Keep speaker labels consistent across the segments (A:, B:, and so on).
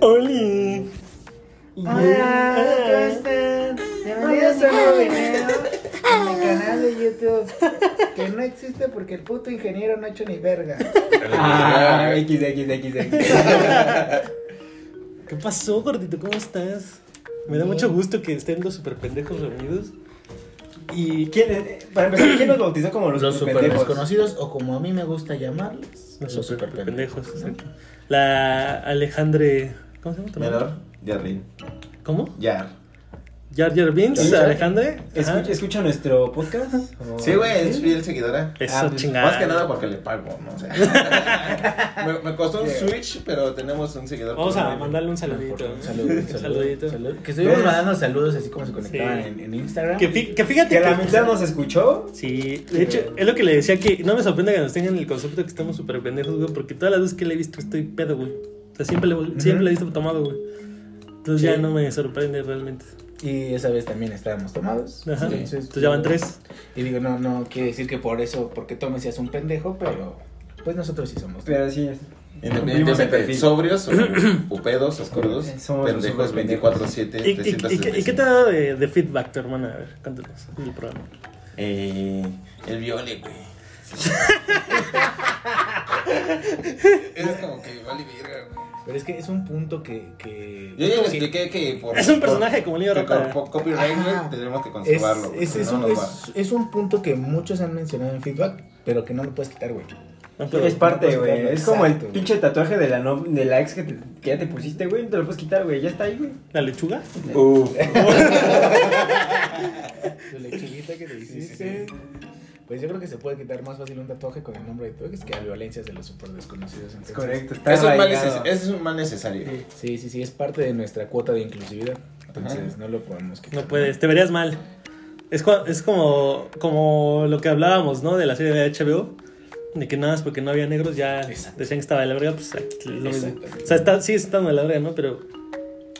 A: ¡Oli! "Ah".
B: Hola, ¿cómo están? Bienvenidos a un nuevo video en mi canal de YouTube que no existe porque el puto ingeniero no ha hecho ni verga.
C: Ah,
A: X, X, X, ¿Qué pasó, gordito? ¿Cómo estás? Me da mucho gusto que estén los super pendejos reunidos.
C: ¿Y quién, eh, para empezar, quién nos bautizó como los,
B: Los super
C: pendejos?
B: desconocidos, o como a mí me gusta llamarles,
A: Los
B: los,
A: super
B: super
A: pendejos,
B: pendejos.
A: exacto. La Alejandre. ¿Cómo se llama tu nombre?
D: Menor, Yarlin.
A: ¿Cómo?
D: Yar.
A: Jar Jar Binks,
C: Jar Jar.
A: Alejandre. Ajá.
C: Escucha, escucha nuestro podcast? ¿O-
D: Sí, güey, es fiel seguidora.
A: Eso,
D: pues,
A: chingada.
D: Más que nada porque le pago, ¿no? O sea, me, me costó un
C: Yeah.
D: Switch, pero tenemos un seguidor.
A: Vamos
D: por
A: a
D: ahí.
A: mandarle un saludito. ¿no?
B: Salud,
A: Un
B: salud,
A: saludito.
B: salud. Que estuvimos mandando saludos así como se conectaban
A: Sí.
B: en, en Instagram.
A: Que, fi- que fíjate
C: Que la mitad nos escuchó.
A: Sí, de hecho, es lo que le decía que no me sorprende que nos tengan el concepto de que estamos súper pendejos, güey, porque todas las veces que le he visto estoy pedo, güey. O sea, siempre le, siempre le he visto tomado, güey. Entonces ya
B: Sí.
A: no me sorprende realmente.
B: Y esa vez también estábamos tomados.
A: Ajá. Entonces ya van tres.
B: Y digo, no, no, quiere decir que por eso, porque tomes seas un pendejo, pero pues nosotros sí somos.
C: Pero sí es. Cumplimos el
D: Independientemente,
C: perfil.
D: sobrios, o, o pedos, o gordos,
C: Eh, somos
D: pendejos
C: súper pendejos.
D: 24-7,
A: ¿Y, y- y- y- y qué te ha
D: 365.
A: dado de, de feedback tu hermana? A ver, cuéntanos el programa.
D: Eh, el viole, güey. Eso es como que vale verga, güey.
B: Pero es que es un punto que. que
D: Yo ya le
B: que-
D: expliqué que por.
A: Es un personaje como Leo
D: que
A: Rata.
D: por copyright, güey, tenemos que
B: Es,
D: conservarlo. güey,
B: es-
D: si
B: es
D: no
B: un,
D: nos va.
B: es- es un punto que muchos han mencionado en feedback, pero que no lo puedes quitar, güey.
A: No puedo.
C: Es parte, güey. Es como el
B: Exacto, güey.
C: pinche tatuaje de la, no- de la ex que, te- que ya te pusiste, güey. No te lo puedes quitar, güey. Ya está ahí, güey.
A: ¿La lechuga?
B: De la chiquita que te hiciste.
D: sí,
B: Pues yo creo que se puede quitar más fácil un tatuaje con el nombre de tu ex que a violencias de los super desconocidos.
C: Es
B: entonces-
C: correcto. Está
D: Es un mal neces-
C: arraigado.
D: es un mal necesario.
B: Sí, sí, sí, es parte de nuestra cuota de inclusividad. Entonces no lo podemos quitar.
A: No puedes, te verías mal. Es, cua- es como, como lo que hablábamos, ¿no? De la serie de HBO. De que nada más porque no había negros ya
B: Exacto.
A: decían que estaba de la verga, pues aquí es lo mismo.
B: Exacto.
A: O sea, está, sí estando de la verga, ¿no? Pero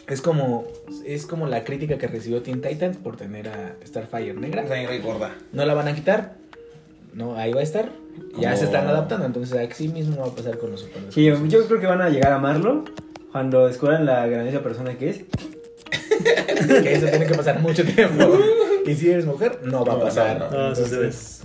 B: Es como, es como la crítica que recibió Teen Titans por tener a Starfire
D: Esa
B: negra.
D: negra y gorda.
B: No la van a quitar. No, ahí va a estar. Ya
D: Como-
B: se están adaptando, entonces así mismo va a pasar con los super
C: Sí, yo, yo creo que van a llegar a amarlo cuando descubran la grandiosa persona que es.
B: Que eso tiene que pasar mucho tiempo. Y si eres mujer, no va a
D: No,
B: pasar.
D: no,
A: no. No, eso Ah, se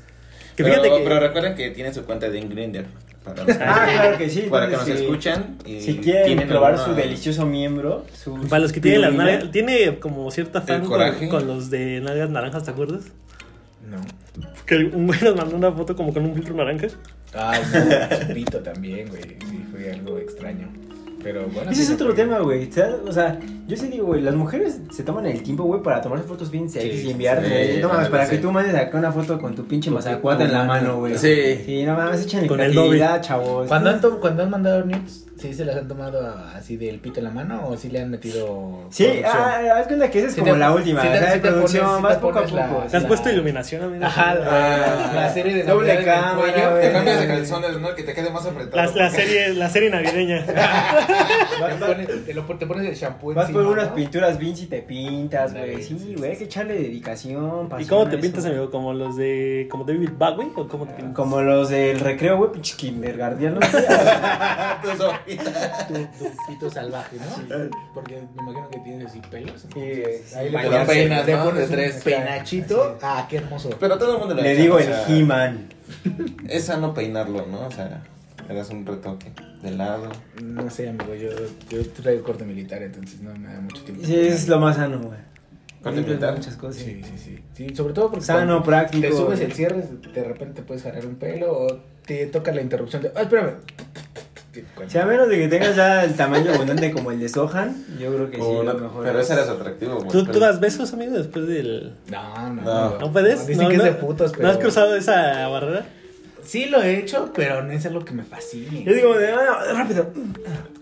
A: que
D: Pero,
A: fíjate que
D: pero recuerden que tienen su cuenta de Grinder. Para los que,
C: Ah, claro que sí.
D: para que nos
C: entonces, sí.
D: escuchan. Y
C: Si quieren probar su
D: alguna-
C: delicioso miembro, su,
A: para los que tienen las
C: pirulina,
A: nalgas, tiene como cierta fan con,
D: coraje.
A: con los de nalgas naranjas, ¿te acuerdas?
B: No.
A: Que un güey nos mandó una foto como con un filtro naranja.
B: Ay, no, su pito también, güey. Sí, fue algo extraño. Pero bueno.
C: Ese es
B: sí,
C: otro
B: no,
C: tema, güey. O sea, O sea, yo sí digo, güey, las mujeres se toman el tiempo, güey, para tomarse fotos bien sexy
B: Sí,
C: y enviarlas.
D: sí,
C: güey. no
D: la
C: mames, para
D: neta,
C: que
D: sí.
C: tú mandes acá una foto con tu pinche mazacuata en la mano, güey.
D: Sí.
C: Sí, no mames, échenle
A: Con el
C: creatividad, chavos.
B: Cuando han, tom- cuando han mandado nudes, ¿sí se las han tomado a- así del pito en la mano o sí le han metido.
C: Sí,
B: producción?
C: ah, haz cuenta que esa es
B: Si
C: como
B: te-
C: la última.
B: si te-
C: o sea,
B: si
C: de
B: te
C: producción,
B: pones- si
C: vas
B: te
C: poco a
B: pones la-
C: poco.
A: ¿Te has
B: La-
A: puesto iluminación, amigo?
B: Ajá, la,
D: Ah,
B: la serie de
C: doble
B: Navidad en el
C: cámara,
B: cuello.
C: güey.
D: Te cambias de calzones, ¿no? El que te quede más apretado.
A: La, la serie, la serie navideña.
B: Te pones- Te, lo pon- te pones el shampoo
C: Vas por
B: encima,
C: unas
B: ¿no?
C: pinturas Vinci y te pintas, güey.
B: Ándale, sí,
C: Sí,
B: sí,
C: güey, hay
B: sí.
C: que echarle dedicación,
A: ¿Y
C: pasión
A: cómo te
C: a
A: pintas,
C: eso.
A: amigo? ¿Como los de como David Bowie o cómo te pintas?
C: Como los del recreo, güey, pinche kindergarten,
D: Tú solita.
B: Tu, tu pito salvaje, ¿no? Porque me imagino que tienes así pelos.
C: Sí,
B: Ahí le
D: Te lo
B: pones,
D: peinas,
B: le
D: ¿no?
B: pones
D: De tres.
B: un penachito. Ah, qué hermoso.
D: Pero todo el mundo
C: Le digo el
D: he
C: He-Man.
D: Es sano peinarlo, ¿no? O sea, le das un retoque de lado.
B: No sé, amigo, yo, yo traigo corte militar, entonces no me da mucho tiempo.
C: Sí, es lo más sano, güey.
D: Con
C: Limpias
D: intentar.
C: muchas cosas.
B: Sí, sí, sí. Sí, sobre todo porque
C: Sano,
B: cuando
C: práctico.
B: te subes
C: güey.
B: el cierre, de repente te puedes jalar un pelo o te toca la interrupción de. ¡Ay, espérame!
C: Sí, a menos de que tengas ya el tamaño abundante como el de Sohan, yo creo que sí,
D: O
C: lo
D: no-
C: mejor.
D: pero
C: es-
D: ese era su atractivo, güey.
A: ¿Tú,
D: Pero-
A: tú das besos, amigo, después del...?
B: No, no,
D: No.
B: no.
A: ¿No puedes?
B: Dicen que es de putos, pero.
A: ¿No has cruzado esa barrera?
B: Sí lo he hecho, pero no es algo que me fascine.
C: Yo digo, de, ah, rápido,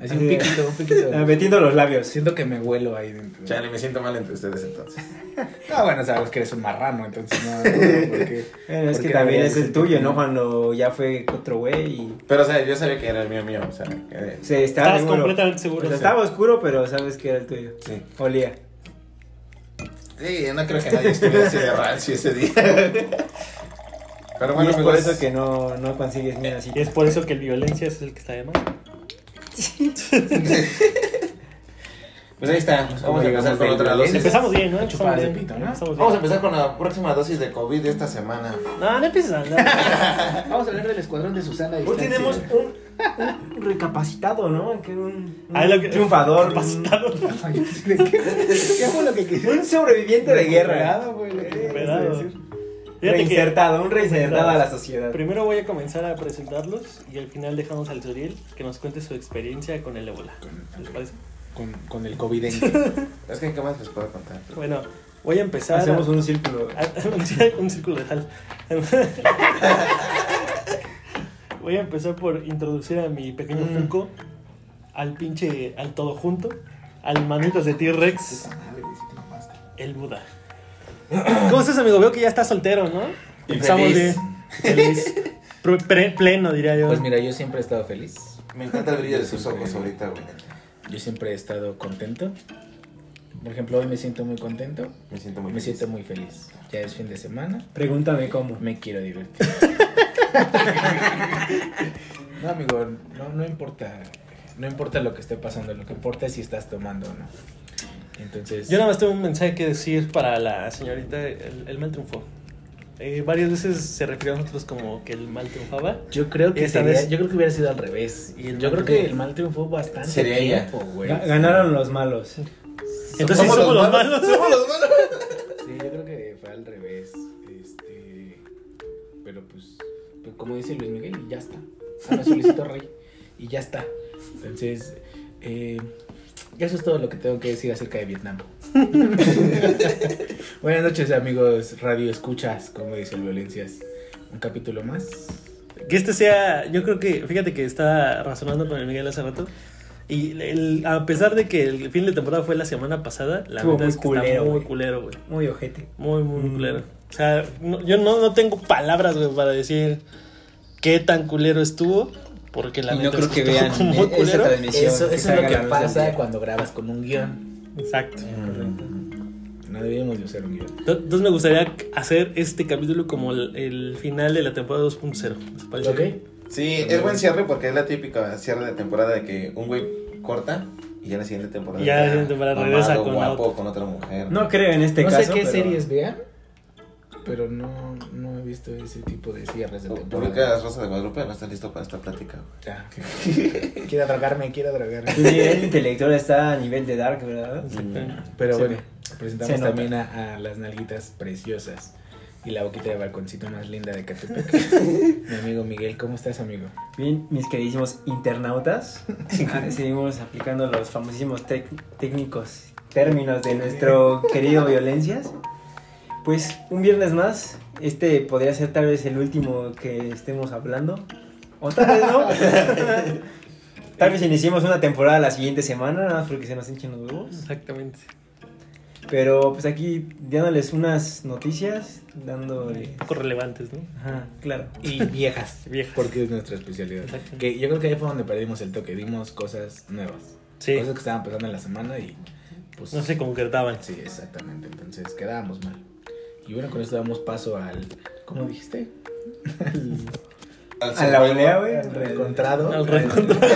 B: Así un piquito, un piquito.
C: ah, metiendo los labios.
B: Siento que me huelo ahí dentro.
D: Chale, me siento mal entre ustedes entonces.
B: No, bueno, sabes que eres un marrano, entonces no, no, no, porque...
C: Bueno, es que
B: porque
C: también
B: debería
C: es el
B: ser
C: tuyo, ¿no?
B: tuyo.
C: Cuando ya fue otro güey y
D: Pero, o sea, yo sabía que era el mío mío, o sea, que...
C: se estaba
A: Estabas
C: seguro.
A: completamente
C: O
A: seguro.
C: sea, estaba oscuro, pero sabes que era el tuyo.
D: Sí.
C: Olía.
D: Sí, no creo que nadie estuviera así de rancio ese día. Pero bueno, pues,
C: y es por
D: amigos,
C: eso que no, no consigues ni una
A: Y
C: cita.
A: es por eso que el violencia es el que está de mal.
D: Pues ahí está. Vamos a empezar con otra dosis.
A: Empezamos bien, ¿no?
E: Chupadas de
A: Empezamos bien.
E: pito, ¿no?
A: Empezamos
D: Vamos
A: bien.
D: a empezar con la próxima dosis de COVID de esta semana.
A: No, no empieces a andar.
E: Vamos a hablar del escuadrón de Susana. a
C: Hoy
E: distancia.
C: tenemos un, un recapacitado, ¿no? Que un, un
A: Ah, es lo que-
C: triunfador, un,
A: Capacitado.
E: Ay, ¿de ¿Qué, ¿Qué fue lo que quisiste?
C: un sobreviviente de guerra.
E: Recuperado, güey, lo que quisiste
A: Recuperado.
E: decir.
A: Fíjate que
C: Reinsertado, un reinsertado a la sociedad.
A: primero voy a comenzar a presentarlos y al final dejamos al Suriel que nos cuente su experiencia con el ébola. ¿Les parece?
E: Con, con el COVID.
D: Es que, ¿qué más les puedo contar?
A: Bueno, voy a empezar.
C: Hacemos
A: a-
C: un círculo.
A: a- un círculo de sal. voy a empezar por introducir a mi pequeño
C: Mm.
A: Funko al pinche, al todo junto, al manitas de T-Rex, el Buda. ¿Cómo estás, amigo? Veo que ya estás soltero, ¿no?
D: Y
A: Empezamos
D: feliz.
A: de- feliz. Pro- pre- pleno, diría yo.
B: Pues mira, yo siempre he estado feliz.
D: Me encanta el brillo de sus ojos ahorita, güey.
B: Yo siempre he estado contento. Por ejemplo, hoy me siento muy contento.
D: Me siento muy
B: Me siento muy feliz. Ya es fin de semana.
C: Pregúntame cómo.
B: Me quiero divertir. No, amigo, no, no importa. No importa lo que esté pasando, lo que importa es si estás tomando o no. Entonces,
A: Yo nada más tengo un mensaje que decir para la señorita, el, el mal triunfó. Eh, varias veces se refirió a nosotros como que el mal triunfaba.
B: yo creo que
A: Esta
B: sería-
A: vez-
B: yo creo que hubiera sido al revés.
A: Y el
B: yo
A: mal
B: creo que
A: triunfó.
B: el mal triunfó bastante
D: Sería ella.
B: tiempo, güey.
C: Ga- Ganaron los malos.
A: Entonces somos, los malos.
D: Somos los malos.
B: Sí, yo creo que fue al revés. Este. Pero pues, pues como dice Luis Miguel, y ya está. Ahora solicito rey. Y ya está. Entonces, eh, eso es todo lo que tengo que decir acerca de Vietnam. Buenas noches, amigos Radio Escuchas, como dice el Violencias. Un capítulo más.
A: Que este sea, yo creo que, fíjate que estaba razonando con el Miguel hace rato. Y el- a pesar de que el fin de temporada fue la semana pasada, la
C: Estuvo
A: verdad
C: muy
A: es que
C: culero,
A: está muy
C: güey.
A: culero, güey.
C: Muy ojete.
A: Muy, muy
C: Mm.
A: culero. O sea, no- yo no, no tengo palabras, güey, para decir qué tan culero estuvo. Porque la
F: Y no
A: neta es
F: creo que
A: estuvo
F: vean e-
A: muy
F: esa
A: culero.
F: transmisión.
B: Eso,
F: que
B: eso es lo
F: salga
B: que
F: la luz del
B: pasa
F: día.
B: cuando grabas con un guión.
A: Exacto. Mm.
B: No debíamos de usar un guión.
A: Entonces me gustaría hacer este capítulo como el, el final de la temporada 2.0. ¿les
F: Pues
A: parece?
B: ¿Ok?
D: Sí, es buen cierre porque es la típica cierre de temporada de que un güey corta y ya la siguiente temporada.
A: Y ya la siguiente temporada
D: mamado,
A: regresa con la
D: guapo,
A: otra.
D: con otra mujer.
C: No creo en este
B: no
C: caso.
B: sé qué
C: pero-
B: series vean, pero no, no he visto ese tipo de cierres de temporada.
D: Ubicas Rosa de Guadalupe, no estás listo para esta plática. güey.
B: Ya. Quiera drogarme, quiera drogarme.
C: Tu nivel intelectual está a nivel de Dark, ¿verdad?
A: Exactamente.
B: Pero
C: Se
B: bueno,
C: Se
B: presentamos
C: nota.
B: también a, a las nalguitas preciosas y la boquita de balconcito más linda de Catepec. Mi amigo Miguel, ¿cómo estás, amigo?
C: Bien, mis queridísimos internautas, ah, seguimos aplicando los famosísimos tec- técnicos términos de nuestro querido Violencias. Pues un viernes más, este podría ser tal vez el último que estemos hablando, o tal vez no. tal vez iniciemos una temporada la siguiente semana, nada más porque se nos hinchen los huevos.
A: Exactamente.
C: Pero pues aquí dándoles unas noticias, dándole...
A: Poco relevantes, ¿no?
C: Ajá, claro.
B: Y viejas.
A: Viejas.
B: Porque es nuestra especialidad.
A: Exacto.
B: Que yo creo que ahí fue donde perdimos el toque. Dimos cosas nuevas.
A: Sí.
B: Cosas que estaban pasando en la semana y pues.
A: No se concretaban.
B: Sí, exactamente. Entonces quedábamos mal. Y bueno, con esto damos paso al. ¿Cómo dijiste?
D: Al
C: A la
D: survival,
C: olea, güey.
B: Al reencontrado.
A: Al reencontrado.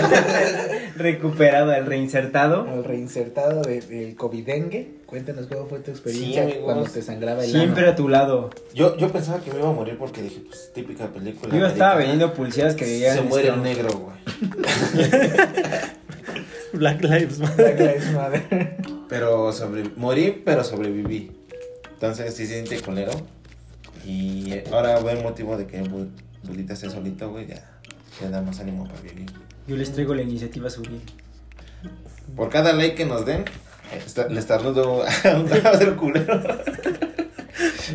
C: Recuperado, al reinsertado.
B: Al reinsertado de- del covidengue. Cuéntanos cómo fue tu
D: Sí,
B: experiencia
D: amigos.
B: cuando te sangraba el
C: Siempre a
B: ano.
C: tu lado.
D: Yo, yo pensaba que me iba a morir porque dije, pues típica película.
C: Yo estaba
D: americana.
C: vendiendo pulseras que veían.
D: Se muere
C: este,
D: el negro, güey.
A: Black Lives Matter.
B: Siempre.
D: Pero sobre... morí, pero sobreviví. Entonces sí se siente culero. Y ahora veo el motivo de que Bu- Bulita esté solito, güey. Ya le da más ánimo para vivir.
C: Yo les traigo la iniciativa subir.
D: Por cada ley que nos den, esta- le estarnudo a un cabrón del culero.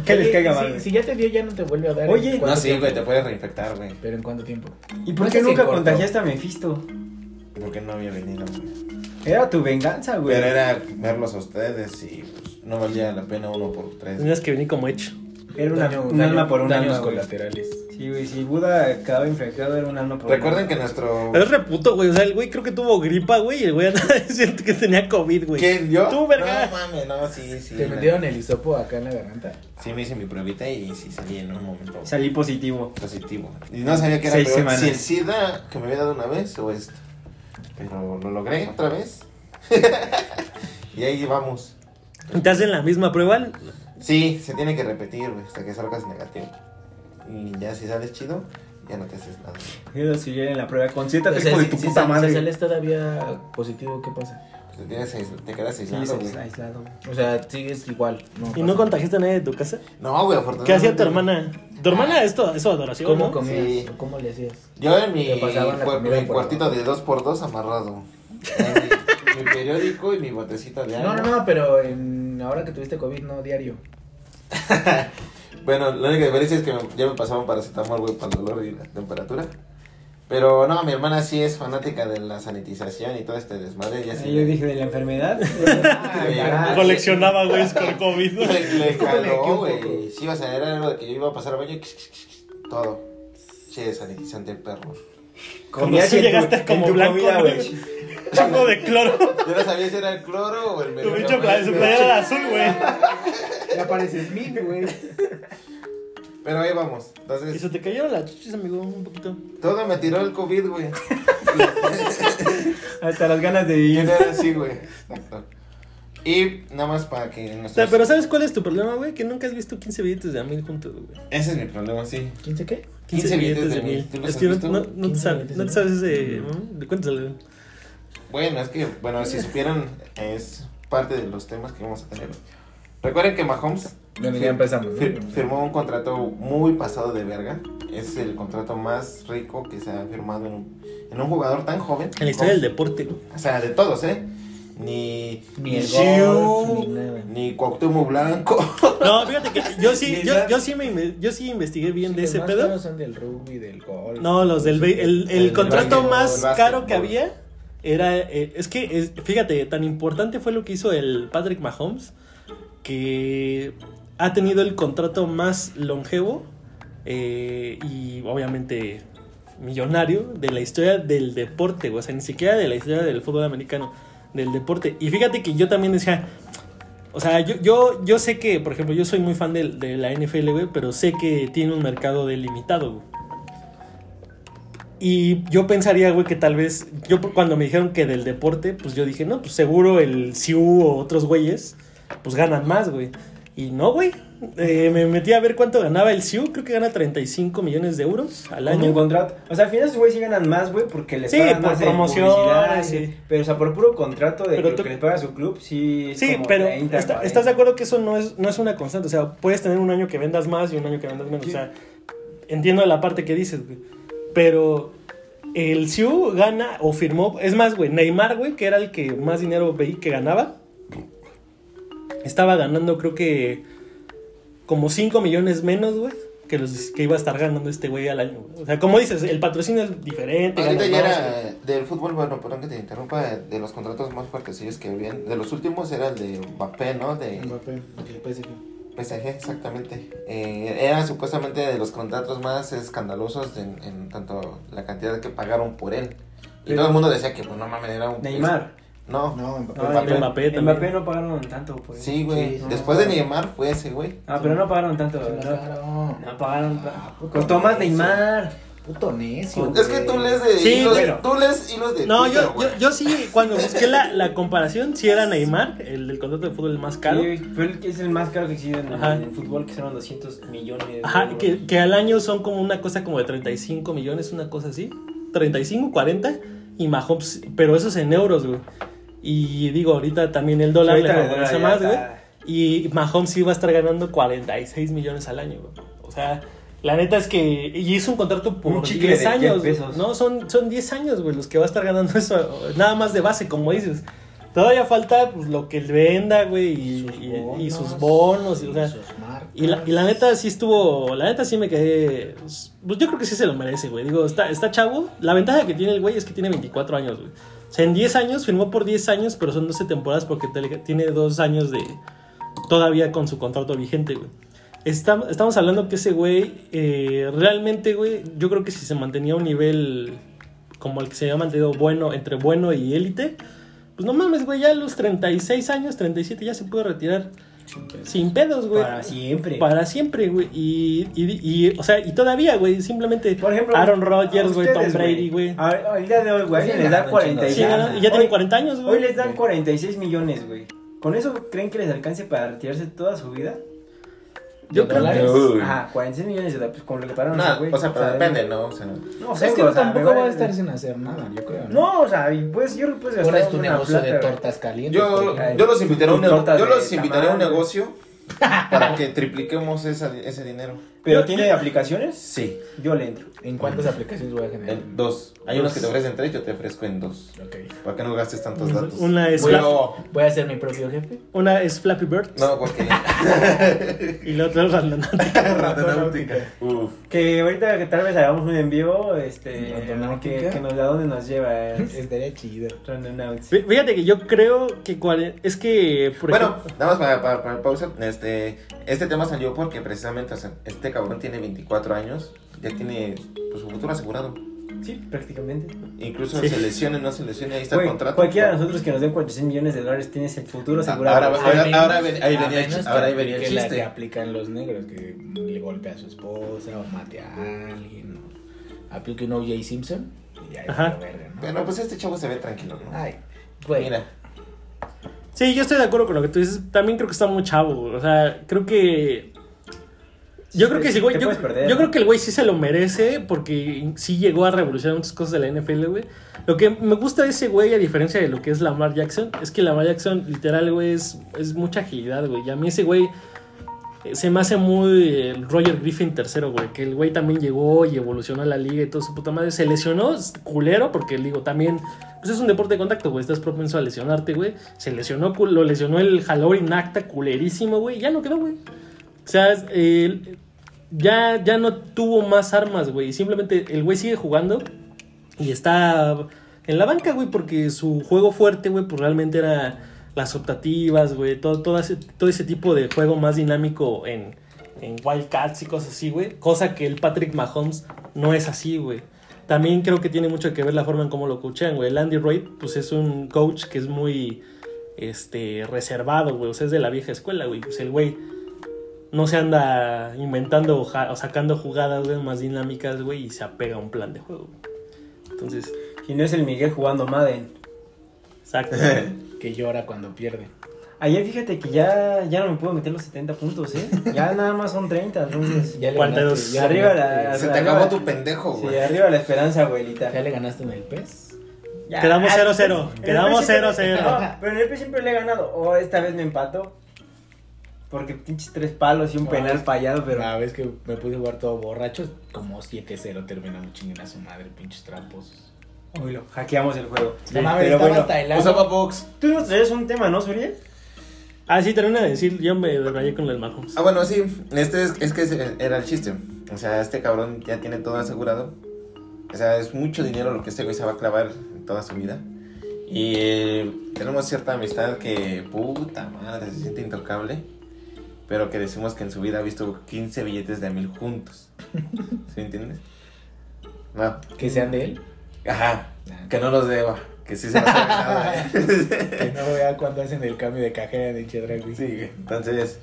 C: Que les caiga mal.
B: Si, si ya te dio, ya no te vuelve a dar.
C: Oye.
B: ¿En cuánto
D: No, sí,
B: tiempo?
D: güey, te puedes reinfectar, güey.
B: Pero en cuánto tiempo?
C: ¿Y por
B: No sé
C: qué
B: si
C: nunca
B: corto.
C: contagiaste a Mephisto?
D: Porque no había venido, güey.
C: Era tu venganza, güey.
D: Pero era verlos a ustedes y pues, no valía la pena uno por tres.
A: Tenías que venir como hecho.
C: Era una,
B: Daño-
C: un
B: daño-
C: alma por un
B: daños
C: alma. güey.
B: colaterales.
C: Sí, güey, si Buda quedaba infectado era un alma por un
D: Recuerden
C: alma.
D: que nuestro.
A: Pero es reputo, güey. O sea, el güey creo que tuvo gripa, güey. Y el güey andaba diciendo que tenía COVID, güey.
D: ¿Quién? ¿Yo?
A: Tú, verga.
D: No mames, no, sí, sí.
B: ¿Te metieron el hisopo acá en la garganta?
D: Sí, me hice mi pruebita y sí salí en un momento
C: Salí positivo.
D: positivo. Y no sabía que era
C: Seis
D: peor,
C: semanas.
D: si el SIDA que me había dado una vez o esto. Pero lo logré otra vez. Y ahí vamos.
A: Te hacen la misma prueba.
D: Sí, se tiene que repetir, güey, hasta que salgas negativo. Y ya si sales chido, ya no te haces nada.
C: Yo si yo en la prueba,
G: O
C: concéntrate
G: sea,
C: hijo
G: si,
C: de tu
G: si
C: puta
G: sal-
C: madre.
G: si sales todavía positivo, ¿qué pasa?
D: Pues te, tienes ais- te quedas
C: Sí,
D: aislado,
C: sí,
D: güey.
C: sí, aislado.
G: O sea, sigues igual.
A: ¿Y no
G: pasa.
A: contagiaste a nadie de tu casa?
D: Ah. No, Ah. güey, afortunadamente.
A: ¿Qué hacía tu hermana? Tu hermana es toda, es su adoración,
G: ¿Cómo
A: ¿no?
G: comías?
D: Sí.
G: ¿O ¿Cómo le hacías?
D: Yo en mi,
G: Te pasaban la
D: cua-
G: comida
D: mi
G: por
D: cuartito de 2x2 amarrado. En mi, mi periódico y mi botecita de agua.
G: No, no, no, pero en- ahora que tuviste COVID, no diario.
D: Bueno, la única diferencia es que me- ya me pasaban paracetamol, güey, para el dolor y la temperatura. Pero no, mi hermana sí es fanática de la sanitización y todo este desmadre. Ya sí.
C: Ahí yo dije de la enfermedad.
D: güey.
G: Ah,
A: Coleccionaba, güey, con COVID.
D: Le, le caló,
G: poco.
D: güey. Sí, o sea, era algo de que yo iba a pasar al baño y todo. Che, sanitizante el perro.
A: Como si
C: en tu-
A: llegaste
C: en
A: como
C: tu
A: blanco,
C: comida,
A: ¿no?
C: güey.
A: Chango de cloro.
D: Yo no sabía si era el cloro o el
A: Tu
D: medio.
A: pinche pla- su playera era azul, güey.
B: Ya pareces mí, güey.
D: Pero ahí vamos.
A: Y
D: Entonces,
A: se te cayeron las chuchis, amigo, un poquito.
D: todo me tiró el COVID, güey.
C: Hasta las ganas de
D: Y yo
C: vivir.
D: era así, güey. Exacto. Y nada más para que
A: O
D: nuestros-
A: sea, pero ¿sabes cuál es tu problema, güey? Que nunca has visto 15 billetes de a mil juntos, güey.
D: Ese es mi problema, sí.
G: ¿Quién sé qué?
A: 15 billetes de mil.
D: ¿Tú los
A: Es
D: has
A: que no,
D: visto?
A: no, no te
G: 15
A: sabes, no te
G: billetes
A: sabes ese. ¿no? Cuéntaselo.
D: Bueno, es que, bueno, si supieran, es parte de los temas que vamos a tener. Recuerden que Mahomes
G: Bueno, ya empezamos.
D: fir- firmó un contrato muy pasado de verga. Es el contrato más rico que se ha firmado en un, en un jugador tan joven.
A: En la historia del deporte, güey.
D: O sea, de todos, ¿eh? Ni,
G: Ni el golf, ni nada.
D: Xiu, ni Cuauhtémoc Blanco.
A: No, fíjate que yo sí, yo, yo sí me inve- yo sí investigué bien de ese pedo.
G: son del rugby, del golf.
A: No, los del be- el, el
D: del
A: contrato
D: básquetbol,
A: más
D: básquetbol.
A: caro que había era eh, es que es- fíjate, tan importante fue lo que hizo el Patrick Mahomes que ha tenido el contrato más longevo eh, y obviamente millonario de la historia del deporte, o sea, ni siquiera de la historia del fútbol americano, del deporte. Y fíjate que yo también decía, o sea, yo, yo, yo sé que, por ejemplo, yo soy muy fan del- de, la NFL, güey, pero sé que tiene un mercado delimitado, güey. Y yo pensaría, güey, que tal vez, yo por- cuando me dijeron que del deporte, pues yo dije, no, pues seguro el Siu o otros güeyes, pues ganan más, güey. Y no, güey. Eh, me metí a ver cuánto ganaba el Siu, creo que gana 35 millones de euros al
C: Como un
A: año.
C: contrato. O sea, al final esos güeyes sí ganan más, güey, porque les
A: Sí,
C: pagan
A: por
C: más en
A: promociones,
C: publicidad,
A: sí.
C: y- Pero, o sea, por puro contrato de
A: Pero
C: lo
A: tú-
C: que les paga su club, sí. es
A: Sí,
C: como
A: pero
C: 30,
A: está-
C: 40.
A: estás de acuerdo que eso no es, no es una constante. O sea, puedes tener un año que vendas más y un año que vendas menos. O sea, entiendo la parte que dices, güey. Pero el Siu gana o firmó. Es más, güey, Neymar, güey, que era el que más dinero veí que ganaba, estaba ganando, creo que como 5 millones menos, güey. Que, los, que iba a estar ganando este güey al año. güey. O sea, como dices, el patrocinio es diferente.
D: Ahorita
A: ganas
D: ya
A: más,
D: era del fútbol, bueno, perdón que te interrumpa, de los contratos más fuertecillos que habían. De los últimos era el de Mbappé, ¿no? De
G: Mbappé, el PSG.
D: PSG, exactamente. Eh, era supuestamente de los contratos más escandalosos en, en tanto la cantidad que pagaron por él. Y
C: Pero-
D: todo el mundo decía que, pues, no mames, era un...
C: Neymar.
D: No,
B: No, Mbappé.
C: No,
D: Mbappé.
A: Mbappé también.
C: Mbappé no pagaron tanto, pues.
D: Sí, güey.
G: Sí,
D: Después de Neymar fue ese, güey.
C: Ah, pero no pagaron tanto.
G: Se la
C: No,
G: cagaron.
C: no pagaron. ta-
B: poco
C: Con Tomás
B: de eso.
C: Neymar.
B: Puto necio.
D: Es que tú lees de
A: Sí,
D: hilos,
A: bueno.
D: tú lees hilos de
A: No,
D: Twitter,
A: yo,
D: güey.
A: yo, yo sí, cuando busqué la, la comparación, sí era Neymar, el del contrato de fútbol más caro.
C: Sí, fue el que es el más caro que existe en,
A: Ajá.
C: en el fútbol, que son 200 millones. de
A: Ajá,
C: euros.
A: que, que al año son como una cosa como de 35 millones, una cosa así. 35, 40. Y Mahomes, pero eso es en euros, güey. Y digo, ahorita también el dólar
C: Ahorita
A: le
C: el dólar
A: favorece
C: ya
A: más, güey.
C: está-
A: Y Mahomes iba a estar ganando 46 millones al año, güey. O sea, la neta es que. Y hizo un contrato por
C: Un chicle
A: 10
C: de
A: años.
C: 10 pesos.
A: No, son, son 10 años, güey, los que va a estar ganando eso. Nada más de base, como dices. Todavía falta pues, lo que él venda, güey, y, y- y sus bonos. Y, o sea,
B: sus marcas.
A: y la, y la neta sí estuvo. La neta sí me quedé. Pues yo creo que sí se lo merece, güey. Digo, está, está chavo. La ventaja que tiene el güey es que tiene 24 años, güey. O sea, en 10 años, firmó por 10 años, pero son 12 temporadas porque te- tiene 2 años de. Todavía con su contrato vigente, güey. Estam- estamos hablando que ese güey. eh, realmente, güey. Yo creo que si se mantenía a un nivel. Como el que se había mantenido bueno, entre bueno y élite. Pues no mames, güey. Ya a los 36 años, 37, ya se pudo retirar. Sin pedos, güey.
C: Para siempre.
A: Para siempre, güey. Y, y, y, o sea, y todavía, güey. Simplemente
C: Por ejemplo,
A: Aaron
C: a
A: Rodgers, güey, Tom
C: ustedes,
A: Brady, güey.
C: A- El día de hoy, güey,
G: Sí,
C: les
G: ganaron
C: dan 46.
A: Sí,
G: chingados.
A: ¿no? Y ya
C: Hoy-
A: tienen 40 años,
C: Hoy
A: güey.
C: les dan 46 millones, güey. ¿Con eso creen que les alcance para retirarse toda su vida?
G: Yo creo que es-
D: dólares? Uy.
C: Ajá, 46 millones de dólares, como lo que pararon a ese
D: Nada,
C: güey.
D: o sea, pero depende, ¿no? O sea,
C: No,
G: es que
C: seguro, o sea,
G: tampoco va
C: me
G: a
C: vale-
G: estar sin hacer nada, yo creo.
C: No, o sea, y pues yo creo que puedes gastar
G: Ahora es tu
C: una
G: negocio de
C: plata, güey.
G: tortas calientes.
D: yo,
G: güey.
D: yo los invitaré a un, nego-
C: Tortas
D: yo
C: de
D: los invitaré a un
C: tamal.
D: negocio para que tripliquemos esa- ese dinero.
C: Pero
A: Yo-
C: tiene
A: yo-
C: aplicaciones,
D: Sí,
C: yo le entro.
G: ¿En cuántas aplicaciones voy a generar?
D: en dos. Hay unos que te ofrecen tres, yo te ofrezco en dos.
G: Ok.
D: Para que no gastes tantos datos.
A: Una es,
G: Voy a,
A: Fla-
D: Pero-
G: voy a ser mi propio jefe.
A: una es Flappy Bird
D: No, porque.
A: y la otra es Randonáutica.
D: Randonáutica. Uf.
C: Que ahorita que tal vez hagamos un envío, este,
G: Randonáutica.
C: que, que nos da dónde nos lleva. es-
G: Estaría chido.
C: Randonauts.
A: Fí- Fíjate que yo creo que cuare- es que, por
D: Bueno,
A: ejemplo,
D: nada más para, para, para pausa. Este, este tema salió porque precisamente o sea, este cabrón tiene 24 años, ya tiene pues, su futuro asegurado.
C: Sí, prácticamente.
D: Incluso
A: Sí.
D: se lesione, no se lesione, ahí está
C: Güey,
D: el contrato.
C: Cualquiera de nosotros que nos den 400 millones de dólares tienes el futuro asegurado.
D: Ahora va-
C: güey.
D: ahora-
G: A menos-
D: ahora ven- ahí
G: a
D: venía el
G: menos
D: chis- ahora
G: que
D: ahí venía el
G: aplique la
D: chiste.
G: que aplican los negros, que le golpea a su esposa o mate a alguien. o Aplique un O.J. Simpson y ya es
A: Ajá.
G: la verga, ¿no?
D: Pero pues este chavo se ve tranquilo, ¿no?
G: Ay, güey.
D: Mira,
A: sí, yo estoy de acuerdo con lo que tú dices. También creo que está muy chavo. O sea, creo que. Yo
C: Sí,
A: creo que
C: te-
A: sí, güey.
C: te
A: Yo,
C: puedes perder,
A: yo
C: ¿no?
A: creo que el güey sí se lo merece porque sí llegó a revolucionar muchas cosas de la NFL, güey. Lo que me gusta de ese güey, a diferencia de lo que es Lamar Jackson, es que Lamar Jackson, literal, güey, es, es mucha agilidad, güey. Y a mí ese güey eh, se me hace muy el Roger Griffin tercero, güey. Que el güey también llegó y evolucionó a la liga y todo su puta madre. Se lesionó, es culero, porque digo, también. Pues es un deporte de contacto, güey. Estás propenso a lesionarte, güey. Se lesionó, cul- lo lesionó el Halori Nacta, culerísimo, güey. y Ya no quedó, güey. O sea, es- el- ya, ya no tuvo más armas, güey. Simplemente el güey sigue jugando y está en la banca, güey, porque su juego fuerte, güey, pues realmente era las optativas, güey, todo, todo, ese, todo ese tipo de juego más dinámico en, en Wildcats y cosas así, güey. Cosa que el Patrick Mahomes no es así, güey. También creo que tiene mucho que ver la forma en cómo lo coachean, güey. El Andy Reid, pues es un coach que es muy este, reservado, güey. O sea, es de la vieja escuela, güey. Pues el güey no se anda inventando o, ja- o sacando jugadas, güey, más dinámicas, güey, y se apega a un plan de juego. güey. Entonces,
C: Y no es el Miguel jugando Madden.
A: exacto.
G: Que llora cuando pierde.
C: Ayer fíjate que ya, ya no me puedo meter los 70 puntos, ¿eh? Ya nada más son 30, entonces.
G: Ya le
A: 42.
G: ganaste,
C: Y
G: ya le
C: arriba la-
G: ganaste,
D: se te acabó tu pendejo,
C: Sí,
D: güey.
C: arriba la esperanza, abuelita.
G: Ya le ganaste en el pez.
C: Ya.
A: Quedamos 0-0,
C: En el
A: quedamos
C: EP siempre-
A: 0-0.
C: No, pero en el EP siempre le he ganado. O esta vez me empato. Porque pinches tres palos y un
G: No,
C: penal
G: es-
C: fallado, pero.
G: Pero a vez que me pude jugar todo borracho, como 7-0 terminamos chingando a su madre, pinches trapos.
C: Uy, lo hackeamos el juego.
G: No mames,
C: pero
G: estaba
C: bueno.
G: hasta el
D: Usaba
G: agua.
D: box.
C: Tú nos traes un tema, ¿no, Suriel?
A: Ah, sí, termina de decir, yo me debrayé con el Mahomes.
D: Ah, bueno, sí, este es, es que ese era el chiste. O sea, este cabrón ya tiene todo asegurado. O sea, es mucho dinero lo que este güey se va a clavar en toda su vida. Y eh, tenemos cierta amistad que, puta madre, se siente intocable. Pero que decimos que en su vida ha visto 15 billetes de a mil juntos. ¿Sí me entiendes? No.
G: Que sean de él.
D: Ajá.
G: Nah,
D: Que no los deba. Que sí se los ha ¿eh? ganado.
G: Que no vea cuando hacen el cambio de cajera de Chedragui.
D: Sí, güey. entonces,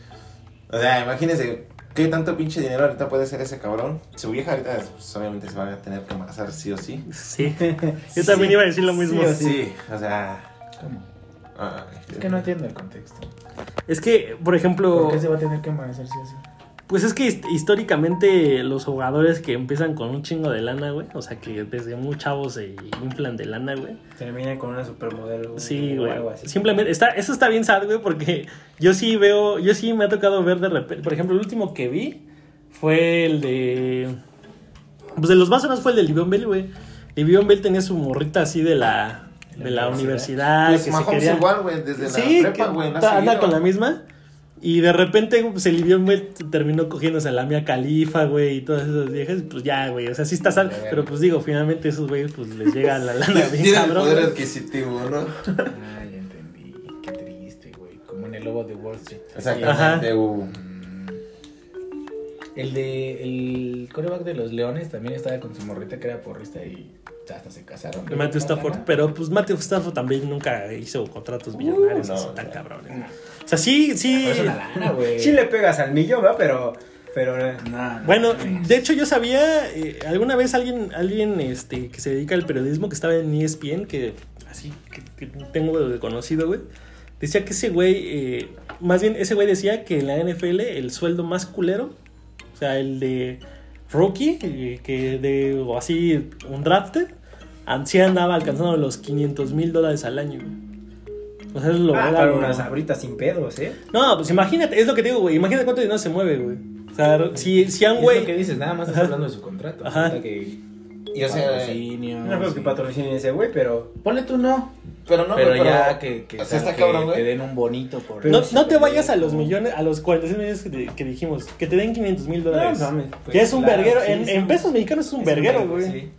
D: o sea, imagínense qué tanto pinche dinero ahorita puede ser ese cabrón. Su vieja ahorita, pues, obviamente, se va a tener que embarazar sí o sí.
A: Sí. Yo también iba a decir lo mismo.
D: Sí, o sí, o sea.
G: ¿Cómo?
D: ah,
G: Es que no entiendo el contexto.
A: Es que, por ejemplo,
G: ¿Por qué se va a tener que amanecer si así?
A: pues es que hist- históricamente los jugadores que empiezan con un chingo de lana, güey, o sea, que desde muy chavos se inflan de lana, güey.
C: Termina con una supermodelo. güey,
A: Sí,
C: o
A: güey.
C: algo así.
A: Simplemente, está, eso está bien sad, güey, porque yo sí veo, yo sí me ha tocado ver de repente. Por ejemplo, el último que vi fue el de. Pues de los más sonados fue el de Livion Bell, güey. Livion Bell tenía su morrita así de la, de la universidad.
D: Pues
A: Ah, que se
D: Mahomes
A: quería-
D: igual, güey, desde
A: Sí,
D: la prepa,
A: que
D: güey. no ha
A: ta- anda
D: seguido.
A: con la misma. Y de repente güey, pues, el Livion Bell terminó cogiéndose a la Mia Califa, güey, y todas esas viejas. Pues ya, güey, o sea, sí está sad.
G: Verga.
A: Pero pues digo, finalmente esos güeyes pues les llega la lana bien
D: Tiene el
A: cabrón.
D: poder
A: güey.
D: adquisitivo, ¿no?
G: Ah, ya entendí. Qué triste, güey. Como en el lobo de Wall Street.
D: Exactamente, uh,
G: Mm. El de el coreback de los Leones también estaba con su morrita que era porrista y hasta se casaron.
A: De Matthew Stafford, pero pues Matthew Stafford también nunca hizo contratos millonarios
D: Uh, no,
A: así
D: o
A: tan
D: sea,
A: cabrones. O sea, sí, sí.
G: Pero es una lana, güey.
C: Sí le pegas al millón, ¿verdad? Pero. Pero. eh,
G: No, no,
A: Bueno,
G: no.
A: de hecho yo sabía, eh, alguna vez alguien, alguien este, E que se dedica al periodismo, que estaba en ESPN, que así que, que tengo de conocido, güey, Decía que ese güey, eh, más bien ese güey decía que en la NFL el sueldo más culero, o sea, el de rookie, eh, que de o así un draft, así andaba alcanzando los 500 mil dólares al año. güey. O sea, eso es lo
C: Ah,
A: era
C: para
A: lo-
C: unas abritas sin pedos, ¿eh?
A: No, pues imagínate, es lo que te digo, güey, imagínate cuánto dinero se mueve, güey. O sea, si, si a un
G: Es lo que
A: güey...
G: dices, nada más estás hablando de su contrato.
A: Ajá.
G: Falta que
D: Y o sea,
A: Ah,
G: patrocinio,
C: No creo
G: sí.
C: que patrocinen ese güey, pero.
G: Ponle tú no.
D: pero no,
G: pero,
D: güey,
G: ya que, que,
D: o sea, está
G: que
D: cabrón, güey.
G: te den un bonito por
A: No, no te vayas a los millones, a los 46 millones que, te- que dijimos, que te den 500 mil dólares.
C: mames, pues,
A: que es un
C: claro,
A: verguero,
C: sí,
A: en,
C: sí,
A: en
C: sí.
A: pesos mexicanos es un verguero, güey.
C: sí.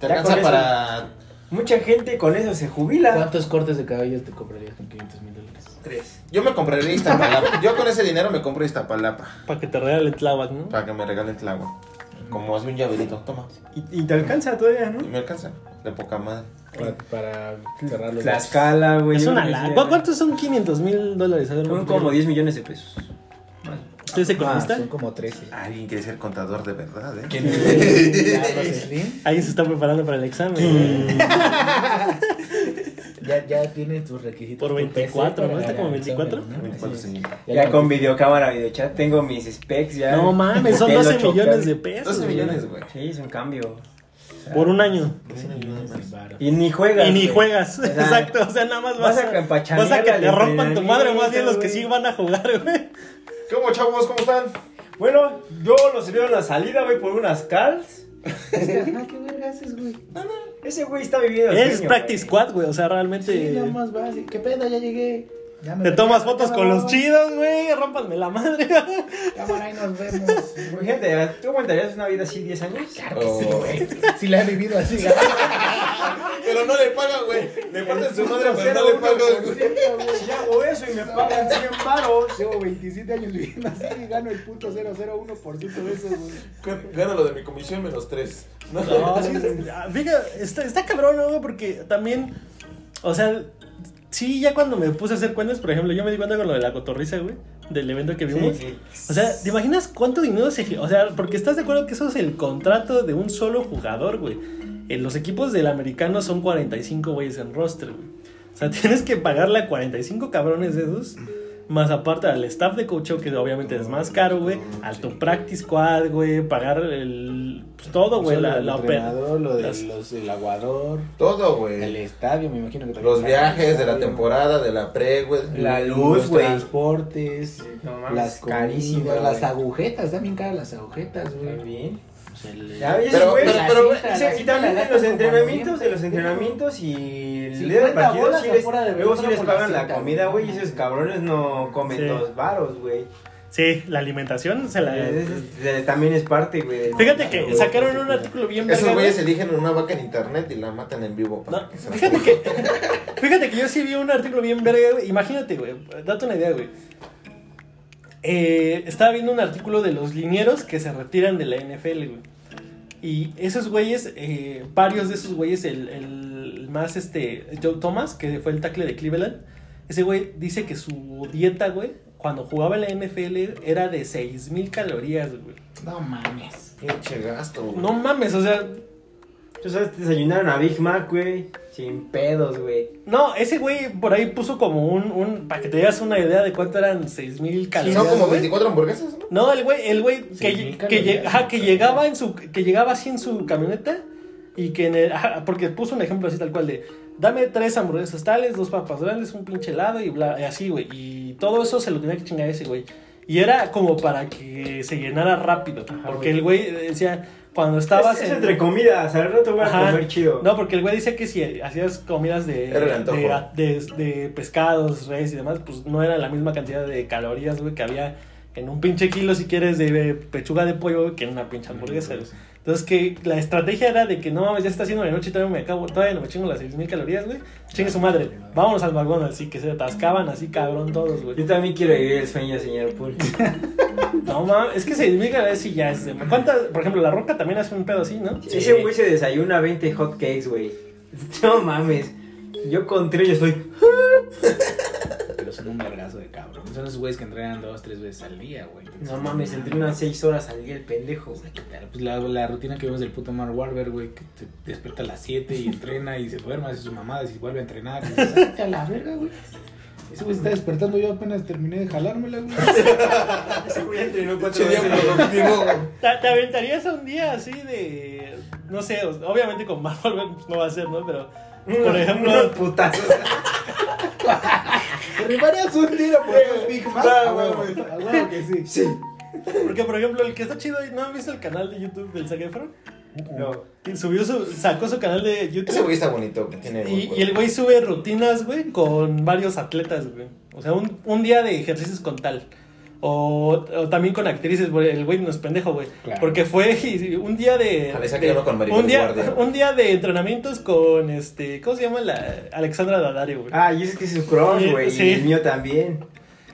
D: Te
C: Ya
D: alcanza
C: con eso-
D: para.
C: Mucha gente con eso se jubila.
G: ¿Cuántos cortes de cabello te comprarías con 500 mil dólares?
C: Tres.
D: Yo me compraría Iztapalapa. Yo con ese dinero me compro Iztapalapa.
A: Para que te regale el Tláhuac, ¿no?
D: Para que me regalen el agua. Como hace un llaverito. Toma.
C: Y, y te alcanza todavía, ¿no?
D: Y me alcanza. De poca madre.
G: Para, para cerrar los
C: Tlaxcala, güey.
A: es
C: yo
A: una
C: creo que
A: lana.
C: sí, eh.
A: ¿Cu- ¿Cuántos son 500 mil dólares? A ver,
C: Son
A: un
C: como 10 millones de pesos.
A: ¿Usted es
G: Ah,
A: economista?
G: son como 13.
D: Alguien quiere ser contador de verdad, ¿eh?
G: ¿Quién es? Carlos Slim.
A: Alguien se está preparando para el examen.
C: Mm,
A: güey.
G: Ya, ya tiene tus requisitos.
A: Por
G: tu
A: 24,
G: PC
A: ¿no? Está
G: para
A: como
G: el
A: 24.
G: examen, ¿no?
D: ¿Cuántos
G: Sí.
D: señor?
C: Ya con videocámara, videochat, tengo mis specs ya.
A: No mames, son
C: Del
A: 12
C: 8K.
A: millones de pesos.
D: 12
A: güey.
D: millones, güey.
C: Sí, es un cambio.
A: Por un año.
C: Y ni juegas.
A: Y ni
C: güey.
A: juegas.
C: O sea,
A: Exacto. O sea, nada más vas
C: Vas
A: a.
C: a empachanear
A: vas a que
C: al
A: te rompan tu madre, más bien los que
C: entrenamiento,
A: sí
C: güey.
A: van a jugar, güey.
D: ¿Qué hubo, chavos? ¿Cómo están?
C: Bueno, yo los veo en la salida, güey, por unas calls.
B: Ajá, Ah, ¿qué verga haces, güey?
C: Ese güey está viviendo. el
A: Es
C: sueño,
A: Practice
C: güey.
A: Squad, güey. O sea,
B: Sí,
A: realmente.
B: nada más vas. y, ¿Qué pedo? Ya llegué. Ya me
A: Te
B: voy
A: tomas
B: a la
A: fotos con
B: cámara,
A: los chidos, güey. Rómpanme la madre.
B: Cámara, ahí nos vemos.
C: Imagínate, ¿tú aguantarías una vida así 10 años?
D: Oh.
B: Si la he vivido así.
D: Pero no le pagan, güey. Le parten su madre, pero
C: Cero,
D: no le
C: uno,
D: pagan,
C: por
D: güey.
C: ciento, güey. Ya hago eso y me pagan 100 paros.
B: Llevo 27 años viviendo así y gano el punto 001% de eso, güey.
D: Gana- Gana lo de mi comisión menos tres. No,
A: No, sí, ah, fíjate, está, está cabrón, ¿no, güey? Porque también, o sea, sí, ya cuando me puse a hacer cuentas, por ejemplo, yo me di cuenta con lo de la cotorriza, güey, del evento que vimos. O sea, ¿te imaginas cuánto dinero se... O sea, porque estás de acuerdo que eso es el contrato de un solo jugador, güey. En los equipos del americano son 45 güeyes en roster, güey. O sea, tienes que pagarle a 45 cabrones de esos. Más aparte al staff de coaching, que obviamente es más caro, güey. Al tu practice squad, güey. Pagar el... pues, todo, güey.
G: Solo
A: La,
G: el
A: la opera-
G: entrenador, lo de
A: las-
G: los- el aguador,
D: Todo,
G: el
D: güey.
G: estadio, me imagino que también
D: Los
G: está
D: viajes
G: el
D: de la
G: estadio.
D: temporada, de la pre, güey.
C: La luz,
G: Los
C: güey.
G: transportes, las carísimas, las agujetas, están bien caras las agujetas, güey.
C: Bien.
G: O sea, el-
C: Ya ves,
D: Pero-
C: güey.
D: pero-
C: La
D: pero-
C: cita, la cita, y también de los entrenamientos, de los entrenamientos y el día del
B: 50
C: partido
B: bolas
C: sí les,
B: afuera de
C: luego sí
B: otra
C: les pagan la
B: policita,
C: comida,
B: güey.
C: güey, y esos cabrones no comen
A: Sí.
C: dos varos, güey.
A: Sí, la alimentación se la...
C: Es- es- es- También es parte, güey. del-
A: Fíjate que sacaron un artículo bien
D: Esos
A: verga, güey.
D: güeyes eligen una vaca en internet y la matan en vivo. para
A: No,
D: que se la
A: fíjate
D: coman.
A: que, fíjate que yo sí vi un artículo bien verga, güey. Imagínate, güey. Date una idea, güey. Eh, estaba viendo un artículo de los linieros que se retiran de la NFL, güey. Y esos güeyes, eh, varios de esos güeyes, el, el más este, Joe Thomas, que fue el tackle de Cleveland, ese güey dice que su dieta, güey, cuando jugaba en la NFL era de 6.000 calorías, güey.
B: No mames.
D: Pinche gasto, güey.
A: No mames, o sea,
C: Tú sabes, desayunaron a Big Mac, güey, sin pedos, güey.
A: No, ese güey por ahí puso como un, un para que te digas una idea de cuánto eran 6000 calorías.
D: Son como
A: güey.
D: 24 hamburguesas, ¿no?
A: No, el güey, el güey que,
G: 6,000
A: que lleg-
G: calorías.
A: ajá, que llegaba en su que llegaba así en su camioneta y que en el- ajá, porque puso un ejemplo así tal cual de dame tres hamburguesas tales, dos papas grandes, un pinche helado y bla, y así, güey, y todo eso se lo tenía que chingar ese güey. Y era como para que se llenara rápido, porque
C: güey.
A: el güey decía cuando estabas
C: Es, es
A: en-
C: entre comidas, al rato voy a
A: Ajá.
C: comer chido.
A: No, porque el güey decía que si hacías comidas de,
D: Era el antojo.
A: de, de- de pescados, res y demás, pues no era la misma cantidad de calorías, güey, que había en un pinche kilo, si quieres, de pechuga de pollo güey, que en una pinche hamburguesa. güey. Entonces, que la estrategia era de que no mames, ya está haciendo la noche y todavía me acabo, todavía no me chingo las 6000 calorías, güey. Chingue su madre, vámonos al vagón, así que se atascaban así, cabrón, todos, güey.
C: Yo también quiero vivir el sueño, señor Pool.
A: No mames, es que 6000 calorías sí ya es. de- ¿Cuántas? Por ejemplo, la roca también hace un pedo así, ¿no?
C: Ese güey se desayuna 20 hot cakes, güey. No mames. Yo con tres yo estoy.
G: Pero son un vergazo de cabrón. Son esos güeyes que entrenan dos, tres veces al día, güey. Entonces,
C: No mames, entrenan 6 horas al día el pendejo, güey.
G: Claro, pues la, la rutina que vemos del puto Mark Warber, güey, que te despierta a las 7 y entrena y se duerma, hace su mamada y se vuelve a entrenar. Y dices, "Vete a la verga, güey. Ese güey se está despertando, yo apenas terminé de jalármela, güey.
C: Ese güey ya terminó cuatro
D: Pinche diablo,
C: veces.
D: digo,
A: ¿Te, te aventarías un día así de. No sé, o- obviamente con Marvel pues, no va a ser, ¿no? Pero. Por
C: Unos
A: ejemplo.
C: putazos.
B: Rivarías un tiro por dos Big Mac.
D: Ah,
B: A huevo,
D: güey.
B: a huevo que sí.
A: Porque, por ejemplo, el que está chido, ¿no han visto el canal de YouTube del Zac Efron?
C: No.
A: Que subió su, sacó su canal de
D: Ese güey
A: YouTube.
D: está bonito, que tiene buen
A: Y,
D: cuerpo.
A: y el güey sube rutinas, güey, con varios atletas, güey. O sea, un, un día de ejercicios con tal. O, o también con actrices, güey. El güey no es pendejo, güey.
G: Claro.
A: Porque fue y- un día de.
D: Ojalá saque
A: de-
D: uno con Maribel
A: un, día,
D: Guardia.
A: un día de entrenamientos con este. ¿Cómo se llama? La, Alexandra Daddario, güey.
C: Ah, y es que es su crush,
A: Sí,
C: güey.
A: sí.
C: Y el mío también.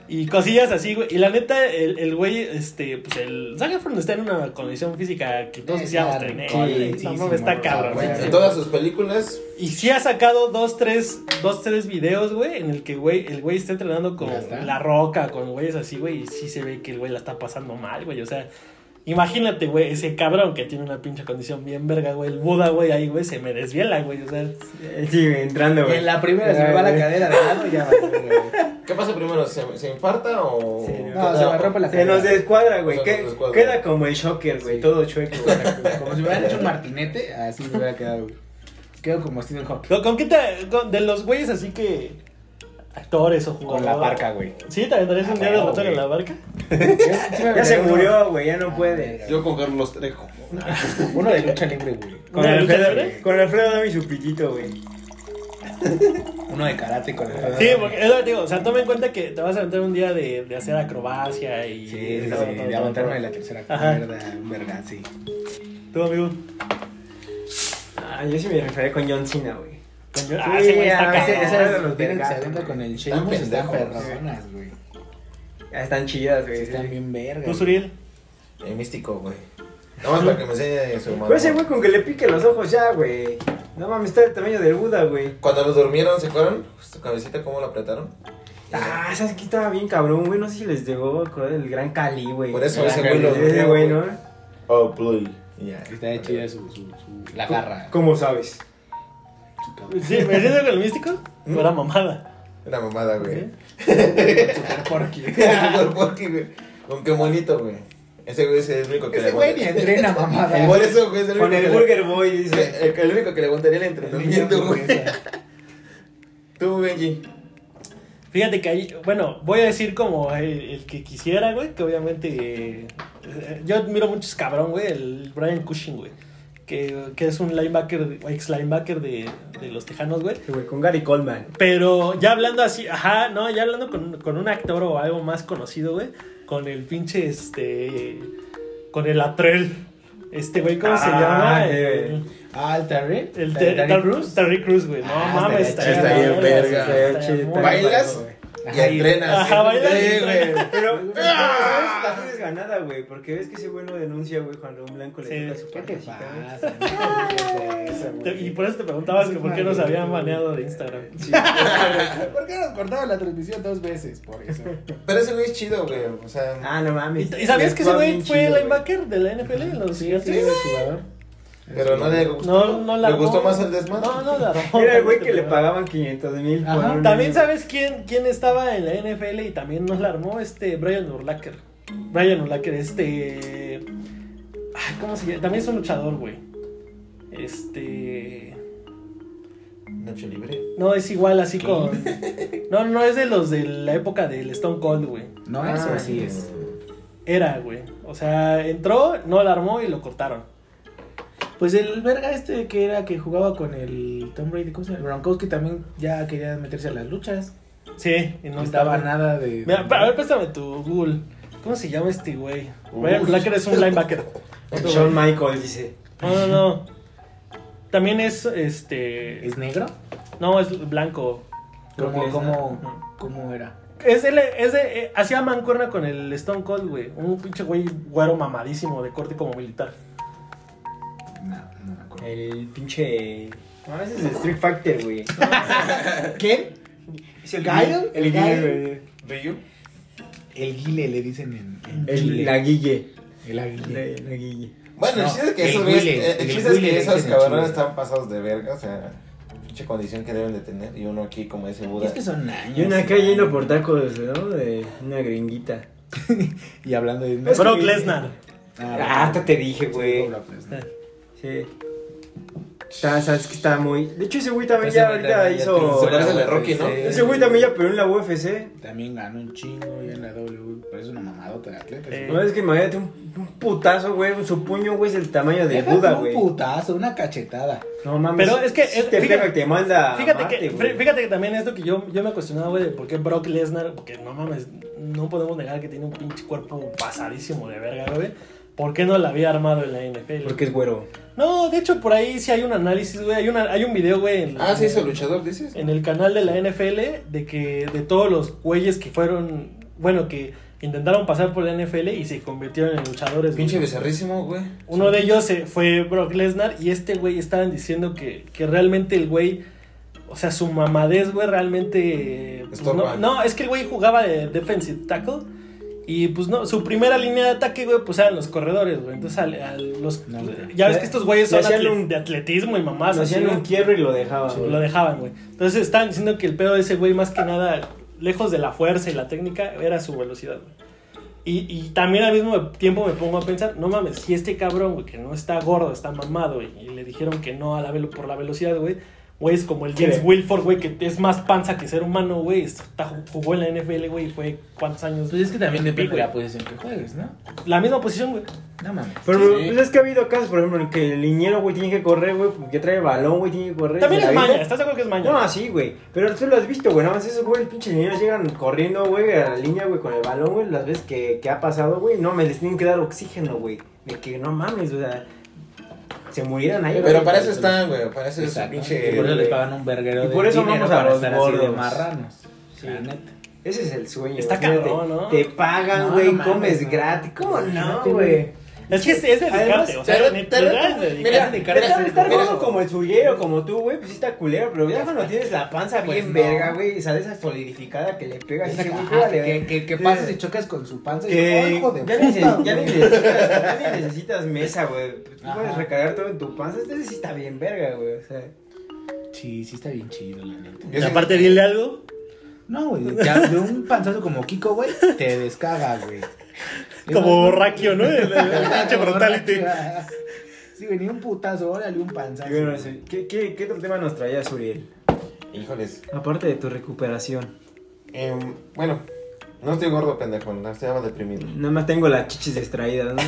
A: Y cosillas así, güey. Y la neta, el, el güey, este, pues el Zac Efron está en una condición física que
G: Eh,
A: todos
B: Sí,
A: quisiéramos
B: claro,
A: tener.
C: sí,
A: güey.
C: sí,
A: No
C: sí,
A: mames, está
C: sí,
A: cabrón.
C: güey.
A: güey.
D: En todas sus películas,
A: Y sí ha sacado dos, tres, dos, tres videos, güey, en el que güey, el güey está entrenando con
G: Ya está.
A: la roca, con güeyes así, güey. Y sí se ve que el güey la está pasando mal, güey. O sea, imagínate, güey, ese cabrón que tiene una pinche condición bien verga, güey. El Buda, güey, ahí, güey, se me desviela, güey. O sea,
C: Eh, Sí, güey, entrando, güey.
B: En la primera se me va la
C: Ay,
B: cadera de lado y ya valió, güey.
D: ¿qué pasa primero? ¿Se, se infarta o.?
C: Sí, no.
D: queda-
B: No, se me rompe la
C: Se nos
B: cadera.
C: descuadra, güey.
D: Se
C: que-
D: nos descuadra.
C: Queda como el shocker, güey.
G: Sí.
C: Todo chueco, güey.
G: Como si me hubieran hecho un martinete, así me hubiera quedado, güey. Quedo como Stephen Hawking.
A: ¿con con qué te, con- de los güeyes así que actores o
G: Con
A: jugadores?
G: la parca, güey.
A: ¿Sí? ¿Te aventarías un día de
G: Ah,
A: rotar
G: güey.
A: en la barca?
C: Ya se murió, güey. Ya no
G: Ah,
C: puede.
D: Yo con Carlos Trejo.
G: Uno de lucha libre, güey.
C: Con
A: ¿Una lucha
C: Alfredo-
A: libre?
C: Con Alfredo dame su pillito, güey.
G: Uno de karate con el.
A: Sí, porque es lo que te digo, o sea, toma en cuenta que te vas a aventar un día de, de hacer acrobacia y...
G: Sí, sí, sí,
A: todo, todo,
G: de
A: todo,
G: aguantarme
A: todo.
G: de la tercera
A: Ajá.
G: cuerda, un verga, sí.
A: Tú, amigo.
C: Ah, yo sí me refería con John Cena, güey.
A: Coño, ah, ese güey está
C: a veces-
A: cabrón.
C: esa era de los
G: Vienen
C: vergas,
G: saliendo
C: güey.
G: con el Sheamus,
D: Están
G: están
D: pendejos.
G: perronas, güey.
C: Ya están chidas, güey.
G: Sí, están bien
A: Tú,
G: vergas.
A: Suriel.
D: El místico, güey. Nada más para que me enseñe su mano.
C: Pero ese güey con que le pique los ojos ya, güey. No mames, está del tamaño del Buda, güey.
D: Cuando los durmieron, ¿se acuerdan? Pues, Su cabecita, ¿cómo la apretaron?
C: Ah, sabes que estaba bien cabrón, güey. No sé si les llegó a acordar del gran Cali, güey.
D: Por eso
C: Gran
D: ese güey lo-
C: Cali, Ese güey, ¿no?
D: Oh, play. Ya.
G: Está chida su, su, su- La garra.
C: ¿Cómo sabes?
G: Su cabeza.
A: Sí, ¿Me siento con el místico?
D: ¿Mm?
A: Fuera mamada.
D: Una mamada, güey.
A: ¿Sí?
G: Super porky.
D: Por Porky, güey. Con qué bonito, güey. Ese güey es el único que
G: Ese
D: le
G: güey ni
D: aguanta.
G: entrena, mamada.
D: Por eso, güey, es el único
C: Con el
D: que le-
C: Burger Boy, dice.
D: el, el único que le aguantaría el entrenamiento, güey.
G: Hamburguesa.
D: Tú, Benji.
A: Fíjate que ahí, bueno, voy a decir como el, el que quisiera, güey, que obviamente... eh, eh, yo admiro mucho a ese cabrón, güey, el Brian Cushing, güey. Que, que es un linebacker, ex linebacker de, de los Tejanos, güey.
C: Ese güey, con Gary Coleman.
A: Pero ya hablando así, ajá, no, ya hablando con, con un actor o algo más conocido, güey. Con el pinche, este. Con el Atrel. Este güey, ¿cómo se
C: Ah,
A: llama?
C: eh.
A: El,
G: Ah, el Terry.
A: el
G: Terry
A: Ter- Terry
G: Crews.
A: Cruz. Terry Cruz, güey. No
G: Ah,
A: mames,
G: estaría chido,
A: bien
D: estaría
A: verga,
D: verga.
A: güey,
C: Estaría
A: estaría
C: chido,
A: muy
C: estaría
A: verga.
D: ¿Bailas?
C: güey.
D: Y entrenas.
A: Ajá, bailas y
D: Sí, güey.
A: entrenas.
C: Pero, pero, ¿sabes? La
D: Ah.
C: tienes ganada, güey. Porque ves que ese güey no denuncia, güey. Juan Ramón Blanco le
A: Sí.
C: toca su
G: ¿Qué te
C: partecita, güey.
G: pasa? No digas eso, güey.
A: Te- Y por eso te preguntabas que por qué nos habían baneado de Instagram.
G: ¿Por qué nos cortaron la transmisión dos veces? Por eso.
D: Pero ese güey es chido, güey. O sea,
C: Ah, no
A: ¿Y,
C: mames.
A: y sabías que ese
C: Actúa
A: güey
C: bien
A: fue
C: chido, güey.
A: linebacker de la NFL en los gigantes?
G: jugador.
D: pero no le gustó.
A: No, no la
D: Le gustó
A: armó.
D: más el desmadre.
A: No, no la armó.
C: Era el güey que le
A: Pero-
C: pagaban 500 mil por
G: Ajá,
C: un-
A: También sabes quién, quién estaba en la NFL y también nos la armó este Brian Urlacher. Brian Urlacher, este. Ay, ¿cómo se llama? También es un luchador, güey. Este.
D: Nacho Libre.
A: No, es igual así con. No, no, es de los de la época del Stone Cold, güey.
G: No,
D: Ah,
G: eso sí es.
A: Era, güey. O sea, entró, no la armó y lo cortaron.
G: Pues el verga este que era que jugaba con el Tom Brady, ¿cómo se llama? Gronkowski también ya quería meterse a las luchas.
A: Sí, y
G: No
A: no
G: estaba
A: estaba
G: nada de.
A: Mira, pa- a ver, préstame tu Google. ¿Cómo se llama este güey? Brian Urlacher es un linebacker. Otro güey.
C: Shawn Michaels dice.
A: No, no, no. También es este.
G: ¿Es negro?
A: No, es blanco.
C: Creo que
G: ¿Cómo,
C: es-
G: cómo, cómo era?
A: Es el, es de, eh, hacía mancuerna con el Stone Cold, güey. Un pinche güey güero mamadísimo de corte como militar.
G: No, no me acuerdo.
C: El pinche. No, ese es el Street Fighter, güey.
G: ¿Quién?
C: Es el
G: Gaio,
C: El
G: el
C: Guille,
G: Gaio.
C: güey.
D: ¿Ryu?
G: El guile le dicen en, en
C: El-
G: Chile.
C: La Guille.
G: El
C: La,
G: águile.
C: la Guille.
D: Bueno, el
G: No,
D: chiste es que
G: el
D: esos güeyes-
G: Guile,
D: eh, el
G: el
D: chiste es
G: Guile
D: que
G: le
D: esos
G: dicen
D: cabrones
G: Chile.
D: están pasados de verga, o sea. pinche condición que deben de tener. Y uno aquí como ese
B: Y
D: Buda.
B: es que son años.
C: Y una acá llena por tacos, ¿no? De una gringuita.
B: Y hablando de.
A: Brock Lesnar.
C: Ah, hasta te dije, güey.
B: Brock Lesnar.
C: Sí. Está, sabes que está muy. De hecho, ese güey también
B: Ese
C: ya
B: güey
C: ahorita
B: también ya tiene-
C: hizo.
D: Se parece al de Rocky, ¿no?
C: Ese güey también ya peleó en la UFC.
B: También ganó un chingo ya en la W. Pero es una mamadota de atleta.
A: Eh,
C: No es que imagínate un, un putazo, güey. Su puño, güey, es el tamaño de
B: Deja
C: Buda,
B: un
C: güey.
B: putazo, una cachetada.
C: No mames.
A: Pero es que. es-
C: te pega y te manda. a
A: Fíjate
C: Marte,
A: que,
C: Ah, güey.
A: fí- fíjate que también esto que yo, yo me cuestionaba, güey, de por qué Brock Lesnar, porque no mames, no podemos negar que tiene un pinche cuerpo pasadísimo de verga, güey. ¿Por qué no la había armado en la NFL?
C: Porque es güero.
A: No, de hecho, por ahí sí hay un análisis, güey. Hay, una, hay un video, güey. en-
D: Ah, sí, es el luchador, dices.
A: en el canal de la NFL de que de todos los güeyes que fueron, bueno, que intentaron pasar por la NFL y se convirtieron en luchadores. güey.
D: Pinche becerrísimo, güey.
A: Uno de ellos eh, fue Brock Lesnar y este güey estaban diciendo que, que realmente el güey, o sea, su mamadez, güey, realmente... eh, pues,
D: Estorba.
A: no, no, es que el güey jugaba de defensive tackle. Y pues no, su primera línea de ataque, güey, pues eran los corredores, güey. Entonces, al- al- los,
B: No, güey.
A: ya ves que estos güeyes
C: Le
A: son
C: hacían
A: atle-
C: un-
A: de atletismo y mamás.
C: Lo
A: así,
C: hacían
A: güey.
C: un quiebro y lo dejaban.
A: Sí,
C: güey.
A: Lo dejaban, güey. Entonces estaban diciendo que el pedo de ese güey, más que nada, lejos de la fuerza y la técnica, era su velocidad, güey. Y, y también al mismo tiempo me pongo a pensar, no mames, si este cabrón, güey, que no está gordo, está mamado, güey, y le dijeron que no a la velo por la velocidad, güey, güey, es como el James
C: Sí.
A: Wilford, güey, que es más panza que ser humano, güey, está- jugó en la NFL, güey, y fue cuántos años.
B: Pues es que también depende de
A: güey.
B: la Pues, posición que juegues, ¿no?
A: La misma posición, güey.
B: No mames.
C: Pero
D: Sí.
C: pues, es que ha habido casos, por ejemplo, en que el niñero, güey, tiene que correr, güey, porque trae balón, güey, tiene que correr.
A: También
C: se
A: es
C: la
A: maña,
C: avienta.
A: ¿estás de acuerdo que es maña?
C: No, así, güey. Pero tú lo has visto, güey. Nada más esos, güey, pinches niños llegan corriendo, güey, a la línea, güey, con el balón, güey. Las veces que, que ha pasado, güey. No, me les tienen que dar oxígeno, güey. De que no mames, o sea. Se murieran ahí,
D: Pero
C: güey.
D: para eso están, güey. Para eso es un
B: Exacto.
D: pinche.
B: Y por eso les pagan un verguero
C: y
B: de
C: por eso
B: dinero
C: vamos a
B: para
C: los
B: estar así de
C: gordos.
B: marranos.
C: Sí.
B: La neta.
C: Ese es el sueño.
A: Está
C: imagínate.
A: cabrón, ¿no?
C: Te pagan,
B: No,
C: güey,
B: no mames,
C: comes
B: no.
C: gratis. ¿Cómo no,
B: Imagínate,
C: güey?
B: güey.
A: Es que es, es dedicarte,
C: Además,
A: o sea,
D: te-
A: ne-
D: te-
A: neta es
D: mira,
A: dedicarte.
D: mira,
C: Estar, estar
D: Mira,
C: gordo como el sullero, como tú, güey, pues sí está culero, pero ya cuando tienes la panza
B: Pues
C: bien
B: no.
C: verga, güey, y sale esa solidificada que le pega
B: Esa-
C: ese güey,
B: ajá,
C: órale,
B: ah, que,
C: güey.
B: que, que
C: Sí.
B: pasas y chocas con su panza y
C: ¿eh? Que
B: dices, "Oh, hijo de
C: ya, ni se-
B: puta,
C: ya ni
B: güey".
C: necesitas, ya ni necesitas mesa, güey. Tú
B: Ajá.
C: puedes recargar todo en tu panza. Este sí está bien verga, güey. O sea,
B: Sí, sí está bien chido, la neta.
A: Y aparte, dile algo.
B: No, güey, ya de un panzazo como Kiko, güey, te descaga, güey.
A: Como Rakio, ¿no? El, el, pinche
B: Como
A: brutality.
B: borracho. ah, Sí, güey, ni un putazo, órale, un panzazo.
C: y bueno, sí, ¿qué, qué, qué otro tema nos traías, Uriel?
D: Híjoles.
C: Aparte de tu recuperación.
D: Em, bueno, no estoy gordo, pendejo. No estaba deprimido.
C: Nada más tengo las chichis distraídas, ¿no?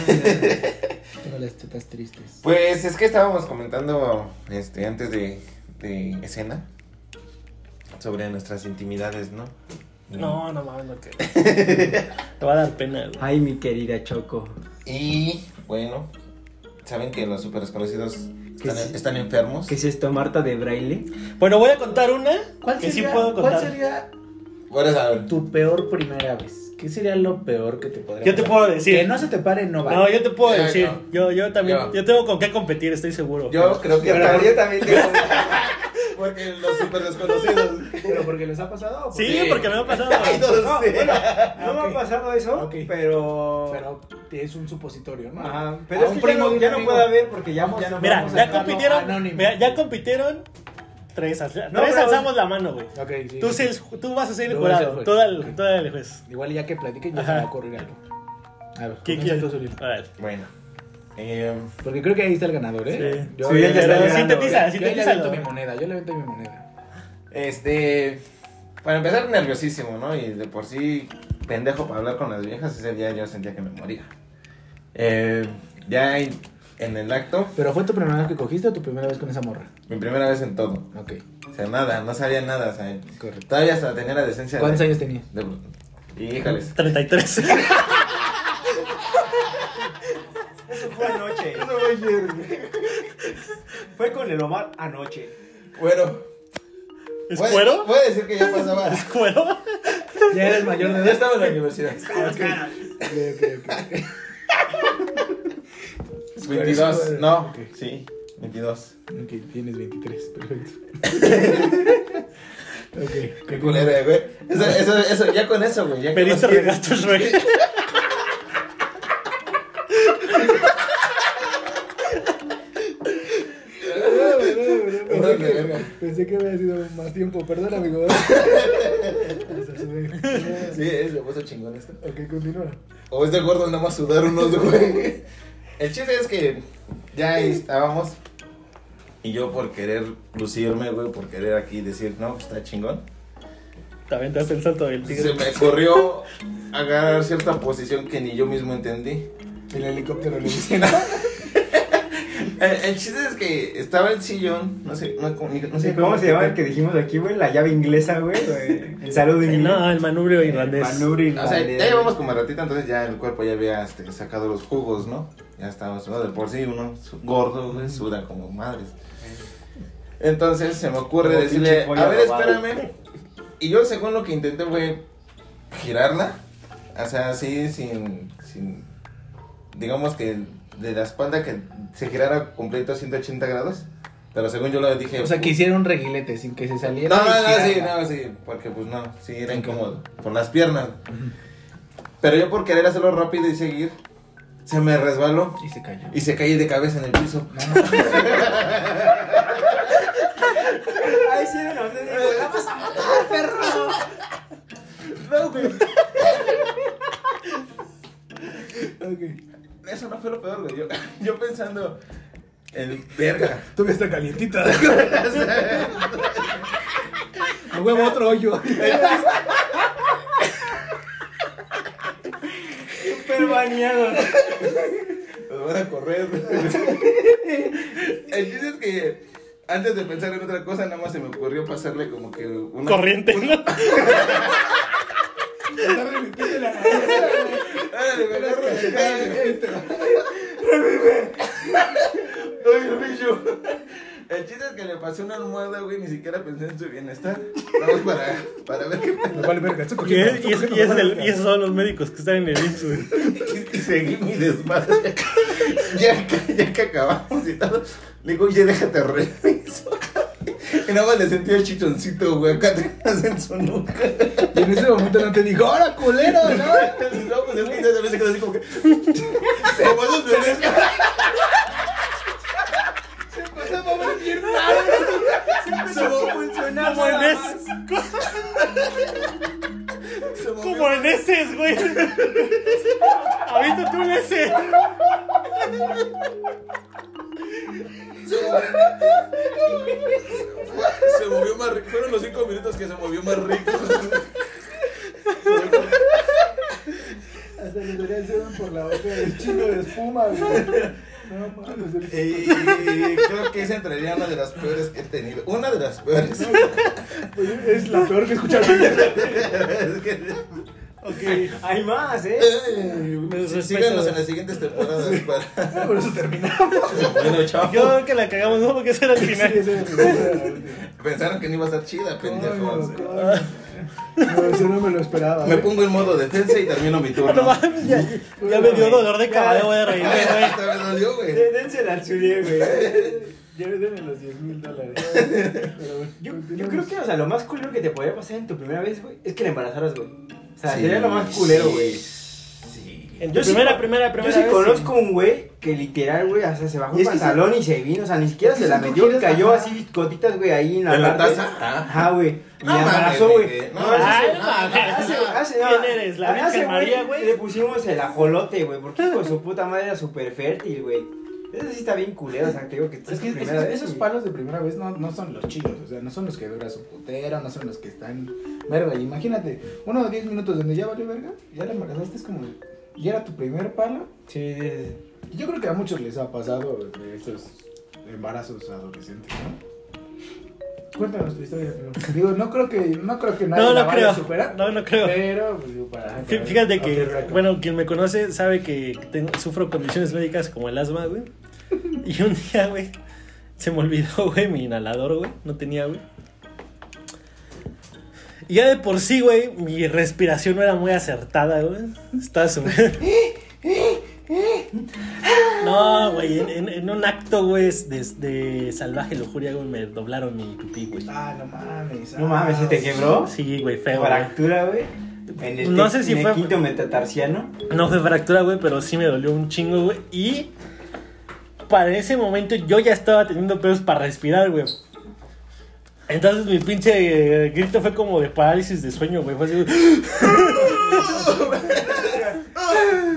B: Tengo las tetas tristes.
D: Pues es que estábamos comentando este, antes de, de escena sobre nuestras intimidades, ¿no?
A: No, no mames, no que. Te va a dar pena, güey.
C: Ay, mi querida Choco.
D: Y bueno, saben que los super desconocidos
C: ¿Qué
D: están,
C: es-
D: están enfermos.
C: ¿Qué es esto, Marta de Braille?
A: Bueno, voy a contar una
B: ¿Cuál
A: que sí
B: sería,
A: puedo
B: ¿Cuál
A: contar.
B: sería
D: Bueno, saben,
B: tu peor primera vez? ¿Qué sería lo peor que te podría
A: Yo te
B: pasar?
A: puedo decir.
B: Que no se te pare, no vale.
A: No, yo te puedo
D: Ya,
A: decir.
D: no.
A: Yo, yo también.
D: Ya.
A: Yo tengo con qué competir, estoy seguro.
D: yo creo que
C: Pero yo también tengo.
D: porque los super desconocidos.
B: ¿Pero porque les ha pasado? pues, o por
A: Sí,
D: Sí.
A: porque me ha pasado.
D: Ay, no
C: No,
D: sé.
C: bueno, no
B: Ah, ok.
C: me ha pasado eso,
B: Ok.
C: pero.
B: qué? Pero es un supositorio, ¿no?
C: Ajá,
B: A
C: pero es
B: un
C: que ya
B: primo
C: no,
B: de un
C: ya no
B: amigo.
C: puede haber porque ya, ya no
A: Mira,
C: podemos
A: ya
C: sacarlo.
A: compitieron.
B: anónimo.
A: mira, ya compitieron. Tres, alza-
C: No,
A: tres
C: pero-
A: alzamos la mano, güey.
B: Ok, sí.
A: Tú, se- tú vas a ser el
B: Yo voy a ser
A: jurado.
B: juez.
A: Tú dale
B: Ok.
A: tú dale, juez.
B: Igual ya que platiquen ya
A: Ajá.
B: se me va a ocurrir algo. A ver,
A: ¿Qué
B: comienza
A: quieres?
B: tú, Suriel.
A: A ver.
D: Bueno, em,
B: Porque creo que ahí está el ganador, ¿eh?
A: Sí.
B: Yo,
C: Sí, ya
B: yo-
C: está
B: yo-
C: ganando.
B: yo-
A: Sintetiza,
B: yo le avento mi
A: sintetiza.
B: moneda, yo le avento mi moneda.
D: este. Para empezar, nerviosísimo, ¿no? Y de por sí, pendejo para hablar con las viejas. Ese día yo sentía que me moría. Em, ya en- en el acto,
B: ¿Pero fue tu primera vez que cogiste o tu primera vez con esa morra?
D: mi primera vez en todo.
B: Ok,
D: O sea, nada, no sabía nada, o sea,
B: correcto.
D: todavía hasta tenía la decencia
B: ¿Cuántos
D: de...
B: años tenías?
D: años? De... Híjales.
A: 33.
C: Eso fue anoche. fue con el Omar anoche.
D: Bueno.
A: ¿Es
D: puede-
A: cuero?
D: Puede decir que ya pasaba.
A: ¿Es cuero?
B: Ya eres mayor de
D: ya
B: edad.
D: estaba en la universidad.
B: Ok, ok, ok.
D: 22, no.
B: Ok.
D: Sí, 22.
B: Ok, tienes 23, perfecto. ok,
D: Qué culera, güey. Eso, eso, eso, ya con eso, güey. Ya
A: Me
D: con
A: diste
D: eso.
A: regatos, güey.
B: Perdón,
D: de verga.
B: Pensé Pensé que había sido más tiempo. Perdón, amigo.
D: Sí, es lo puso chingón esto.
B: ok, continúa.
D: O es de gordo nada más sudar unos, güey. El chiste es que ya ahí estábamos. Y yo por querer lucirme, güey, por querer aquí decir, no, pues está chingón.
A: Te aventaste el salto del
D: Se
A: tigre.
D: me corrió agarrar cierta posición que ni yo mismo entendí.
B: El helicóptero le dice.
D: El, Eh, el chiste es que estaba el sillón, no sé, no, no, no sé
C: ¿Cómo se llama el que dijimos aquí, güey? La llave inglesa, güey. El saludo
A: Eh,
C: inglés.
A: No, el manubrio irlandés.
C: Manubrio
D: O sea,
C: irlandés.
D: ya llevamos como ratita, entonces ya el cuerpo ya había este, sacado los jugos, ¿no? Ya estábamos sudando de por sí, uno su- gordo, güey, suda como madres. Entonces se me ocurre
C: Como
D: decirle,
C: pinche pollo
D: a ver,
C: robado".
D: espérame. Y yo según lo que intenté fue girarla, o sea, así sin, sin, digamos que de la espalda que se girara completo a 180 grados, pero según yo lo dije...
G: O sea, que
D: "Puta,
G: hiciera un reguilete sin que se saliera.
D: no, no,
G: y
D: no, sí,
G: girarla.
D: no, sí, porque pues no, sí, era incómodo, con las piernas. Pero yo por querer hacerlo rápido y seguir, se me resbaló
G: Y se cayó.
D: y se caí de cabeza en el piso.
C: Ay, sí, no, no, no, no.
B: Ok.
D: Eso no fue lo peor, güey, yo, yo pensando, el verga.
B: Todavía está calientita.
D: O sea,
B: A huevo, otro hoyo.
C: Súper bañado.
D: Los van pues, a correr. El chiste es que antes de pensar en otra cosa, nada más se me ocurrió pasarle como que una...
A: Corriente, ¿no?
D: Árale, me agarro de Ay, bicho. El chiste es que le pasé una almohada, güey, ni siquiera pensé en su bienestar. Vamos para, para ver qué
B: Me vale verga. estoy
A: Y,
B: cogiendo,
A: es-
B: estoy
A: y, es-
B: cogiendo,
A: y es
B: me vale
A: el- y
B: verga.
A: esos son los médicos que están en el IMSS, güey.
D: Y, y seguí mi desmadre. Ya, que- ya que acabamos y todo, le digo, oye, déjate reviso. Y nada más le sentí el chichoncito, güey, acá atrás en su nuca.
B: Y en ese momento no te dijo, ¡Ahora, culero! ¿no?
D: No, pues es que ya también se quedó así como que. Se pasó a tener.
A: Como en es- Como en ese, güey. Ahorita tú en ese.
D: Se movió más rico. Fueron los cinco minutos que se movió más rico.
B: Hasta le daría serum por la boca del chino de espuma, güey. No mames, el
D: Y creo que esa entraría una de las peores que he tenido. Una de las peores.
B: Oye, es la peor que he escuchado en mi vida.
D: Es que-
C: Hay más, ¿eh?
D: Eh, Síganos en las siguientes temporadas. para-
B: Por eso terminamos.
D: Bueno, chao.
A: Yo creo que la cagamos, ¿no? Porque ese era el
B: Sí,
A: final.
B: esa era mi idea.
D: Pensaron que no iba a estar chida, pendejos.
B: Coño, coño. No, eso no me lo esperaba. eh.
D: Me
B: güey.
D: pongo en modo defensa y termino mi turno.
A: No mames, ya, ya me dio dolor de caballo, voy a reírme,
D: Ay,
A: güey.
D: hasta me dolió, güey.
C: Dénsela al Chulie, güey.
B: Ya me den los 10 mil dólares.
C: Yo, yo creo que, o sea, lo más culero que te podría pasar en tu primera vez, güey, es que la embarazaras, güey. O sea,
D: Sí,
C: sería lo más culero, güey.
D: Sí.
A: En
C: Yo
A: tu
C: sí
A: primera,
C: con-
A: primera,
C: Yo
A: primera.
C: sí
A: vez,
C: conozco un güey que literal, güey, o sea, se bajó
B: Y
C: un
B: es que
C: pantalón y se vino, o sea, ni siquiera
B: es que
C: se la
B: son
C: metió,
B: cogidas,
C: cayó
B: ajá.
C: así gotitas, güey, ahí en la,
D: ¿En la
C: parte.
D: taza? Ah.
C: Ajá, güey. Y
D: No
C: la
D: mames,
C: embarazó,
D: güey.
C: güey. Ah,
D: No,
C: No,
A: Ay,
C: hace-
A: Ah, no mames.
C: hace- hace-
A: Ah, ¿Quién eres? ¿La
C: hace,
A: Virgen María, güey?
C: Le pusimos el ajolote, güey, porque hijo de su puta madre era súper fértil, güey. Eso sí está bien culero, o sea, te digo que
B: Es que,
C: tu
B: es que
C: primera vez,
B: esos
C: güey.
B: palos de primera vez no, no son los chidos, o sea, no son los que dura su putero, no son los que están verga. y Imagínate, uno o diez minutos donde ya valió verga, ya la embarazaste, es como, y era tu primer palo.
C: Sí, sí, sí.
B: Y Yo creo que a muchos les ha pasado de estos embarazos adolescentes, ¿no? Cuéntanos tu historia, pero- digo, no creo que, no creo que nadie
A: No,
B: la
A: no
B: vaya
A: creo.
B: a superar,
A: No, no creo.
B: pero pues, digo, para,
A: Fí-
B: para-
A: Fíjate
B: abrir
A: que,
B: recto.
A: bueno, quien me conoce sabe que tengo- sufro condiciones médicas como el asma, güey. Y un día, güey, se me olvidó, güey, mi inhalador, güey. No tenía, güey. Y ya de por sí, güey, mi respiración no era muy acertada, güey. Estaba su... No, güey, en, en- en un acto, güey, de, de salvaje lujuria, güey, me doblaron mi pipí, güey.
B: Ah, no mames. ah,
C: No mames, ¿se te quebró?
A: Sí, güey, feo, güey.
C: Fractura, güey. En el,
A: No
C: te-
A: sé si
C: en el
A: fue-
C: quinto metatarsiano.
A: No fue fractura, güey, pero sí me dolió un chingo, güey. Y para ese momento yo ya estaba teniendo pedos para respirar, güey. Entonces mi pinche eh, grito fue como de parálisis de sueño, güey. Fue así, güey.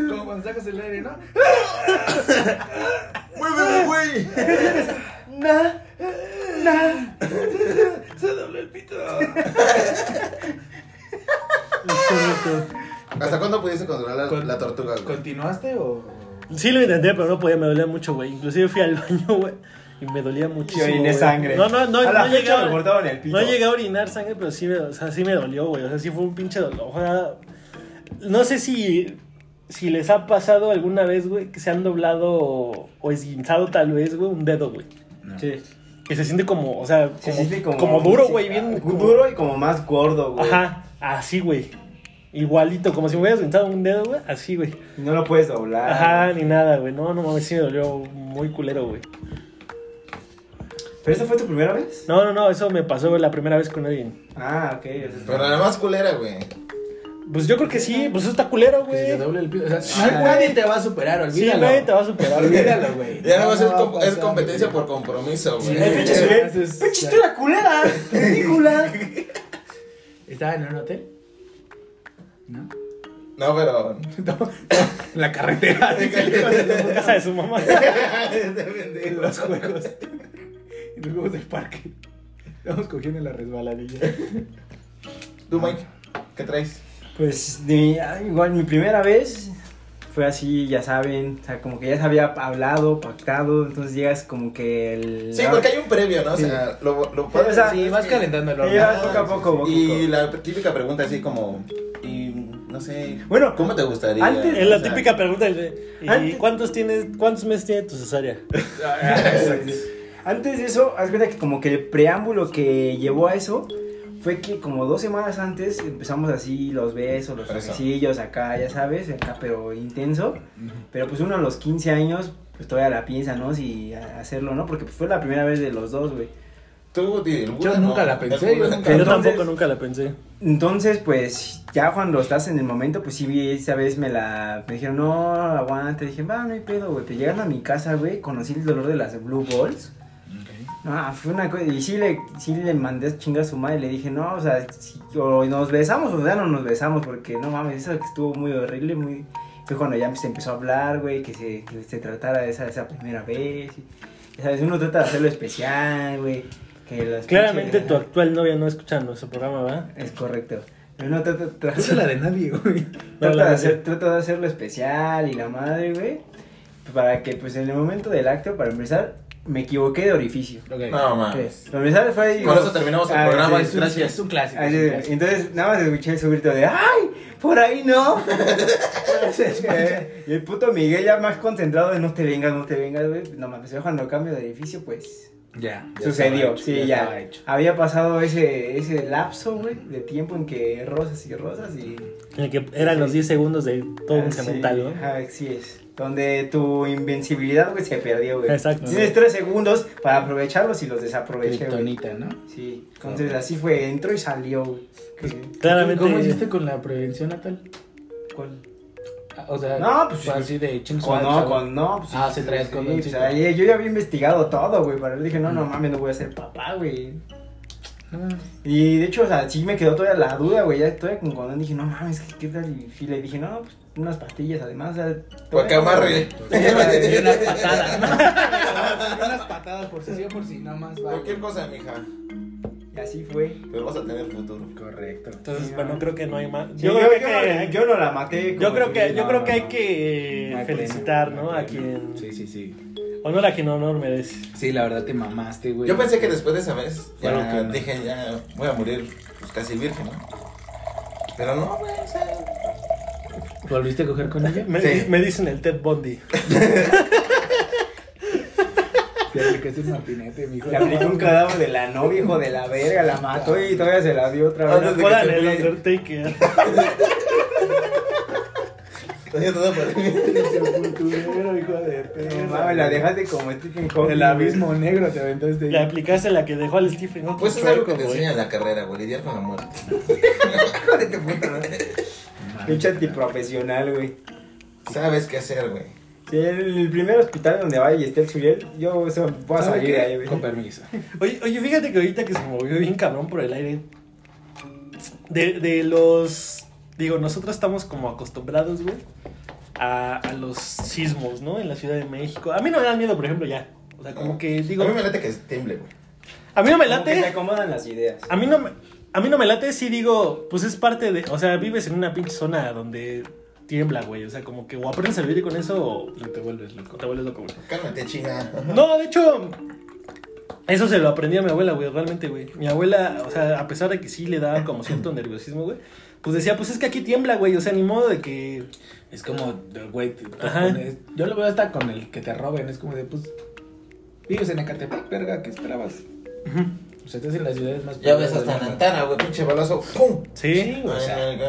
B: Como cuando sacas el aire, ¿no?
D: ¡Muéveme, güey!
B: ¡Na! ¡Na! ¡Se dobló el pito!
D: ¿Hasta cuándo pudiste controlar la,
B: Con-
D: la tortuga, güey?
B: ¿Continuaste o...?
A: Sí lo intenté, pero no podía, me dolía mucho, güey. Inclusive fui al baño, güey. Y me dolía muchísimo.
C: oriné
A: güey.
C: sangre.
A: No, no, no,
C: A la
A: no llegué
C: fecha
A: a-
C: me cortaron el pito.
A: No llegué a orinar sangre, pero sí me, o sea, sí me dolió, güey. O sea, sí fue un pinche dolor. O sea, no sé si, si les ha pasado alguna vez, güey, que se han doblado o, o esguinzado tal vez, güey, un dedo, güey.
C: Sí.
A: Que se siente como, o sea, como,
C: Se siente como,
A: como duro, güey, bien
C: como- duro y como más gordo, güey.
A: Ajá, así, güey. Igualito, como si me hubiera esguinzado un dedo, güey, así, güey.
C: Y no lo puedes doblar.
A: Ajá, ni nada, güey. No, no mames, sí me dolió muy culero, güey.
C: ¿Pero esa fue tu primera vez?
A: No, no, no, eso me pasó güey, la primera vez con alguien.
C: Ah, ok. o sea,
D: Pero la más culera, güey.
A: Pues yo creo que sí, pues eso está culero,
G: Que se
A: güey.
G: te doble el pito. O sea,
B: Sí, güey.
G: nadie te va a superar,
A: Sí,
G: olvídalo.
A: nadie te va a superar, güey.
B: Olvídalo, güey.
D: Ya nada más
B: No
D: es,
B: va a
D: com- es
B: pasar,
D: competencia
B: güey.
D: por compromiso,
B: Sí,
D: güey.
B: eh, pinche
D: Eh,
B: sujeto. Entonces,
C: ¡Pinche historia culera! ¡Ridícula!
G: ¿Estaba en un hotel? ¿No?
D: No, pero.
G: En la carretera.
A: En casa de su mamá.
G: En los juegos. En los juegos del parque. Estamos cogiendo en la resbaladilla.
D: Tú, Mike, ¿qué traes?
C: Pues de- ah, igual mi primera vez fue así, ya saben, o sea, como que ya se había hablado, pactado, entonces llegas como que el...
D: Sí, porque hay un previo, ¿no? O sea, lo, lo padre
C: O sea,
D: es
G: Sí,
D: que-
G: vas calentando el
C: Ya,
G: horno.
C: poco a poco, poco a
D: Y
C: poco.
D: la típica pregunta así como. Y no sé.
C: Bueno,
D: ¿Cómo te gustaría?
C: antes-
A: Es la
D: O sea,
A: típica pregunta de, ¿y
C: Antes-
A: cuántos tienes, cuántos meses tiene tu cesárea?
C: Exacto. Antes de eso, haz cuenta que como que el preámbulo que llevó a eso fue que como dos semanas antes empezamos así los besos, los
D: Eso.
C: besillos acá, ya sabes, acá pero intenso. Pero pues uno a los 15 años pues todavía la piensa, ¿no? Si a- hacerlo, ¿no? Porque pues, fue la primera vez de los dos, güey.
D: Tú, tío, el Buda,
G: nunca
D: no,
G: la
D: el
G: pensé, yo
D: Buda.
G: nunca-
A: Yo
C: Entonces-
A: tampoco nunca la pensé.
C: Entonces, pues, ya cuando estás en el momento, pues sí vi esa vez me la. Me dijeron, no, aguanta. Dije, va, no hay pedo, güey. Pues llegando a mi casa, güey, conocí el dolor de las Blue Balls. No, ah, fue una cosa. Y sí le, sí le mandé a chingar a su madre. Le dije, no, o sea, si- o nos besamos o ya no nos besamos, porque no mames, eso que estuvo muy horrible, muy. Fue cuando ya se empezó a hablar, güey, que se, que se tratara de esa, esa primera vez. y- ya sabes, uno trata de hacerlo especial, güey. que las
A: Claramente tu
C: pinches-
A: actual novia no escucha nuestro programa, ¿verdad?
C: Es correcto. Pero no trata, trata-
G: No es la de nadie, güey.
A: No,
C: Trata
A: la
C: de,
A: verdad.
C: hacer, trata de hacerlo especial y la madre, güey. Para que, pues, en el momento del acto, para empezar, me equivoqué de orificio.
D: No, man.
C: ¿Qué? Para empezar fue...
D: Ah. Con eso terminamos el
C: ah,
D: programa.
C: sí, sí.
D: Gracias.
G: Es un clásico.
C: Así
G: es un
C: de-
G: clásico.
C: entonces, nada más escuché su grito de ¡Ay! ¡Por ahí no! Eh, y el puto Miguel ya más concentrado de no te vengas, no te vengas, güey. No mames, yo cuando cambio de edificio, pues...
G: Ya. ya
C: sucedió,
G: estaba hecho,
C: sí, ya.
G: estaba hecho.
C: Había pasado ese, ese lapso, güey, de tiempo en que rosas y rosas y...
A: En el que eran los 10 segundos de todo un
C: Ah, sí,
A: cemental, ¿no?
C: ajá, sí es. Donde tu invencibilidad, güey, se perdió, güey.
A: Exacto.
C: Tienes tres segundos para aprovecharlos y los desaproveché, güey.
G: Kriptonita, ¿no?
C: Sí. Entonces así fue, entró y salió, güey. Que-
A: Claramente.
G: ¿Cómo hiciste con la prevención natal?
A: Pues,
C: ¿Cuál?
G: Ah, O sea,
C: No, pues,
G: fue así de chingos.
C: Con no, con no. pues,
G: Ah, sí, traías
C: sí,
G: condoncito.
C: o sea, yo ya había investigado todo, güey, pero dije, no, no mames, no voy a ser papá, güey.
G: Ah.
C: Y de hecho, o sea, sí me quedó todavía la duda, güey. Ya todavía con condón dije, no mames, ¿qué, qué tal? Y fila, y dije, no, pues unas pastillas además. O sea,
D: Para que
C: todavía-
D: amarre.
G: Ah. Y unas patadas. Y unas patadas por si sí o por si nada más va.
D: Cualquier cosa, mija.
C: Y así fue.
D: Pero vas a tener futuro.
G: Correcto.
A: Entonces, bueno, creo que no hay más.
C: Sí, yo,
A: Yo creo
C: yo no-
A: que.
C: yo no la maté.
A: Yo
C: como
A: creo que,
C: tú,
A: yo
C: no,
A: creo que
C: no,
A: hay
C: no.
G: No
A: que
G: hay
A: felicitar,
G: problema,
A: ¿no?
G: no hay
A: A
G: problema.
A: quien.
G: Sí, sí, sí.
A: Honor a quien honor merece.
G: Sí, la verdad te mamaste, güey.
D: Yo pensé que después de esa vez, ya
G: Fueron que no.
D: dije, ya voy a morir pues, casi virgen, ¿no? Pero no, güey, o sea,
G: ¿Volviste a coger con ella?
A: Me,
D: Sí.
A: me dicen el Ted Bondi.
G: Te aplicaste un martinete, mijo.
C: Le aplicó un cadáver de la novia, hijo de la verga, la mató y todavía se la dio otra
D: Antes
C: vez.
D: de que
A: Jodan
D: se
A: el
D: fue.
A: Undertaker.
D: tenía todo para mí.
G: Sepulturero, hijo de
C: No
G: perra.
C: mames, la dejaste como este Stephen Hawking.
G: El abismo negro te aventaste.
A: Le aplicaste la que dejó al Stephen Hawking.
D: Pues es algo que
A: chueco,
D: te
A: güey.
D: enseña la carrera, güey, lidiar con la muerte.
C: Pinche antiprofesional, güey.
D: Sabes qué hacer, güey.
C: Si el, el primer hospital donde vaya y esté el Xuriel, yo o sea, voy a
G: ¿Sabe
C: salir
G: qué?
C: de ahí, güey.
G: Con permiso.
A: Oye, oye, fíjate que ahorita que se movió bien cabrón por el aire. De, de los. Digo, nosotros estamos como acostumbrados, güey, a, a los sismos, ¿no? En la Ciudad de México. A mí no me dan miedo, por ejemplo, ya. O sea, Ah, como que digo.
D: A mí me late que es temble, güey.
A: A mí no me
C: Como que
A: late.
C: te acomodan las ideas.
A: A mí no me, a mí no me late si digo, pues es parte de, o sea, vives en una pinche zona donde tiembla, güey, o sea, como que o aprendes a vivir con eso o
G: No te vuelves loco.
A: te vuelves loco, güey.
D: Cálmate, chinga.
A: No, de hecho eso se lo aprendí a mi abuela, güey, realmente, güey. Mi abuela, o sea, a pesar de que sí le daba como cierto nerviosismo, güey, pues decía, pues es que aquí tiembla, güey, o sea, ni modo de que
G: Es como, de, güey, te- te
A: Ajá.
G: pones- yo lo veo hasta con el que te roben, es como de, pues, vives en Ecatepec, verga, ¿qué esperabas? O sea, estás en las ciudades más...
D: Ya ves
G: pobladas
D: hasta
G: del mundo.
D: Nantana, güey, pinche balazo. ¡Pum!
A: sí,
G: o sea.
D: Ay,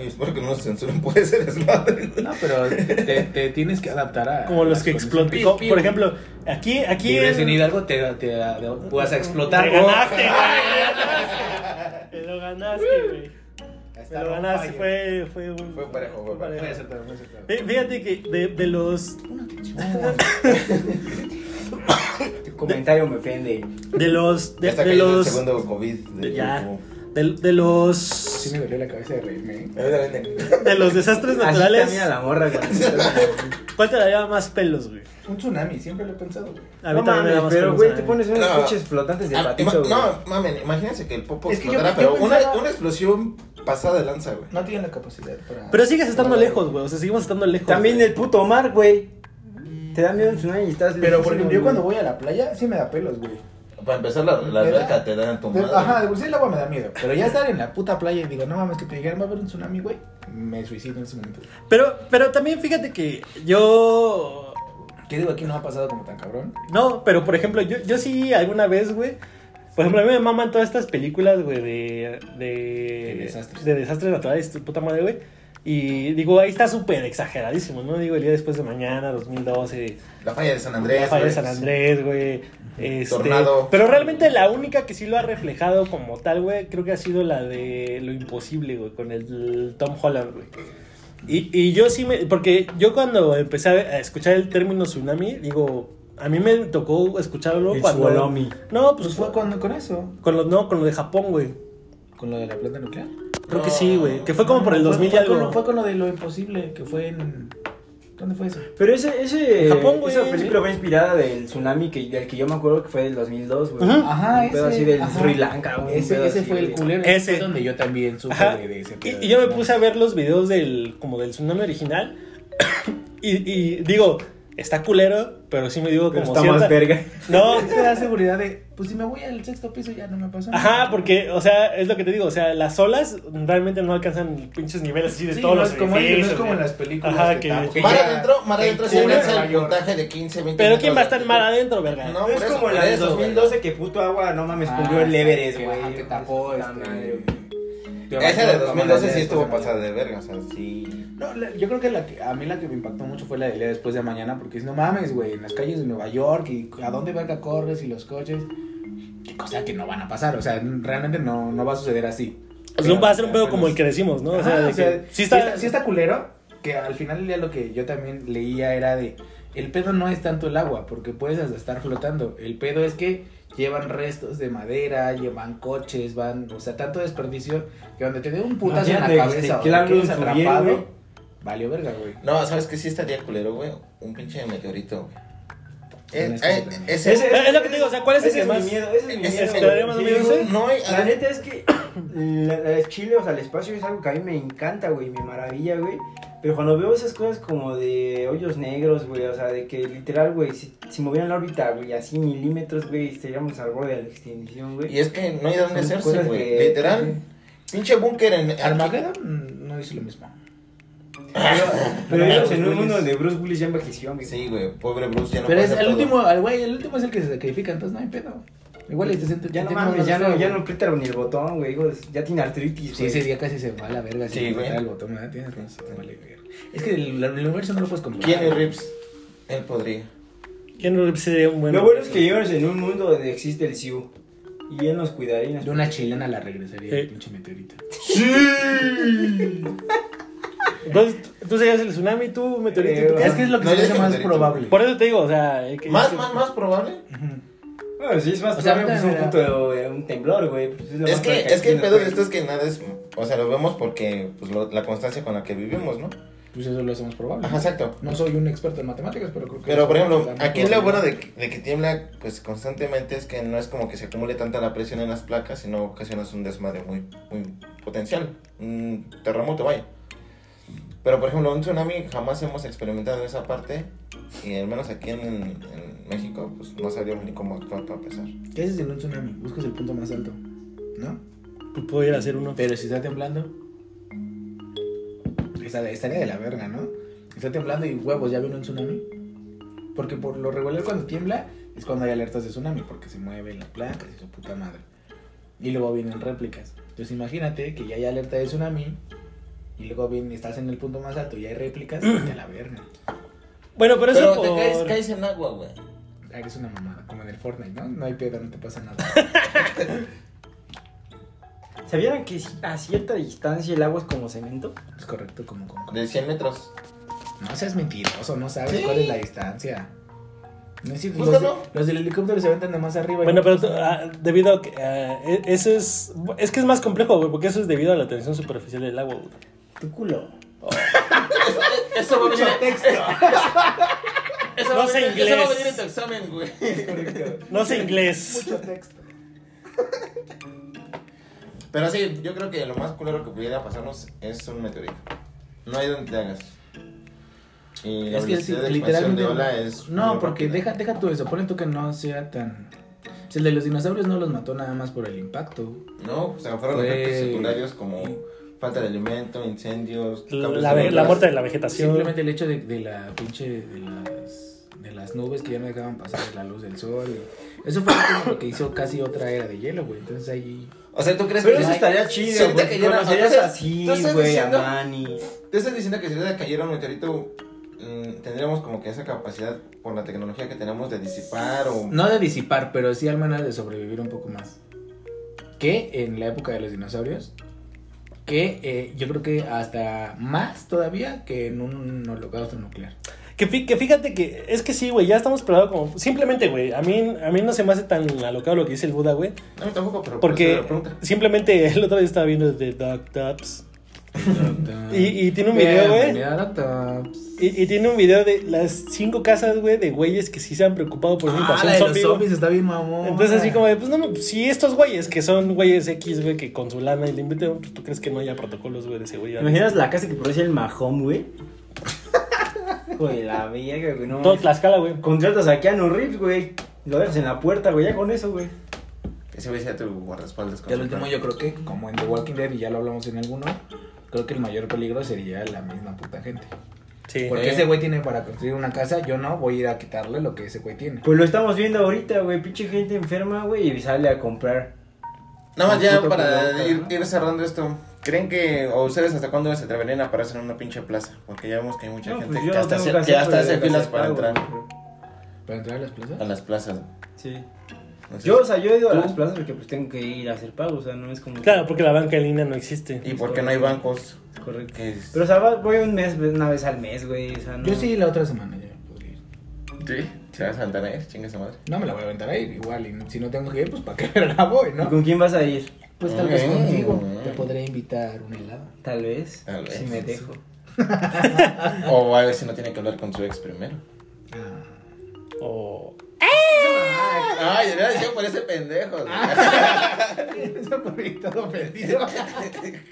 D: ay, espero que no nos censuren por ese desmadre. güey.
G: No, pero te, te tienes que adaptar a...
A: como
G: a
A: los
G: las
A: que
G: condiciones.
A: explotan, como-
G: Pi, pi,
A: por ejemplo, aquí aquí
G: Vives en
A: en-
G: Hidalgo, te, te, te vas a explotar.
A: te ganaste, güey. Te lo ganaste, güey.
B: Hasta
A: Pero
B: lo
A: ganaste,
B: fallo.
A: fue, ¿Eh? fue,
D: Fue parejo,
G: Voy
D: fue
G: a
D: parejo.
G: acertar, voy a acertar.
A: Fí- Fíjate que de, de los
C: Tu comentario me ofende.
A: de los
D: Ya
A: de,
D: está
A: de
D: cayendo el
A: los
D: segundo COVID. de-
A: Ya.
D: como-
A: de, de
G: Sí
A: los
G: me dolió la cabeza de reírme. ¿eh?
D: A ver, a ver,
A: de los desastres
C: Naturales.
A: naturales,
C: Así también a la morra cuando se trata de-
A: ¿cuál te daría más pelos, güey?
B: Un tsunami, siempre lo he pensado, güey.
A: A mí
C: No
A: también me da
C: mames,
A: más eh.
C: pero
A: pelos,
C: güey,
A: a
C: te
A: mí.
C: pones unos
D: No.
C: pinches flotantes de
D: Ah, ima-
C: patito, güey.
D: No, mamen, imagínense que el popo
B: Es que yo-
D: explotará,
B: yo
D: pero una,
B: pensaba-
D: una explosión pasada de lanza, güey.
B: No tienen la capacidad para.
A: Pero sigues estando lejos, güey, o sea, seguimos estando lejos.
C: También
A: güey.
C: el puto mar, güey. Te da miedo un tsunami y estás.
B: Pero por
C: lejísimo,
B: ejemplo, yo cuando
C: güey.
B: voy a la playa, sí me da pelos, güey.
D: Para empezar, la, la
B: ¿Te da?
D: alberca te dan tu
B: De-
D: madre.
B: Ajá, de por sí el agua me da miedo. Pero ya estar en la puta playa y digo, no mames, que te dijeran, va a haber un tsunami, güey. Me suicido en ese momento.
A: Pero pero también fíjate que yo
B: ¿Qué digo? Aquí no ha pasado como tan cabrón.
A: no, pero por ejemplo, yo yo sí alguna vez, güey, por ejemplo, a mí me maman todas estas películas, güey, de, de,
B: De desastres.
A: de desastres naturales, tu puta madre, güey. Y digo, ahí está súper exageradísimo, ¿no? Digo, el día después de mañana, 2012,
D: La falla de San Andrés.
A: La falla de
D: güey.
A: San Andrés, güey. Este,
D: Tornado.
A: Pero realmente la única que sí lo ha reflejado como tal, güey, creo que ha sido la de Lo Imposible, güey, con el, Tom Holland, güey. Y, y yo sí me. Porque yo cuando empecé a escuchar el término tsunami, digo, a mí me tocó escucharlo
C: El
A: cuando.
C: tsunami.
A: No, pues
B: Pues fue con, con eso.
A: con los, no, con lo de Japón, güey.
B: Con lo de la planta nuclear.
A: Creo que sí, güey. Que fue como por el
B: Fue-
A: 2000 y
B: fue,
A: algo.
B: con, lo- fue con lo de lo imposible, que fue en. ¿Dónde fue eso?
C: Pero ese, ese
A: Japón, güey.
C: esa película fue inspirada del tsunami que, del que yo me acuerdo que fue del 2002, güey.
A: Ujú.
B: Ajá,
C: Un pedo
B: ese,
C: así del
B: ajá.
C: Sri Lanka, güey. un pedo
B: Ese, ese
C: así,
B: fue el
C: güey.
B: culero.
A: Ese.
G: Fue donde yo también supe
A: Ajá.
G: de, de ese
A: Y,
G: pedo.
A: y yo me puse a ver los videos del, como del tsunami original. y, y digo, está culero, pero sí me digo
C: Pero
A: como
C: está más
A: cierta...
C: verga.
A: No,
B: Te da seguridad de, pues si me voy al sexto piso ya no me pasa nada.
A: ajá, porque, o sea, es lo que te digo, o sea, las olas realmente no alcanzan pinches niveles así de
B: Sí,
A: todos
B: no
A: los
B: es como, no es
A: edificios,
B: como en
A: güey.
B: las películas.
A: Ajá, que-
B: tampoco-
D: Mar
B: ya-
D: adentro, mar
B: que
D: adentro
B: en
D: se
B: Cuba, en
D: alcanza
B: Nueva
D: el
B: York.
D: puntaje de 15, 20
A: Pero ¿quién va a
D: metros
A: estar mal
D: de altitud.
A: adentro, verga?
D: No,
C: es
D: por eso,
C: como
D: por
C: la del
D: eso, güey.
C: 2012 que puto agua, no mames, cubrió
A: Ah,
C: el Everest,
B: Ah, que,
C: güey.
B: ajá, Te tapó,
C: Puta
A: este,
C: madre, güey.
B: este.
D: Esa de 2012 sí
A: pues,
D: estuvo pasada de verga, o sea, sí.
B: No, la- yo creo que, la que a mí la que me impactó mucho fue la del día después de mañana, porque es no mames, güey, en las calles de Nueva York y a dónde verga corres y los coches. Qué cosa que no van a pasar, o sea, n- realmente no, no va a suceder así.
A: O sea, Pues va a ser un
B: Pero-
A: pedo como el que decimos, ¿no? O sea,
B: Ajá,
A: de
B: Ah, o sea,
A: que sí
B: sí,
A: está-
B: está, sí está culero, que al final del día lo que yo también leía era de, el pedo no es tanto el agua, porque puedes hasta estar flotando, el pedo es que llevan restos de madera, llevan coches, van, o sea, tanto desperdicio, que cuando te dé un putazo en la
C: Imagínate, este,
B: cabeza o
C: que
B: te
C: algo
B: quedes
C: subiera,
B: atrapado,
C: güey.
B: valió verga, güey.
D: No, ¿sabes qué sí estaría culero, güey? Un pinche meteorito, güey. Eh,
B: Tienes que
D: eh,
B: tener.
D: ese,
A: Ese- es lo que te digo, o sea, ¿cuál es el
C: ese
A: que
C: es mi
A: más-
C: miedo, ese es mi
D: ese-
C: miedo.
A: te
C: güey.
A: daría más miedo ese?
D: No hay.
C: La neta es que la, la- Chile, o sea, el espacio es algo que a mí me encanta, güey, me maravilla, güey. Pero cuando veo esas cosas como de hoyos negros, güey, o sea, de que literal, güey, si, si movieran la órbita, güey, así milímetros, güey, estaríamos al borde de la extinción, güey.
D: Y es que no hay dónde
C: Son
D: hacerse,
C: cosas
D: güey.
C: que-
D: Literal. Pinche búnker en.
B: Armageddon mm, no hizo lo mismo.
C: Pero, pero
B: No,
C: vivimos
B: Bruce
C: en un
B: Willis.
C: mundo donde Bruce Willis ya envejeció, güey.
D: Sí, güey. Pobre Bruce ya no
B: Pero es el
D: puede hacer todo.
B: último, al güey, el último es el que se sacrifica, entonces no hay pedo. Igual y te sientes
C: Ya no
B: te
C: mames,
B: sientes
C: ya no,
B: feo,
C: ya no
B: güey.
C: aprieta ni el botón, güey, hijo, ya tiene artritis,
B: Sí,
C: güey.
B: ese día casi se va a la verga.
D: Sí,
B: si
D: güey.
B: apretar el botón, ¿verdad? Tienes razón, vale, verga. Es que el, el universo no lo puedes controlar.
D: Keanu Reeves. Él podría.
A: ¿Quién no sería un buen...
C: Lo bueno es que vivimos en un mundo donde existe el SIU. Y él nos cuidaría y nos
B: Yo una chilena la regresaría,
A: Sí.
B: pinche meteorita.
D: ¡Sí!
A: Entonces, tú serías el tsunami, tú meteorito y tú
B: Eh, Es que
A: qué.
B: es lo que
D: No,
B: se me
D: yo
B: hace
D: dije
B: más
D: meteorito.
B: probable.
A: Por eso te digo, o sea. eh, que-
D: ¿Más,
A: que-
D: más, más probable?
C: Bueno, sí, es más
B: O sea,
C: probable pues, un
B: ahorita
C: punto, eh, un temblor, güey. pues, lo
D: Es
C: más
D: que,
C: probable
D: es que el
C: aquí
D: pedo de
C: nos
D: esto es que nada es. O sea, lo vemos porque pues, lo- la constancia con la que vivimos, ¿no?
B: Pues eso lo hacemos probable.
D: Ajá, exacto.
B: No soy un experto en matemáticas, pero creo que.
D: Pero, por ejemplo,
B: es la
D: aquí lo
B: probabilidad.
D: bueno de, que- de que tiembla pues, constantemente es que no es como que se acumule tanta la presión en las placas, sino ocasionas un desmadre muy, muy potencial, un terremoto, vaya. Pero, por ejemplo, un tsunami jamás hemos experimentado esa parte, y al menos aquí en, en México, pues no sabríamos ni cómo actuar para empezar.
B: ¿Qué haces en un tsunami? Buscas el punto más alto. ¿No?
A: Pues puedo ir a hacer uno.
B: Pero si está temblando. Está- Estaría de la verga, ¿no? Está temblando y huevos, ya viene un tsunami. Porque por lo regular cuando tiembla es cuando hay alertas de tsunami, porque se mueven las placas y su puta madre. Y luego vienen réplicas. Entonces imagínate que ya hay alerta de tsunami y luego viene, estás en el punto más alto y hay réplicas, de la verga.
A: Bueno, pero eso. por-
D: en agua, güey.
B: Ah, Eres una mamada, como en el Fortnite, ¿no? No hay pedo, no te pasa nada.
C: viene. ¿Sabían que si- a cierta distancia el agua es como cemento?
B: Es correcto, como con...
D: De 100 metros.
B: No seas mentiroso, no sabes
D: Sí.
B: cuál es la distancia. No es cierto, los,
D: Búscalo.
B: de- los del helicóptero se aventan de más arriba. y
A: Bueno,
B: no
A: pero
B: pasa
A: tú-
B: nada.
A: ah, debido a que. ah, e- eso es. Es que es más complejo, güey, porque eso es debido a la tensión superficial del agua, güey.
C: Tu culo.
D: Eso va a venir,
A: va a No sé venir- eso va a inglés. venir en tu
D: examen, güey.
A: No sé inglés.
D: Pero sí, yo creo que lo más culero que pudiera pasarnos es un meteorito. No hay donde te hagas. Y la
B: Es que sí,
D: velocidad de expansión
B: literalmente.
D: de ola es.
B: no,
D: muy
B: porque
D: rápida.
B: deja, deja tú eso. Ponen tú que no sea tan. O sea, el de los dinosaurios no los mató nada más por el impacto.
D: No, pues, o sea, fueron
B: Fue-
D: efectos secundarios como falta de alimento, incendios.
A: La,
D: cambios
A: la-
D: de
A: la
D: olas.
A: muerte de la vegetación.
B: Simplemente el hecho de, de la pinche. De las, de las nubes que ya no dejaban pasar la luz del sol. y- Eso fue lo que hizo casi otra era de hielo, güey. Entonces ahí.
D: O sea, ¿tú crees
C: Pero
D: que.?
C: eso
D: ya-
C: estaría
D: si
C: chido,
D: ahorita
C: güey.
D: que ya no-
C: conocerías
D: entonces,
C: así,
D: ¿tú estás
C: güey, a
D: diciendo-
C: Manny.
D: ¿Te estás diciendo que si le cayera un meteorito, mm, tendríamos como que esa capacidad por la tecnología que tenemos de disipar o.
B: No de disipar, pero sí al menos de sobrevivir un poco más. Que en la época de los dinosaurios. Que eh, yo creo que hasta más todavía que en un holocausto nuclear.
A: Que, fí- que fíjate que. Es que sí, güey, ya estamos preparados como. Simplemente, güey, a mí, a mí no se me hace tan alocado lo que dice el Buda, güey.
D: No, tampoco, pero. por eso
A: Porque
D: la pregunta.
A: simplemente el otro día estaba viendo The Dog Tops. Y, y
B: Ah,
A: tiene un video, ¿eh? güey.
B: Bienvenida a la Tops.
A: Y, y tiene un video de las cinco casas, güey, de güeyes que sí se han preocupado por una
B: Ah,
A: invasión
B: la de los
A: zombie, güey.
B: zombies está bien mamón.
A: Entonces así como de, pues no, no, pues, si estos güeyes que son güeyes X, güey, que con su lana y le inviten, pues, ¿tú crees que no haya protocolos, güey, de
C: ¿Te
A: seguridad?
C: imaginas la casa que produce el Mahom, güey? Joder, la verga, güey. No,
A: Todo Tlaxcala, güey.
C: Contratas a Keanu Reeves, güey. Lo dejas en la puerta, güey, ya con eso, güey.
D: Ese güey sea tu guardaespaldas. con
B: Y al
D: su
B: último
D: perro.
B: yo creo que, como en The Walking Dead y ya lo hablamos en alguno, creo que el mayor peligro sería la misma puta gente.
A: Sí.
B: Porque ese güey tiene para construir una casa, yo no voy a ir a quitarle lo que ese güey tiene.
C: Pues lo estamos viendo ahorita, güey. Pinche gente enferma, güey, y sale a comprar.
D: Nada más ya
C: Puto
D: para
C: culote,
D: ir,
C: ¿no?
D: ir cerrando esto, ¿creen que o ustedes hasta cuándo se atreverían a pararse en una pinche plaza? Porque ya vemos que hay mucha
C: No,
D: gente
C: pues yo
D: que hasta,
C: tengo
D: hace,
C: que
D: que hasta
C: hacer,
D: hace
C: pues,
D: filas
C: yo
D: para
C: tengo que
D: entrar
C: hacer pago,
B: ¿Para entrar a las plazas?
D: a las plazas.
C: güey. Sí.
D: Entonces,
C: Yo, o sea, yo he ido a
D: ¿Tú?
C: las plazas porque pues tengo que ir a hacer pago, o sea, no es como...
A: Claro, porque la banca en línea no existe.
D: y porque no hay bancos.
C: Es correcto.
D: Que es-
C: Pero, o sea, va- voy un mes, una vez al mes, güey, o sea, no...
B: Yo sí la otra semana ya podría ir.
D: Sí, se va a saltar a ir, chingue su madre.
B: No me la voy a aventar a ir, igual. Y si no tengo que ir, pues para qué la voy,
C: ¿Y
B: ¿no?
C: con quién vas a ir?
B: Pues tal vez
D: Mm.
B: contigo te podré invitar un helado.
C: Tal vez.
D: Tal vez.
C: Si me dejo.
D: O a ver si no tiene que hablar con su ex primero.
B: Ah.
A: O...
D: Ay, de verdad, yo por ese pendejo. güey.
B: Eso por todo perdido.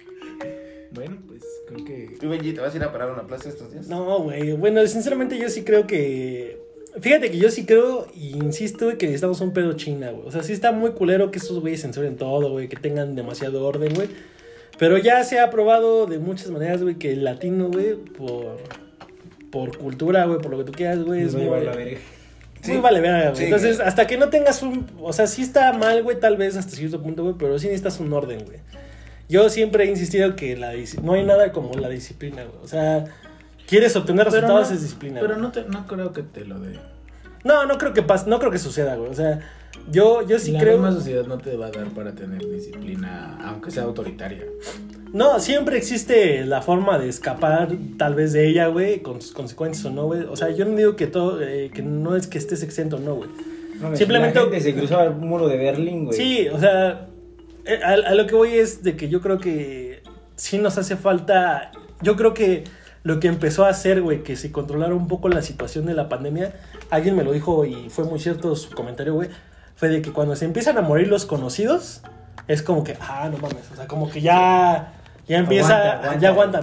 B: bueno, pues creo que.
D: ¿Tú, Benji, te vas a ir a parar a una plaza estos días?
A: No, güey. Bueno, sinceramente yo sí creo que... Fíjate que yo sí creo, e insisto, güey, que necesitamos un pedo China, güey. O sea, sí está muy culero que esos güeyes censuren todo, güey, que tengan demasiado orden, güey. Pero ya se ha probado de muchas maneras, güey, que el latino, güey, por, por cultura, güey, por lo que tú quieras, Pues, güey, es
C: Me
A: muy,
C: voy a la
A: vale-
C: verga.
A: muy vale verga, güey.
D: Sí,
A: Entonces,
D: güey.
A: hasta que no tengas un... O sea, sí está mal, güey, tal vez hasta cierto punto, güey, pero sí necesitas un orden, güey. Yo siempre he insistido que la dis- no hay nada como la disciplina, güey. O sea, quieres obtener
B: Pero
A: resultados
B: no-
A: es disciplina.
B: Pero
A: güey.
B: no, te, no creo que te lo dé.
A: No, no creo que pas no creo que suceda, güey. O sea, yo, yo sí
B: la
A: creo.
B: misma sociedad no te va a dar para tener disciplina, aunque sea autoritaria.
A: No, siempre existe la forma de escapar tal vez de ella, güey, con sus consecuencias o no, güey. O sea, yo no digo que todo, eh, que no es que estés exento o no, güey.
C: No,
A: Simplemente-
C: la gente se cruzaba el muro de Berlín, güey.
A: Sí, o sea, eh, a, a lo que voy es de que yo creo que sí nos hace falta, yo creo que lo que empezó a hacer, güey, que se controlara un poco la situación de la pandemia, alguien me lo dijo y fue muy cierto su comentario, güey, fue de que cuando se empiezan a morir los conocidos, es como que, ah, no mames, o sea, como que ya... Ya empieza,
C: Aguanta, aguanta.
A: ya aguanta,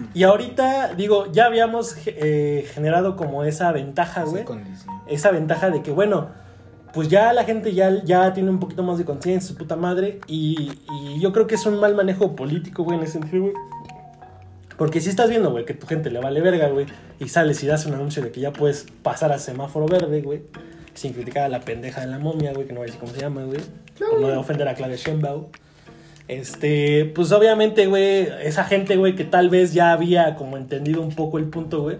A: ¿no? Y ahorita, digo, ya habíamos eh, generado como esa ventaja, Ah, güey
B: Esa condición.
A: esa ventaja de que, bueno, pues ya la gente ya, ya tiene un poquito más de conciencia, su puta madre. Y, y yo creo que es un mal manejo político, güey, en ese sentido, güey. Porque si estás viendo, güey, que tu gente le vale verga, güey, y sales y das un anuncio de que ya puedes pasar a semáforo verde, güey, sin criticar a la pendeja de la momia, güey, que no voy a decir cómo se llama, güey, por no ofender a Claudia Sheinbaum. Este, pues obviamente, güey, esa gente, güey, que tal vez ya había como entendido un poco el punto, güey,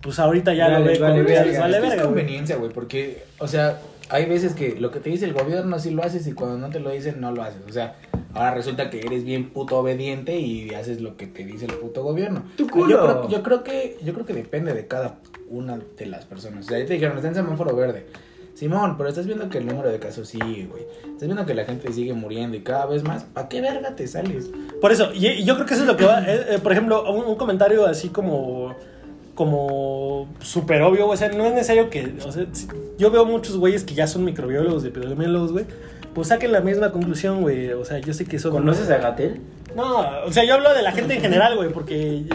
A: pues ahorita ya
C: Ya
A: lo
C: les
A: ve
C: vale
A: como que ya
C: verga,
A: les vale
B: es que
A: verga,
B: es
A: güey.
B: conveniencia, güey, porque, o sea, hay veces que lo que te dice el gobierno sí lo haces y cuando no te lo dicen no lo haces. O sea, ahora resulta que eres bien puto obediente y haces lo que te dice el puto gobierno.
C: Tu
B: Ah,
C: culo.
B: Yo creo, yo creo que yo creo que depende de cada una de las personas. O sea, ahí te dijeron, está en semáforo verde. Simón, pero estás viendo que el número de casos sigue, güey. Estás viendo que la gente sigue muriendo y cada vez más. ¿Para qué verga te sales?
A: Por eso, y, y yo creo que eso es lo que va. eh, eh, por ejemplo, un, un comentario así como. Como súper obvio, o sea, no es necesario que. O sea, si- yo veo muchos güeyes que ya son microbiólogos, epidemiólogos, güey. Pues saquen la misma conclusión, güey. O sea, yo sé que eso.
C: ¿Conoces a Gatel?
A: No, o sea, yo hablo de la gente en general, güey, porque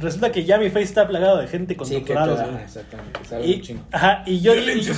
A: resulta que ya mi face está plagado de gente con doctorados,
B: te-
A: güey.
B: Exactamente, sale un
A: Y,
B: chingo.
A: ajá, y yo. di- y yo-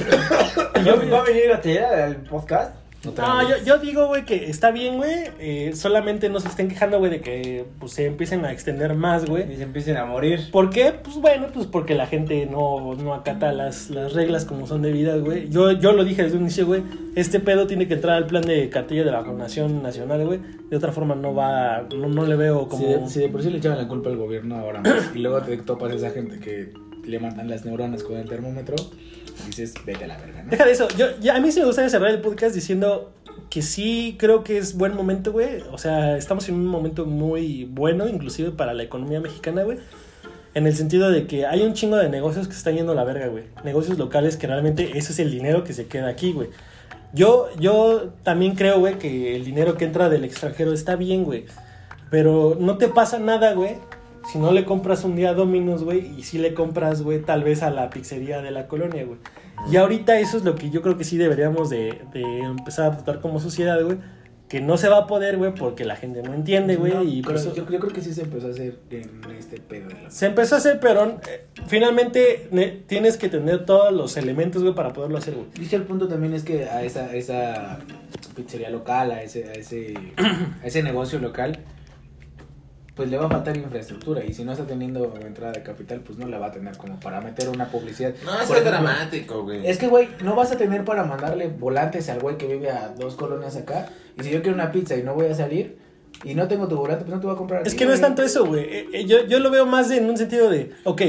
C: ¿Va a venir Gatel al podcast?
B: Otra
A: No,
B: vez.
A: yo, yo digo, güey, que está bien, güey. eh, solamente no se estén quejando, güey, de que pues, se empiecen a extender más, güey.
C: Y se empiecen a morir.
A: ¿Por qué? Pues bueno, pues porque la gente no, no acata las, las reglas como son debidas, güey. Yo, yo lo dije desde un inicio, güey. Este pedo tiene que entrar al plan de cartilla de vacunación nacional, güey. De otra forma no va, no, no le veo
B: Si de,
A: como...
B: si de por sí le echaban la culpa al gobierno ahora más, y luego te topas a esa gente que le matan las neuronas con el termómetro, dices, vete a la verga, ¿no?
A: Deja de eso. Yo, ya, a mí sí me gustaría cerrar el podcast diciendo que sí creo que es buen momento, güey. O sea, estamos en un momento muy bueno, inclusive para la economía mexicana, güey. En el sentido de que hay un chingo de negocios que se están yendo a la verga, güey. Negocios locales que realmente ese es el dinero que se queda aquí, güey. Yo, yo también creo, güey, que el dinero que entra del extranjero está bien, güey. Pero no te pasa nada, güey. Si no le compras un día a Domino's, güey, y si le compras, güey, tal vez a la pizzería de la colonia, güey. Y ahorita eso es lo que yo creo que sí deberíamos de, de empezar a tratar como sociedad, güey. Que no se va a poder, güey, porque la gente no entiende, güey.
B: No,
A: y por
B: creo-
A: eso-
B: yo, yo creo que sí se empezó a hacer en este pedo de la...
A: se empezó a hacer, pero eh, finalmente ne- tienes que tener todos los elementos, güey, para poderlo hacer, güey.
B: Dice el punto también es que a esa, esa pizzería local, a ese, a ese, a ese negocio local, pues le va a faltar infraestructura y si no está teniendo entrada de capital, pues no la va a tener como para meter una publicidad.
D: No, es
B: Por
D: que es
B: ejemplo,
D: dramático, güey.
B: Es que, güey, no vas a tener para mandarle volantes al güey que vive a dos colonias acá. Y si yo quiero una pizza y no voy a salir y no tengo tu volante, pues no te voy a comprar. a
A: Es
B: ti,
A: que no es
B: güey.
A: tanto eso, güey. Eh, eh, Yo, yo lo veo más de- en un sentido de, ok,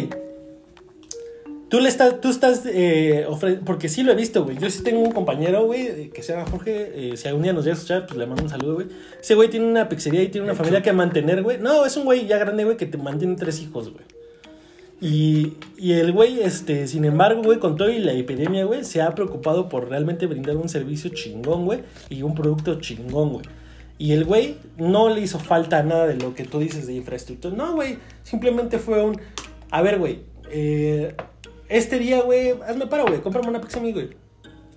A: tú le estás, tú estás, eh, ofre- porque sí lo he visto, güey. Yo sí tengo un compañero, güey, eh, que se llama Jorge, eh, si algún día nos llega a escuchar, pues le mando un saludo, güey. Ese güey tiene una pizzería y tiene una familia que mantener, güey. No, es un güey ya grande, güey, que te mantiene tres hijos, güey. Y, y el güey, este, sin embargo, güey, con todo y la epidemia, güey, se ha preocupado por realmente brindar un servicio chingón, güey, y un producto chingón, güey. Y el güey no le hizo falta nada de lo que tú dices de infraestructura. No, güey, simplemente fue un, a ver, güey, eh, este día, güey, hazme para, güey, cómprame una pizza a mí, güey.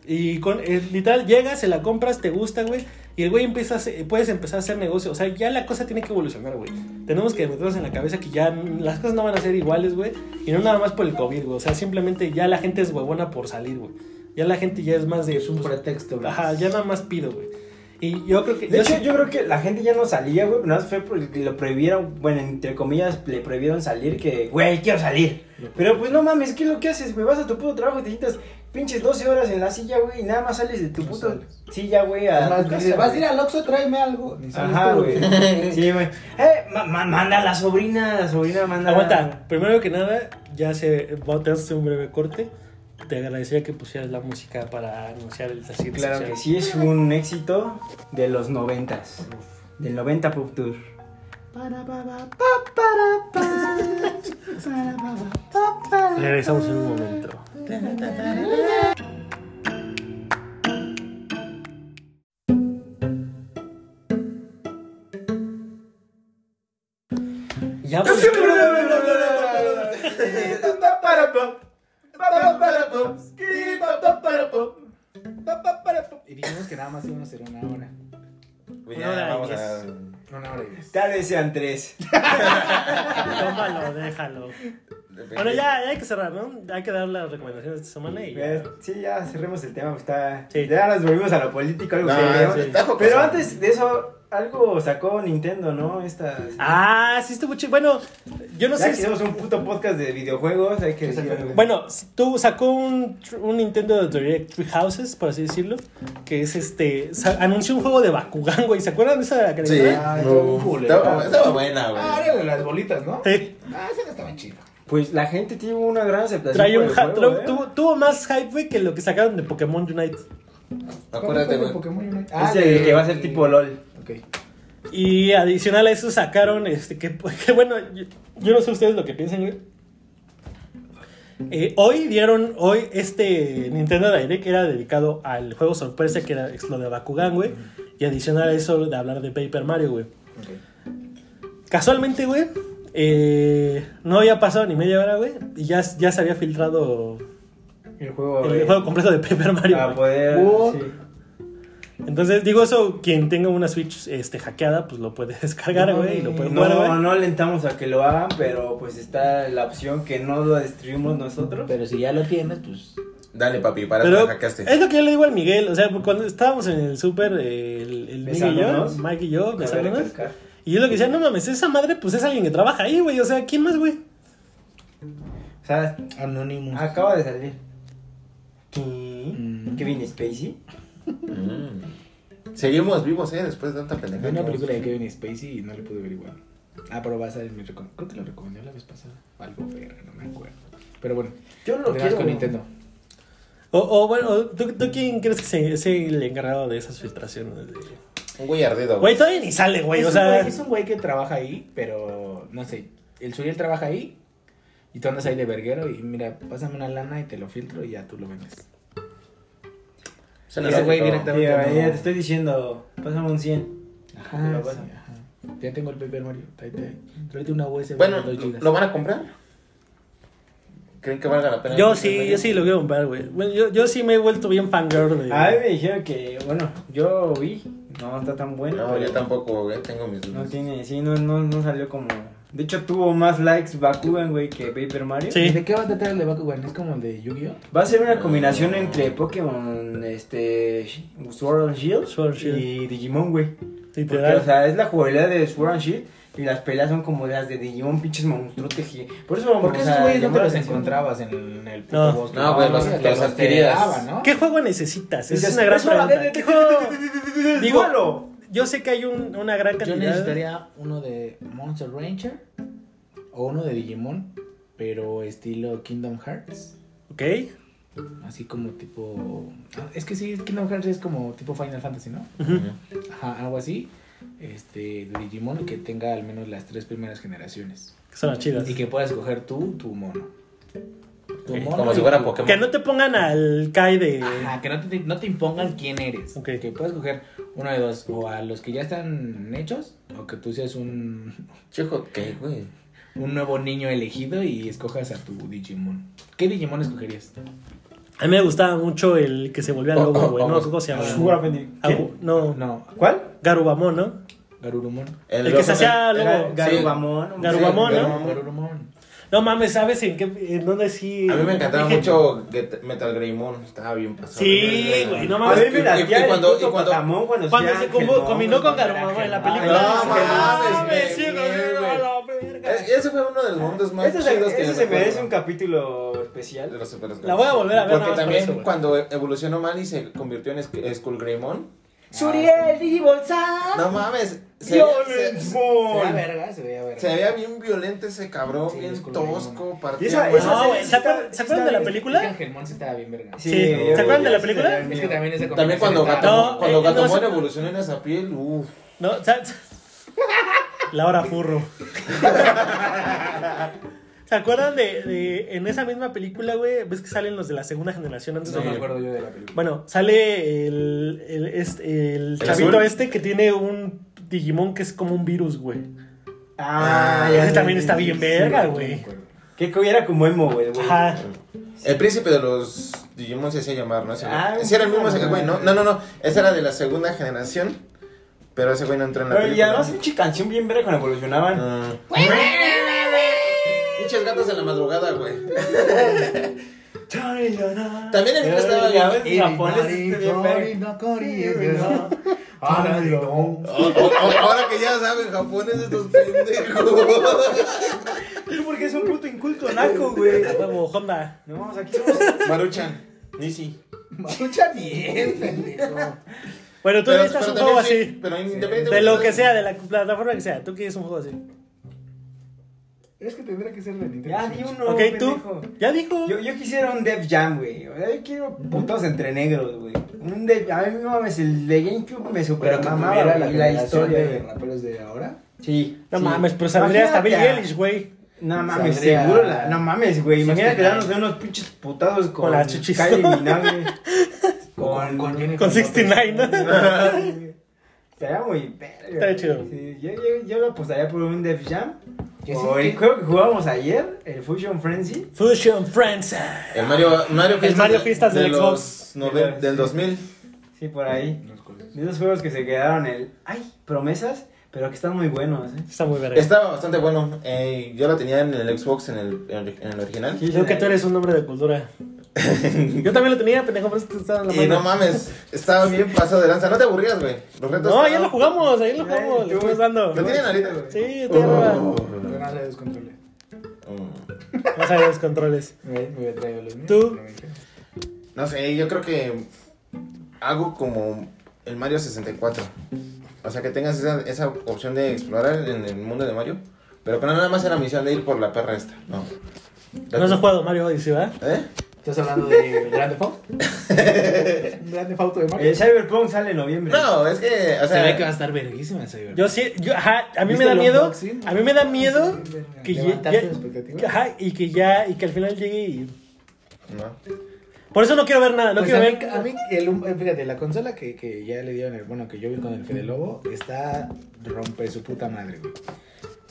A: Y con, eh, literal, llegas, se la compras, te gusta, güey. Y el güey empieza a hacer- puedes empezar a hacer negocio. O sea, ya la cosa tiene que evolucionar, güey. Tenemos que meternos en la cabeza que ya mm, las cosas no van a ser iguales, güey. Y no nada más por el COVID, güey. O sea, simplemente ya la gente es huevona por salir, güey. Ya la gente ya es más de...
B: Es un
A: pues,
B: pretexto, güey.
A: Ajá, ya nada más pido, güey. Y yo creo que...
C: De
A: yo
C: hecho,
A: sí-
C: yo creo que la gente ya no salía, güey. Nada más fue porque lo prohibieron, bueno, entre comillas, le prohibieron salir. Que, güey, quiero salir. Pero pues no mames, ¿qué es lo que haces? Me vas a tu puto trabajo y te quitas pinches 12 horas en la silla, güey. Y nada más sales de tu puto
B: sales.
C: silla, güey. A
B: Además,
C: tu
B: dices,
C: casa,
B: vas a
C: güey".
B: ir al Oxxo, tráeme algo. Ni sabes
C: Ajá,
B: tú,
C: güey. Sí, güey. Eh, ma- ma- manda a la sobrina, la sobrina manda.
A: Aguanta, primero que nada, ya se... Vamos a hacer un breve corte. Te agradecería que pusieras la música para anunciar el siguiente
C: Claro
A: sección.
C: que sí, es un éxito de los noventas. Del 90 Pop Tour.
B: Para, pa, pa, pa, para, pa. Para, pa, pa, pa, para.
A: Regresamos en un momento. Ya pues,
B: Y dijimos que nada más íbamos a hacer una hora.
D: Pues
A: Una hora
D: ya
A: y
D: vamos
A: diez.
D: a.
B: Una hora y diez.
C: Tal vez sean tres.
A: tómalo, déjalo. Bueno, ya, ya hay que cerrar, ¿no? Hay que dar las recomendaciones de esta semana y ya.
C: Eh, Sí, ya cerremos el tema. pues, Está...
A: Sí.
C: Ya nos volvimos a lo político, algo
D: No,
C: serio.
D: sí. Está jocoso.
C: Pero antes de eso, algo sacó Nintendo, ¿no? Esta...
A: Ah, sí, estuvo chido. Bueno, yo no
C: ya
A: sé
C: que
A: si.
C: hacemos un puto podcast de videojuegos, hay que decirlo.
A: Bueno, tú sacó un, tr- un Nintendo Direct Three Houses, por así decirlo, que es este, sa- anunció un juego de Bakugan, güey, ¿se acuerdan de esa
D: Sí,
A: caricatura?
B: Ay, qué
D: no.
B: culero.
D: estaba, estaba buena, güey.
B: Ah, era de las bolitas, ¿no?
A: Sí.
B: Ah, esa no estaba chida.
C: Pues la gente tiene una gran aceptación.
A: Trae
C: por
A: un
C: el
A: ha-
C: juego,
A: tro-
C: ¿eh?
A: tuvo, tuvo más hype, güey, que lo que sacaron de Pokémon Unite.
D: Acuérdate,
B: ¿Cuál fue el
D: güey.
B: Pokémon Unite? Ah,
A: Ah,
C: Es el que va a ser tipo LOL.
B: Ok.
A: Y adicional a eso sacaron, este, que, que bueno, yo, yo no sé ustedes lo que piensan, güey. Eh, hoy dieron, hoy este Nintendo Direct era dedicado al juego sorpresa que era lo de Bakugan, güey. Y adicional a eso de hablar de Paper Mario, güey. Casualmente, güey, eh, no había pasado ni media hora, güey, y ya, ya se había filtrado
C: El juego.
A: el
C: eh,
A: juego completo de Paper Mario.
C: Para
A: güey. Uh.
C: poder.
B: Oh.
C: Ah, sí.
A: Entonces, digo eso, quien tenga una Switch este, hackeada, pues lo puede descargar,
B: No
A: güey, y lo
B: mames.
A: puede jugar,
C: No,
A: güey.
C: no alentamos a que lo hagan, pero pues está la opción que no lo destruimos nosotros.
G: Pero si ya lo tienes, pues.
D: Dale, papi, para que
A: Pero
D: la hackeaste.
A: es lo que yo le digo al Miguel, o sea, cuando estábamos en el súper, eh, el, el Miguel y yo,
C: Besándonos.
A: Mike y yo,
C: Cabe
A: besándonos,
C: recalcar.
A: y yo lo que decía, no mames, esa madre, pues es alguien que trabaja ahí, güey, o sea, ¿quién más, güey?
C: O sea,
B: Anonymous.
C: acaba de salir. ¿Qué? Kevin Spacey.
D: Mm. Seguimos vivos, eh, después de tanta
B: Vi
D: pendejada.
B: una película de Kevin Spacey y no le pude averiguar. Ah, pero va a salir mi recom- Creo que lo recomendé la vez pasada. Algo verga, no me acuerdo. Pero bueno,
C: Yo no lo
B: gracias
C: quiero.
B: con Nintendo.
A: O, o, bueno, ¿tú, tú quién crees que se- es el encargado de esas filtraciones? de-
D: Un güey ardido.
A: Güey, todavía ni sale, güey.
B: es,
A: O
B: un
A: sea,
B: güey, es un güey que trabaja ahí, pero no sé. El Suriel trabaja ahí y tú andas ahí de verguero y mira, pásame una lana y te lo filtro y ya tú lo vendes.
D: Suena
B: ese güey
D: lógico.
B: directamente-
C: Tío, ya te estoy diciendo, pásame un 100.
B: Ajá,
C: Te lo
B: sí,
C: paso.
B: ajá. Ya tengo el Paper Mario. Tráete, tráete una USB
D: Bueno,
B: de 2
D: ¿lo
B: gigas.
D: lo van a comprar? ¿Creen que valga la pena?
A: yo sí, yo sí lo quiero comprar, güey. Bueno, yo, yo sí me he vuelto bien fangirl de.
C: A mí me dijeron que, bueno, yo vi, no está tan bueno.
D: No,
C: pero
D: yo tampoco, güey, tengo mis
C: No
D: dudas.
C: tiene, sí, no, no, no salió como. De hecho, tuvo más likes Bakugan, güey, que Paper Mario.
A: Sí.
B: ¿De qué va a tratar el de Bakugan? ¿Es como el de Yu-Gi-Oh?
C: Va a ser una combinación entre Pokémon, este, Sh- Sword and Shield,
A: Sword and Shield.
C: y Digimon, güey. Porque,
A: Literal.
C: o sea, es la jugabilidad de Sword and Shield y las peleas son como las de Digimon, pinches monstruotes. gi- Por eso,
B: ¿Por qué
C: o
B: esos
C: sea,
B: güeyes no
C: llamó
B: te
C: la
B: los
C: atención.
B: encontrabas en el, en el puto
A: No.
B: bosque? Ah,
D: No, güey, los-
B: te
D: los adquirías.
B: daban, ¿no?
A: ¿Qué juego necesitas? Esa
C: Dices,
A: es una gran
C: "Eso, la
A: pregunta.
C: de-
A: ¿Qué juego? Digo-
C: ¡Duelo!
A: Yo sé que hay un- una gran
B: Yo
A: cantidad.
B: necesitaría uno de Monster Ranger o uno de Digimon, pero estilo Kingdom Hearts.
A: Ok.
B: Así como tipo. ah, Es que sí, Kingdom Hearts es como tipo Final Fantasy, ¿no?
A: Ujú.
B: Ajá, algo así. Este, de Digimon que tenga al menos las tres primeras generaciones.
A: Que son las chidas.
B: Y que puedas escoger tú, tu mono. Tu
D: Ok,
B: mono
D: Como
B: y
D: si fuera
B: tu-
D: Pokémon.
A: Que no te pongan al Kai de.
B: Ajá, que no te, no te impongan quién eres.
A: Ok.
B: Que puedas coger uno de dos, o a los que ya están hechos, o que tú seas un,
D: Chico, ¿qué, güey?
B: un nuevo niño elegido y escojas a tu Digimon. ¿Qué Digimon escogerías?
A: A mí me gustaba mucho el que se volvía
D: Oh,
A: lobo,
D: oh,
A: güey. No,
D: oh,
A: ¿cómo se
C: Sugar
A: llama?
C: Appendi-
A: Agu- No,
B: No,
C: ¿Cuál?
A: Garubamón, ¿no?
B: Garurumon.
A: El que se
D: oso-
A: hacía lobo.
D: Gar-
C: Garubamón.
A: Garubamón, ¿no?
D: Garubamón.
B: Garurumon.
A: No mames, ¿sabes en qué? ¿En dónde sí?
D: A mí me encantaba
A: Dije-
D: mucho Get- Metal Greymon, estaba bien pasado.
A: Sí, güey, no
C: A
A: mames.
C: mí me la
D: Y- y- y cuando- y cuando-
C: Patamón, Pues, cuando
A: Cuando
C: hacía
A: se
C: Ángel,
A: combo-
C: ¿no?
A: combinó con
B: no,
A: Garubamón en la
B: no,
A: película.
D: no, mames,
A: mames, sí,
D: güey,
A: güey,
D: güey.
A: a la verga.
D: E- Ese fue uno de los momentos más
C: Eso se,
D: chidos que
C: eso
D: yo
C: se
D: me acuerdo.
C: merece un capítulo
D: De
C: especial.
D: los superhéroes.
A: La voy a volver a ver nada más
D: Porque
A: por
D: también
A: eso, güey.
D: cuando evolucionó mal y se convirtió en Sk- Skull Greymon.
C: Suriel Digibolsa.
D: No mames. Se, se-
C: Violent
B: Se veía
C: Moon.
B: verga, se veía verga.
D: se veía bien violento ese cabrón,
B: Sí,
D: bien
B: Skull
D: tosco, partía
C: esa-
D: mal.
C: esa-
A: No, güey, ¿se acuerdan se acuerdan de la
B: Es que
A: película?
B: Angelmon sí estaba bien verga.
A: Sí, ¿se acuerdan de la película?
B: Es que también esa combinación
D: También cuando
B: estaba-
D: Gatomón,
A: eh, No,
D: cuando
A: eh, no,
D: Gatomón
A: se-
D: evolucionó en esa piel, uff.
A: No, sa- Laura Furro. ¿Se acuerdan de, de- en esa misma película, güey? ¿Ves que salen los de la segunda generación antes
B: No
A: de
B: me
A: que-
B: acuerdo yo de la película.
A: Bueno, sale el, el, este- el chavito
D: azul?
A: este que tiene un Digimon que es como un virus, güey.
C: Ah, ya
A: Ese
C: lo
A: también
C: entendí,
A: está bien
C: sí,
A: verga,
C: güey.
A: güey.
C: Que que era como emo, güey. güey.
A: Ajá.
D: El príncipe de los Digimon se hacía llamar, ¿no? Ese, güey.
C: Ah,
D: Ese era el mismo,
C: bueno.
D: ese güey, ¿no? No, no, no. Ese era de la segunda generación. Pero ese güey no entró en la
C: Pero, y
D: película.
C: además, pinche canción bien verga cuando evolucionaban.
D: Mm. Pinches gatos en la madrugada, güey. También el libro estaba
C: Ya
D: bien.
C: ves, japonés está bien verga.
B: Ah,
D: O- o- o- Ahora que ya saben japonés estos pendejos.
C: Tú porque es un puto inculto naco, güey.
A: A Huevo, Honda.
C: No, o sea, aquí somos...
D: Maruchan, Nisi.
B: Escucha bien, pendejo.
A: Bueno, tú necesitas un juego
D: también sí,
A: así.
D: Pero independientemente
A: De lo que sea, de la plataforma que sea. Tú quieres un juego así.
B: Es que tendría que ser de Nintendo.
C: Ya, di
B: Switch.
C: uno,
A: ok, tú.
C: pendejo.
A: Ya dijo.
C: Yo, yo quisiera un Def Jam, güey. O sea, yo quiero putos entre negros, güey. Un Def A mí no mames, el de GameCube me
B: Pero
C: super
B: que
C: mamaba,
B: tuviera la
C: güey, la
B: generación
C: historia,
B: de
C: güey.
B: raperos de ahora.
C: Sí.
A: no
C: sí.
A: mames, pero saldría hasta Billie
C: Imagínate a-
A: Eilish, güey.
C: No mames,
B: Saldría-
C: seguro la. No mames, güey. Imagínate
B: Sixty
C: quedarnos de unos pinches putazos con.
A: Con las chichis.
C: Kylie Minogue.
B: Con, con Jennifer
A: Con
B: Lopez.
A: 69, ¿no?
C: Estaría muy verga.
A: Está
C: güey.
A: chido.
C: Sí, yo, yo, yo lo apostaría por un Def Jam.
B: Que sí,
C: o el
B: que-
C: juego que jugábamos ayer, el Fusion Frenzy.
A: Fusion Friends.
D: El Mario, Mario Fiestas,
A: Mario Fiestas del
D: los
A: Xbox.
D: noven- del 2000.
C: Sí, por ahí.
B: Unas cosas.
C: De esos juegos que se quedaron el. ¡Ay! Promesas, pero que están muy buenos, ¿eh?
A: Está muy verga.
D: Estaba bastante bueno. eh, yo la tenía en el Xbox, en el, en el original.
C: Sí,
A: Creo que
C: sí.
A: tú eres un hombre de cultura. Yo también lo tenía, pendejo, pero esto estaba en la
D: Y no
A: mano.
D: mames, estaba bien pasado de lanza. No te aburrías, güey. Los retos.
A: No,
D: estaban-
A: ya lo jugamos, ahí lo
C: Ay,
A: jugamos,
C: tú-
A: le estamos dando.
D: ¿Lo tienen ahorita, güey?
A: Sí, está
D: Oh.
A: arriba.
B: Pero no le descontrolé.
D: Mm.
A: No sabía los controles.
B: Me, me había traído los míos.
A: ¿Tú?
B: pero me dijeron.
D: No sé, yo creo que algo como el Mario 64. O sea, que tengas esa, esa opción de explorar en el mundo de Mario. Pero que no nada más era misión de ir por la perra esta. No.
A: No has jugado Mario Odyssey, ¿verdad?
D: ¿Eh?
B: ¿Estás hablando de Grande Fauto? Grande Fauto de Mario.
C: El Cyberpunk sale en noviembre.
D: No, es que. O sea,
G: a estar verguísima esa idea.
A: Yo sí, yo, ajá, a mí
B: ¿Viste
A: me da
B: el
A: miedo,
B: unboxing?
A: a mí me da miedo que ya,
B: Levantar tus
A: ya-
B: expectativas.
A: que- ajá, y que ya, y que al final llegue y...
D: no.
A: Por eso no quiero ver nada, no
B: Pues a,
A: quiero
B: mí,
A: ver...
B: a mí el, un- eh, fíjate, la consola que, que ya le dieron, el, bueno, que yo vi con el Fede Lobo, está rompe su puta madre, güey.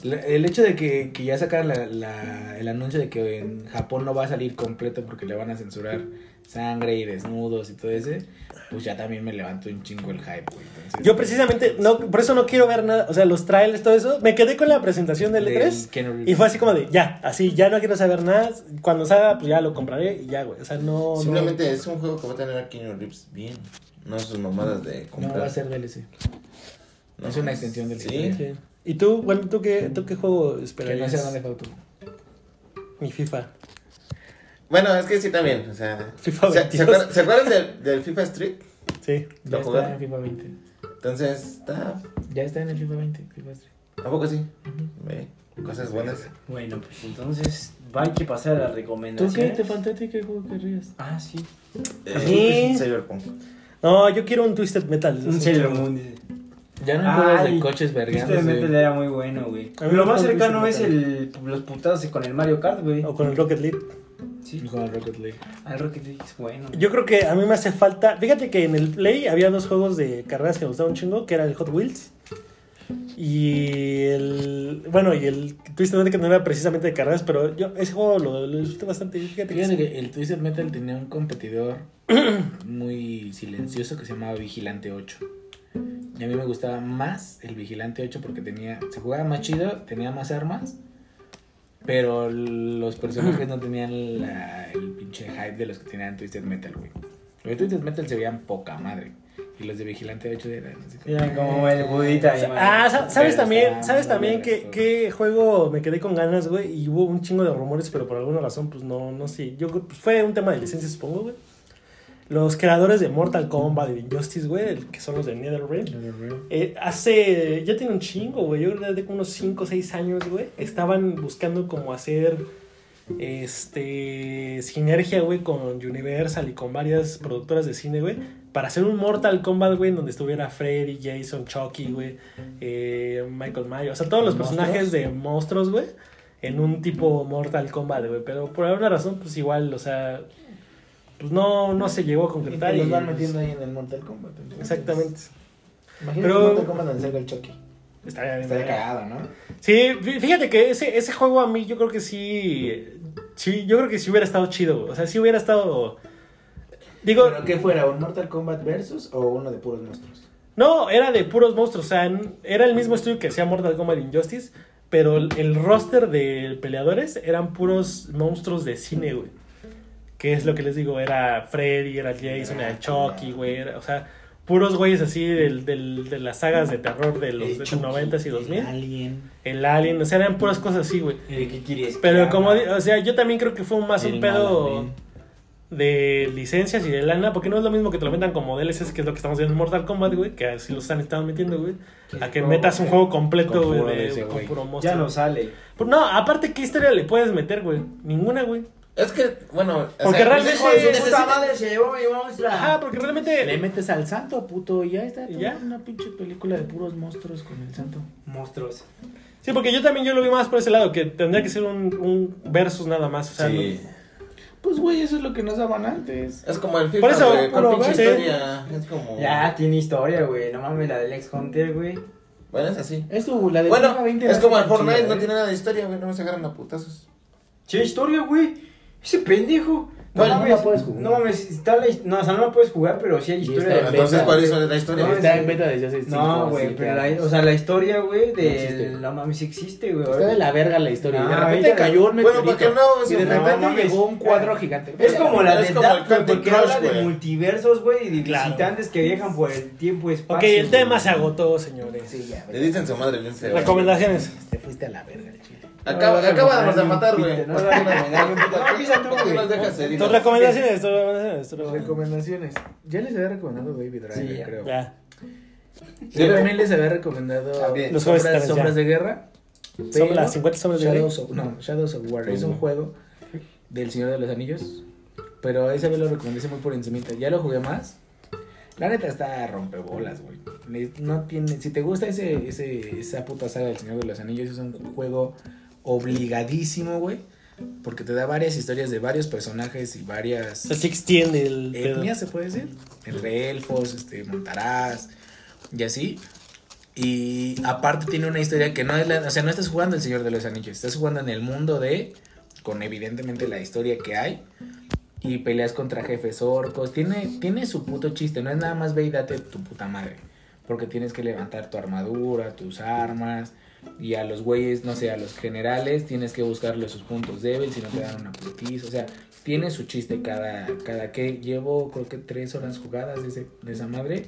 B: La- el hecho de que, que ya sacaran la- la- el anuncio de que en Japón no va a salir completo porque le van a censurar sangre y desnudos y todo ese, pues ya también me levantó un chingo el hype, güey. Entonces,
A: Yo precisamente, no, por eso no quiero ver nada, o sea, los trailers, todo eso, me quedé con la presentación del
B: Del
A: E3
B: Keanu Reeves.
A: y fue así como de, ya, así, ya no quiero saber nada, cuando salga, pues ya lo compraré y ya, güey, o sea,
B: Oh,
A: no... no-
D: Simplemente es un juego que va a tener aquí en Rips bien. No sus mamadas de comprar.
B: No va a ser DLC.
D: No,
B: es una extensión del E
D: Sí.
B: tutorial.
A: Sí. ¿Y tú, bueno, tú qué, tú qué juego
B: Pero no
A: esperarías?
B: sé dónde Fauto.
A: Mi FIFA.
D: Bueno, es que sí también. O sea,
A: FIFA
D: ¿se,
A: 22.
D: ¿se acuerdan, ¿se acuerdan del, del FIFA Street?
A: Sí.
B: Ya está
D: ¿Lo
B: en
D: jugaron?
B: FIFA 20.
D: Entonces, está.
B: Ya está en el FIFA 20, FIFA 3.
D: ¿A poco sí? Ve, Cosas buenas.
C: Bueno, pues entonces va hay que pasar a las
B: ¿Tú qué
C: recomendaciones.
B: te faltó a ti? ¿Qué juego querrías?
C: Ah, sí.
A: Sí.
D: Eh, Cyberpunk.
A: No, yo quiero un Twisted Metal.
C: Un Sailor Moon, dice.
B: Ya no hay
C: Ay,
B: juegos de coches
C: Este
B: vergándose.
C: metal era muy bueno, güey.
A: A mí me
C: Lo más
A: gusta el
C: cercano es
A: Twisted
C: el, los putados con el Mario Kart, güey.
A: O con el Rocket League.
B: Y
C: Sí.
B: Con el Rocket League.
C: Al Rocket League es bueno.
A: Yo creo que a mí me hace falta. Fíjate que en el Play había dos juegos de carreras que me gustaban un chingo, que era el Hot Wheels. Y el. Bueno, y el Twisted Metal que no era precisamente de carreras, pero yo ese juego lo, lo disfruté bastante. Fíjate que.
B: Fíjate
A: sí.
B: que el Twisted Metal tenía un competidor muy silencioso que se llamaba Vigilante 8. Y a mí me gustaba más el Vigilante 8 porque tenía se jugaba más chido, tenía más armas, pero los personajes no tenían la- el pinche hype de los que tenían Twisted Metal, güey. Los de Twisted Metal se veían poca madre. Y los de Vigilante 8 eran así como-
C: Mira, como el budita ahí,
A: Ah,
C: man.
A: Eh, sa- ¿sabes
B: Pero
A: también,
B: está
A: ¿sabes
B: muy
A: también
B: vergas
A: qué,
B: todo.
A: qué juego me quedé con ganas, güey? Y hubo un chingo de rumores, pero por alguna razón, pues no, no sé. Yo creo- pues, fue un tema de licencia, supongo, güey. Los creadores de Mortal Kombat, de Injustice, güey, el- que son los de NetherRealm. eh, hace, ya tiene un chingo, güey. Yo creo que desde como unos 5 o 6 años, güey. Estaban buscando como hacer, este, sinergia, güey, con Universal y con varias productoras de cine, güey. para hacer un Mortal Kombat, güey, en donde estuviera Freddy, Jason, Chucky, güey, eh, Michael Myers, o sea, todos los personajes de monstruos, güey, en un tipo Mortal Kombat, güey. Pero por alguna razón, pues igual, o sea, pues no, no se llegó a
B: Y
A: concretar.
B: te los
A: y,
B: van
A: pues,
B: metiendo ahí en el Mortal Kombat. entonces.
A: Exactamente.
B: Imagínate
A: Pero-
B: un Mortal Kombat donde salga el Chucky.
A: Estaría bien.
B: Estaría
A: verga.
B: cagado, ¿no?
A: Sí, fí- fíjate que ese, ese juego a mí yo creo que sí. Sí, yo creo que sí hubiera estado chido. güey. O sea, sí hubiera estado. Digo,
B: ¿Pero qué fuera? ¿Un Mortal Kombat versus o uno de puros monstruos?
A: no, era de puros monstruos. O sea, n- era el mismo estudio que hacía Mortal Kombat Injustice. Pero el- el roster de peleadores eran puros monstruos de cine, güey. Que es lo que les digo, era Freddy, era Jason, era Chucky, güey. era- o sea, puros güeyes así del, del- de las sagas de terror de los
B: El
A: de los
B: Chucky,
A: 90s y 2000.
B: Alien.
A: El Alien, o sea, eran puras cosas así, güey.
C: ¿Qué quieres?
A: Pero como, di- o sea, yo también creo que fue más un
G: El
A: pedo
G: Malamén.
A: de licencias y de lana, porque no es lo mismo que te lo metan como DLCs, que es lo que estamos viendo en Mortal Kombat, güey, que así lo están están metiendo, güey, a que metas un juego completo,
G: Con
A: güey,
G: puro
A: de-
G: ese,
A: con
G: güey.
A: puro
C: Ya no
A: monstruo.
C: sale.
A: Pero No, aparte, ¿qué historia le puedes meter, güey? Ninguna, güey.
D: Es que, bueno. o
A: Porque
D: sea,
A: realmente-
D: necesitas-
A: Hijo de su
D: necesitas-
C: se llevó mi monstruo.
A: Ajá, porque
B: Le
A: realmente...
B: metes al santo, puto, y ya está.
A: Y
B: tú,
A: ya.
B: Una pinche película de puros monstruos con el santo.
C: Monstruos.
A: Sí, porque yo también yo lo vi más por ese lado, que tendría que ser un, un versus nada más, o sea, no-
D: Sí.
B: Pues, güey, eso es lo que nos daban antes.
D: Es como el FIFA,
A: Por eso,
D: güey, con
A: pero,
D: pinche
A: sí.
D: historia. Es como.
C: Ya, tiene historia, güey. No mames, la del ex Hunter, güey.
D: Bueno, es así.
B: Es tu, la de
D: Bueno,
B: FIFA 20
D: es
B: la
D: como el
B: chida,
D: Fortnite, no
B: ¿eh?
D: tiene nada de historia, güey, no me agarran a putazos.
C: Che, historia, güey. Ese pendejo.
D: Bueno,
B: no la puedes jugar.
C: No mames, está la his- No, o sea, no la puedes jugar, pero sí hay
B: Y
C: historia.
B: está
C: de
B: en
C: venta,
D: Entonces, ¿cuál
C: güey.
D: es la historia?
C: No,
B: Está en beta desde hace cinco
C: No, güey,
B: siete
C: pero la,
B: años.
C: o sea, la historia, güey,
B: No
C: de
B: existe.
C: la mami sí existe, güey.
B: Está de la verga la historia. y de
C: Ah,
B: repente
C: ahorita-
B: cayó un
D: Bueno,
B: meteorito.
D: ¿para qué no? Si
B: Y de
D: no,
B: repente
C: mames.
B: llegó un cuadro gigante.
C: Es como la
D: Es
C: de
D: como
C: Dark,
D: el Candy
C: porque
D: Crush,
C: habla de
D: güey.
C: multiversos, güey, y de
A: Claro.
C: visitantes que viajan por el tiempo y espacio.
A: Ok, el tema
C: güey.
A: se agotó, señores.
B: Sí, ya,
D: Le
B: güey.
D: dicen su madre, bien feo.
A: Recomendaciones.
B: Te fuiste a la verga, el chile.
D: Acaba,
C: No,
D: acabamos de
C: no,
D: matar,
C: no,
D: güey.
C: no,
D: ¿Por
C: no,
D: qué
C: no,
D: nos engañan?
C: no,
D: ¿Por qué-
C: empieza tú,
D: por qué
C: güey.
D: nos dejas heridos?
A: Tus recomendaciones, tus recomendaciones. tus recomendaciones.
B: Recomendaciones. Ya les había recomendado Baby Driver,
C: Sí, ya.
B: creo.
A: Ya.
B: Yo también les había recomendado
D: También.
A: Los jóvenes
B: Sombras,
A: están
B: Sombras
A: ya.
B: de Guerra.
A: Son
B: pero
A: las 50 sombras de Grey.
B: Shadows of, no, Shadows of War. Es un
D: Ujú.
B: juego del Señor de los Anillos. Pero esa vez lo recomendé muy por encimita. Ya lo jugué más. La neta está rompebolas, güey. Ne- No tiene, si te gusta ese, ese, esa puta saga del Señor de los Anillos, es un juego obligadísimo, güey. Porque te da varias historias de varios personajes y varias
A: O sea, sí extiende el
C: Eh,
A: dedo.
B: etnia, se puede decir, entre elfos, este, montarás y así. Y aparte tiene una historia que no es la, o sea, no estás jugando el Señor de los Anillos, estás jugando en el mundo de, con evidentemente la historia que hay. Y peleas contra jefes orcos. Tiene, tiene su puto chiste. No es nada más ve y date tu puta madre. Porque tienes que levantar tu armadura, tus armas. Y a los güeyes, no sé, a los generales, tienes que buscarle sus puntos débiles si no te dan una putiza. O sea, tiene su chiste cada, cada que. Llevo, creo que tres horas jugadas de, ese- de esa madre.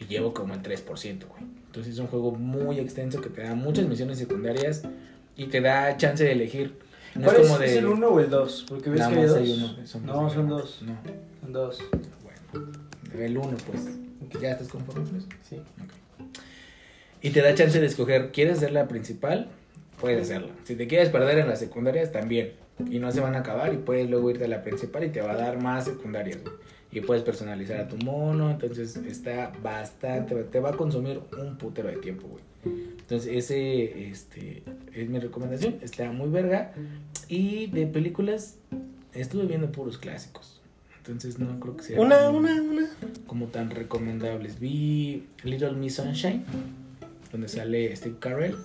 B: Y llevo como el 3%, güey. Entonces es un juego muy extenso que te da muchas misiones secundarias. Y te da chance de elegir. No
C: ¿Cuál
B: es
C: es,
B: como de.
C: ¿Es el 1 o el 2? Porque ves
B: nada
C: que hay
B: más
C: dos.
B: hay uno, son
C: no, son
B: de-
C: dos.
B: No.
C: Son dos.
B: Bueno, el 1, pues. ¿Ya estás conforme con eso?
C: Sí.
B: Ok. Y te da chance de escoger, ¿quieres ser la principal? Puedes hacerla. Si te quieres perder en las secundarias, también. Y no se van a acabar y puedes luego irte a la principal y te va a dar más secundarias. güey. Y puedes personalizar a tu mono, entonces está bastante, te va a consumir un putero de tiempo, güey. Entonces ese este, es mi recomendación, está muy verga. Y de películas, estuve viendo puros clásicos. Entonces no creo
C: eh,
B: que sea...
A: Una,
C: mm.
B: muy-
A: una, una.
B: como tan recomendables. Vi Little Miss Sunshine, donde sale Steve Carell,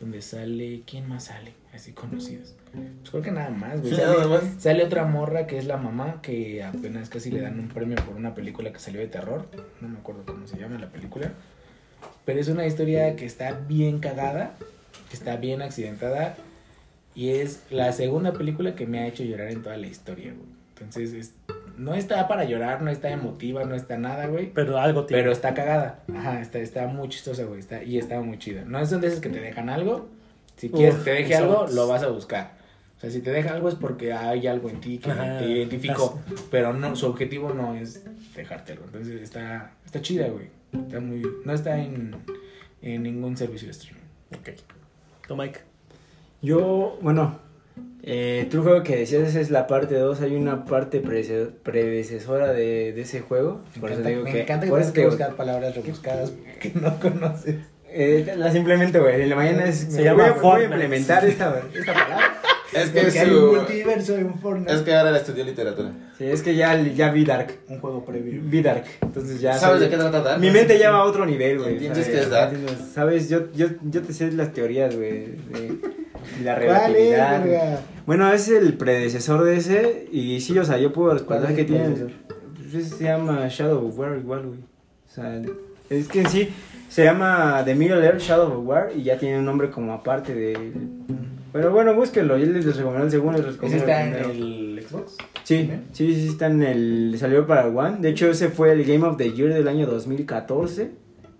B: donde sale. ¿Quién más sale? Así conocidos. Pues creo que nada más, güey.
D: Nada
B: Sale,
D: más.
B: sale otra morra que es la mamá, que apenas casi le dan un premio por una película que salió de terror. No me acuerdo cómo se llama la película. Pero es una historia que está bien cagada, que está bien accidentada. Y es la segunda película que me ha hecho llorar en toda la historia, güey. Entonces, es- no está para llorar, no está emotiva, no está nada, güey.
A: Pero algo tiene.
B: Pero está cagada. Ajá, está, está muy chistosa, güey. Está, y está muy chida. No son de esas que te dejan algo. Si quieres
A: Uf,
B: que te deje
A: eso
B: algo,
A: es.
B: lo vas a buscar. O sea, si te deja algo es porque hay algo en ti que
A: Ajá,
B: te identificó. Pero no, su objetivo no es dejarte algo. Entonces está, está chida, güey. Está muy. No está en, en ningún servicio de streaming.
A: Ok. Tú, Mike.
C: Yo, bueno, Eh, tú juego que decías esa es la parte 2, hay una parte prece- predecesora de, de ese juego.
B: Me
C: Por eso
B: encanta-
C: digo
B: me
C: que...
B: encanta que
C: por
B: puedas
C: eso te digo-
B: buscar palabras rebuscadas que no conoces.
C: eh, la simplemente, güey, en la mañana es...
A: Se
C: voy
A: llama
C: a- voy a
A: Fortnite.
C: implementar esta, esta palabra.
D: Es que,
B: Porque hay
D: su-
B: un multiverso en Fortnite.
D: es que ahora estudió literatura.
C: Sí, es que ya, ya vi Dark,
B: Un juego previo.
C: vi Dark, entonces ya...
D: ¿Sabes
C: soy-
D: de qué trata Dark?
C: Mi mente ya va a otro nivel, güey.
D: ¿Entiendes
C: ¿sabes?
D: qué es Dark?
C: Entiendes, Sabes, yo, yo, yo te sé las teorías, güey, de la
B: ¿Cuál es,
C: relatividad.
B: verga?
C: Bueno, es el predecesor de ese y sí, o sea, yo puedo recordar que tiene... Pues Se llama Shadow of War igual, güey. O sea, es que en sí se llama The Middle Earth Shadow of War y ya tiene un nombre como aparte de... Pero bueno, búsquenlo, yo les recomiendo el segundo, les
B: ¿Ese
C: recomiendo
B: está
C: el
B: en
C: primero.
B: el Xbox?
C: Sí, sí, sí, está en el... Salió para el One. De hecho, ese fue el Game of the Year del año 2014.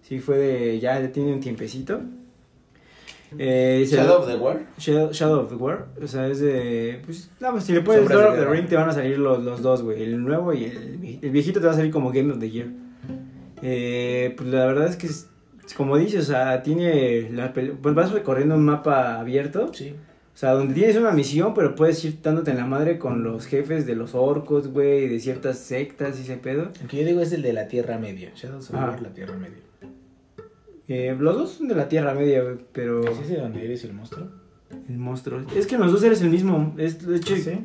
C: Sí, fue de... Ya tiene un tiempecito. Eh, se-
D: Shadow of the War.
C: Shadow, Shadow of the War, o sea, es de. Pues, no, pues, si le pones
B: Sombras
C: Lord
B: de
C: of the
B: guerra.
C: Ring, te van a salir los, los dos, güey. El nuevo y el, vie- el viejito te va a salir como Game of the Year. Eh, pues la verdad es que, es- es como dices, o sea, tiene. La, pel- pues vas recorriendo un mapa abierto.
B: Sí.
C: O sea, donde tienes una misión, pero puedes ir dándote en la madre con los jefes de los orcos, güey, de ciertas sectas y ese pedo.
B: El que yo digo es el de la Tierra Media. Shadows of
C: Ah.
B: War, la Tierra Media.
C: Eh, los dos son de la Tierra Media, güey, pero.
B: ¿Es ese donde eres el monstruo?
C: El monstruo. Es que los dos eres el mismo. Es, de hecho,
B: ¿Ah, Sí.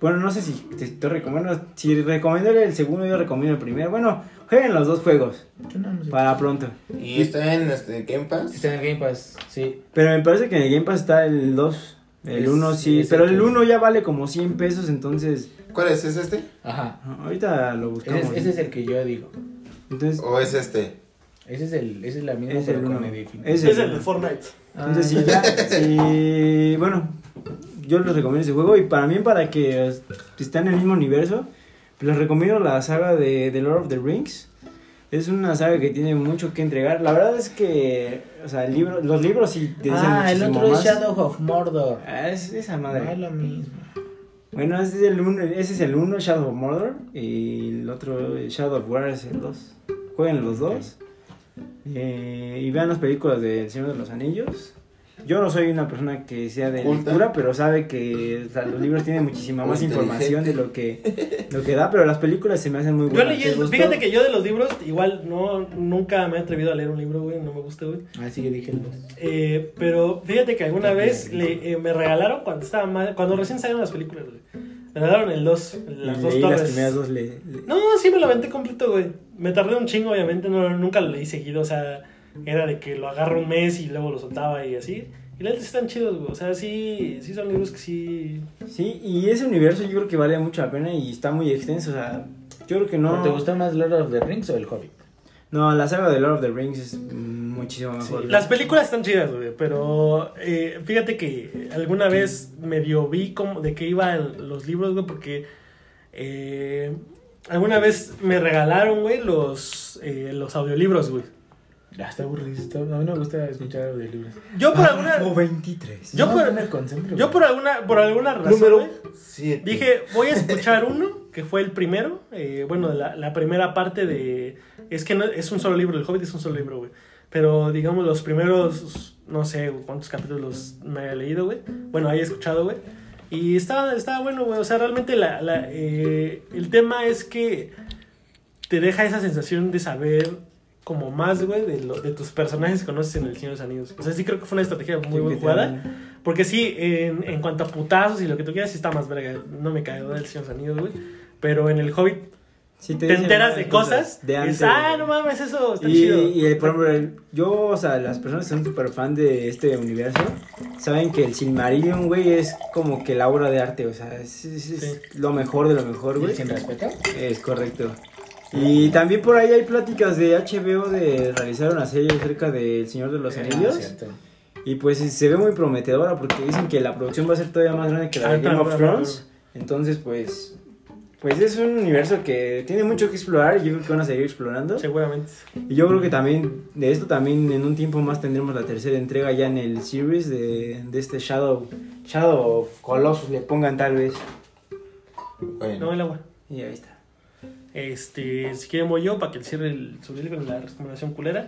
C: Bueno, no sé si te, te recomiendo. Si recomiendo el segundo, yo recomiendo el primero. Bueno, jueguen los dos juegos
B: Yo no, no sé.
C: para pronto.
D: Y está en este, Game Pass.
B: Está en el Game Pass, sí.
C: Pero me parece que en el Game Pass está el 2. El
B: Es-
C: 1 sí,
B: es
C: pero
B: el
C: el
B: que-
C: 1 ya vale como 100 pesos, entonces
D: ¿Cuál es? ¿Es este?
B: Ajá.
C: ahorita
B: Ese
C: lo buscamos.
B: es, ese es el que yo digo.
C: Entonces,
D: ¿O es este?
B: Ese es el, ese es la misma
C: es el
B: pero con
C: 1.
B: Edifin.
C: Es
A: Es
C: el
A: el de
C: uno.
A: Fortnite.
B: Ah,
C: Entonces sí,
B: ya.
C: ya, sí, bueno, yo les recomiendo ese juego y para mí, para que eh, estén en el mismo universo, les recomiendo la saga de The Lord of the Rings. Es una saga que tiene mucho que entregar. La verdad es que, o sea, el libro, los libros sí te dicen
B: Ah, el
C: muchísimo
B: otro es
C: más.
B: Shadow of Mordor.
C: Ah, es esa
B: No es
C: madre.
B: lo mismo.
C: Bueno, ese es el uno, ese es el uno, Shadow of Mordor, y el otro eh, Shadow of War es el 2. Jueguen los dos. eh, y vean las películas de El Señor de los Anillos. Yo no soy una persona que sea de
D: Culta.
C: lectura, pero sabe que o sea, los libros tienen muchísima
D: Muy
C: más información de lo que, lo que da, pero las películas se me hacen muy
A: Yo
C: buenas.
A: leí,
C: ¿Te gustó?
A: fíjate que yo de los libros, igual no, nunca me he atrevido a leer un libro, güey, no me gusta, güey.
B: Ah, sí, yo dije el dos.
A: Eh, pero fíjate que alguna vez le- eh, me regalaron cuando estaba mal, cuando recién salieron las películas, güey. Me regalaron el 2, las dos
C: Leí las
A: torres.
C: primeras dos. le- le-
A: No, sí me lo aventé completo, güey. Me tardé un chingo, obviamente, no, nunca lo leí seguido, o sea, era de que lo agarro un mes y luego lo soltaba y así. Y la neta sí están chidos, güey. O sea, sí, sí son libros que sí.
C: Sí, y ese universo yo creo que vale mucho la pena y está muy extenso. O sea, yo creo que no.
B: ¿Pero ¿Te gusta más Lord of the Rings o el Hobbit?
C: No, la saga de Lord of the Rings es muchísimo mejor.
A: Las películas están chidas, güey, pero eh, fíjate que alguna vez medio vi como de qué iban los libros, güey, porque eh, alguna vez me regalaron, güey, los, eh, los audiolibros, güey.
B: Ya, Ah, está aburrido. está- A mí no me gusta escuchar audiolibros.
A: Yo
C: Ah,
A: por alguna,
C: O 23.
A: Yo
B: No,
A: por-
B: no me concentro.
A: yo por alguna, por alguna razón,
D: Número
A: güey,
D: Sí.
A: dije, voy a escuchar uno, que fue el primero, eh, bueno, la, la primera parte de, es que no, es un solo libro, El Hobbit es un solo libro, güey. Pero digamos, los primeros, no sé cuántos capítulos me he leído, güey. Bueno, ahí he escuchado, güey. Y estaba, estaba bueno, güey. O sea, realmente la, la, eh, el tema es que te deja esa sensación de saber como más, güey, de, lo- de tus personajes que conoces en El Señor de los Anillos. O sea, sí creo que fue una estrategia muy buena jugada. Porque sí, en, en cuanto a putazos y lo que tú quieras, sí está más verga. No me caigo del Señor de los Anillos, güey. Pero en El Hobbit
C: Sí,
A: te,
C: dicen
A: enteras
C: varias
A: de cosas.
C: De
A: y
C: antes.
A: dices, ah, no mames, eso está
C: y,
A: chido.
C: y, eh, por ejemplo, yo, o sea, las personas que son súper fan de este universo saben que el Silmarillion, güey, es como que la obra de arte, o sea, es, es- es
A: Sí.
C: lo mejor de lo mejor, güey.
B: ¿Sin respeto?
C: Es correcto. Y también por ahí hay pláticas de HBO de realizar una serie acerca de El Señor de
A: Eh,
C: los Anillos.
B: Ah, cierto.
C: Y pues se ve muy prometedora porque dicen que la producción va a ser todavía más grande que la
A: Ah,
C: de Game
A: claro,
C: of
A: claro,
C: Thrones. Entonces, pues. Pues es un universo que tiene mucho que explorar y yo creo que van a seguir explorando.
A: Seguramente.
C: Y yo creo que también, de esto también en un tiempo más tendremos la tercera entrega ya en el series de, de este Shadow. Shadow of Colossus le pongan tal vez.
A: No,
D: Bueno.
A: el agua.
C: Y ahí está.
A: Este, si quieren voy yo para que cierre el subir con la recomendación culera.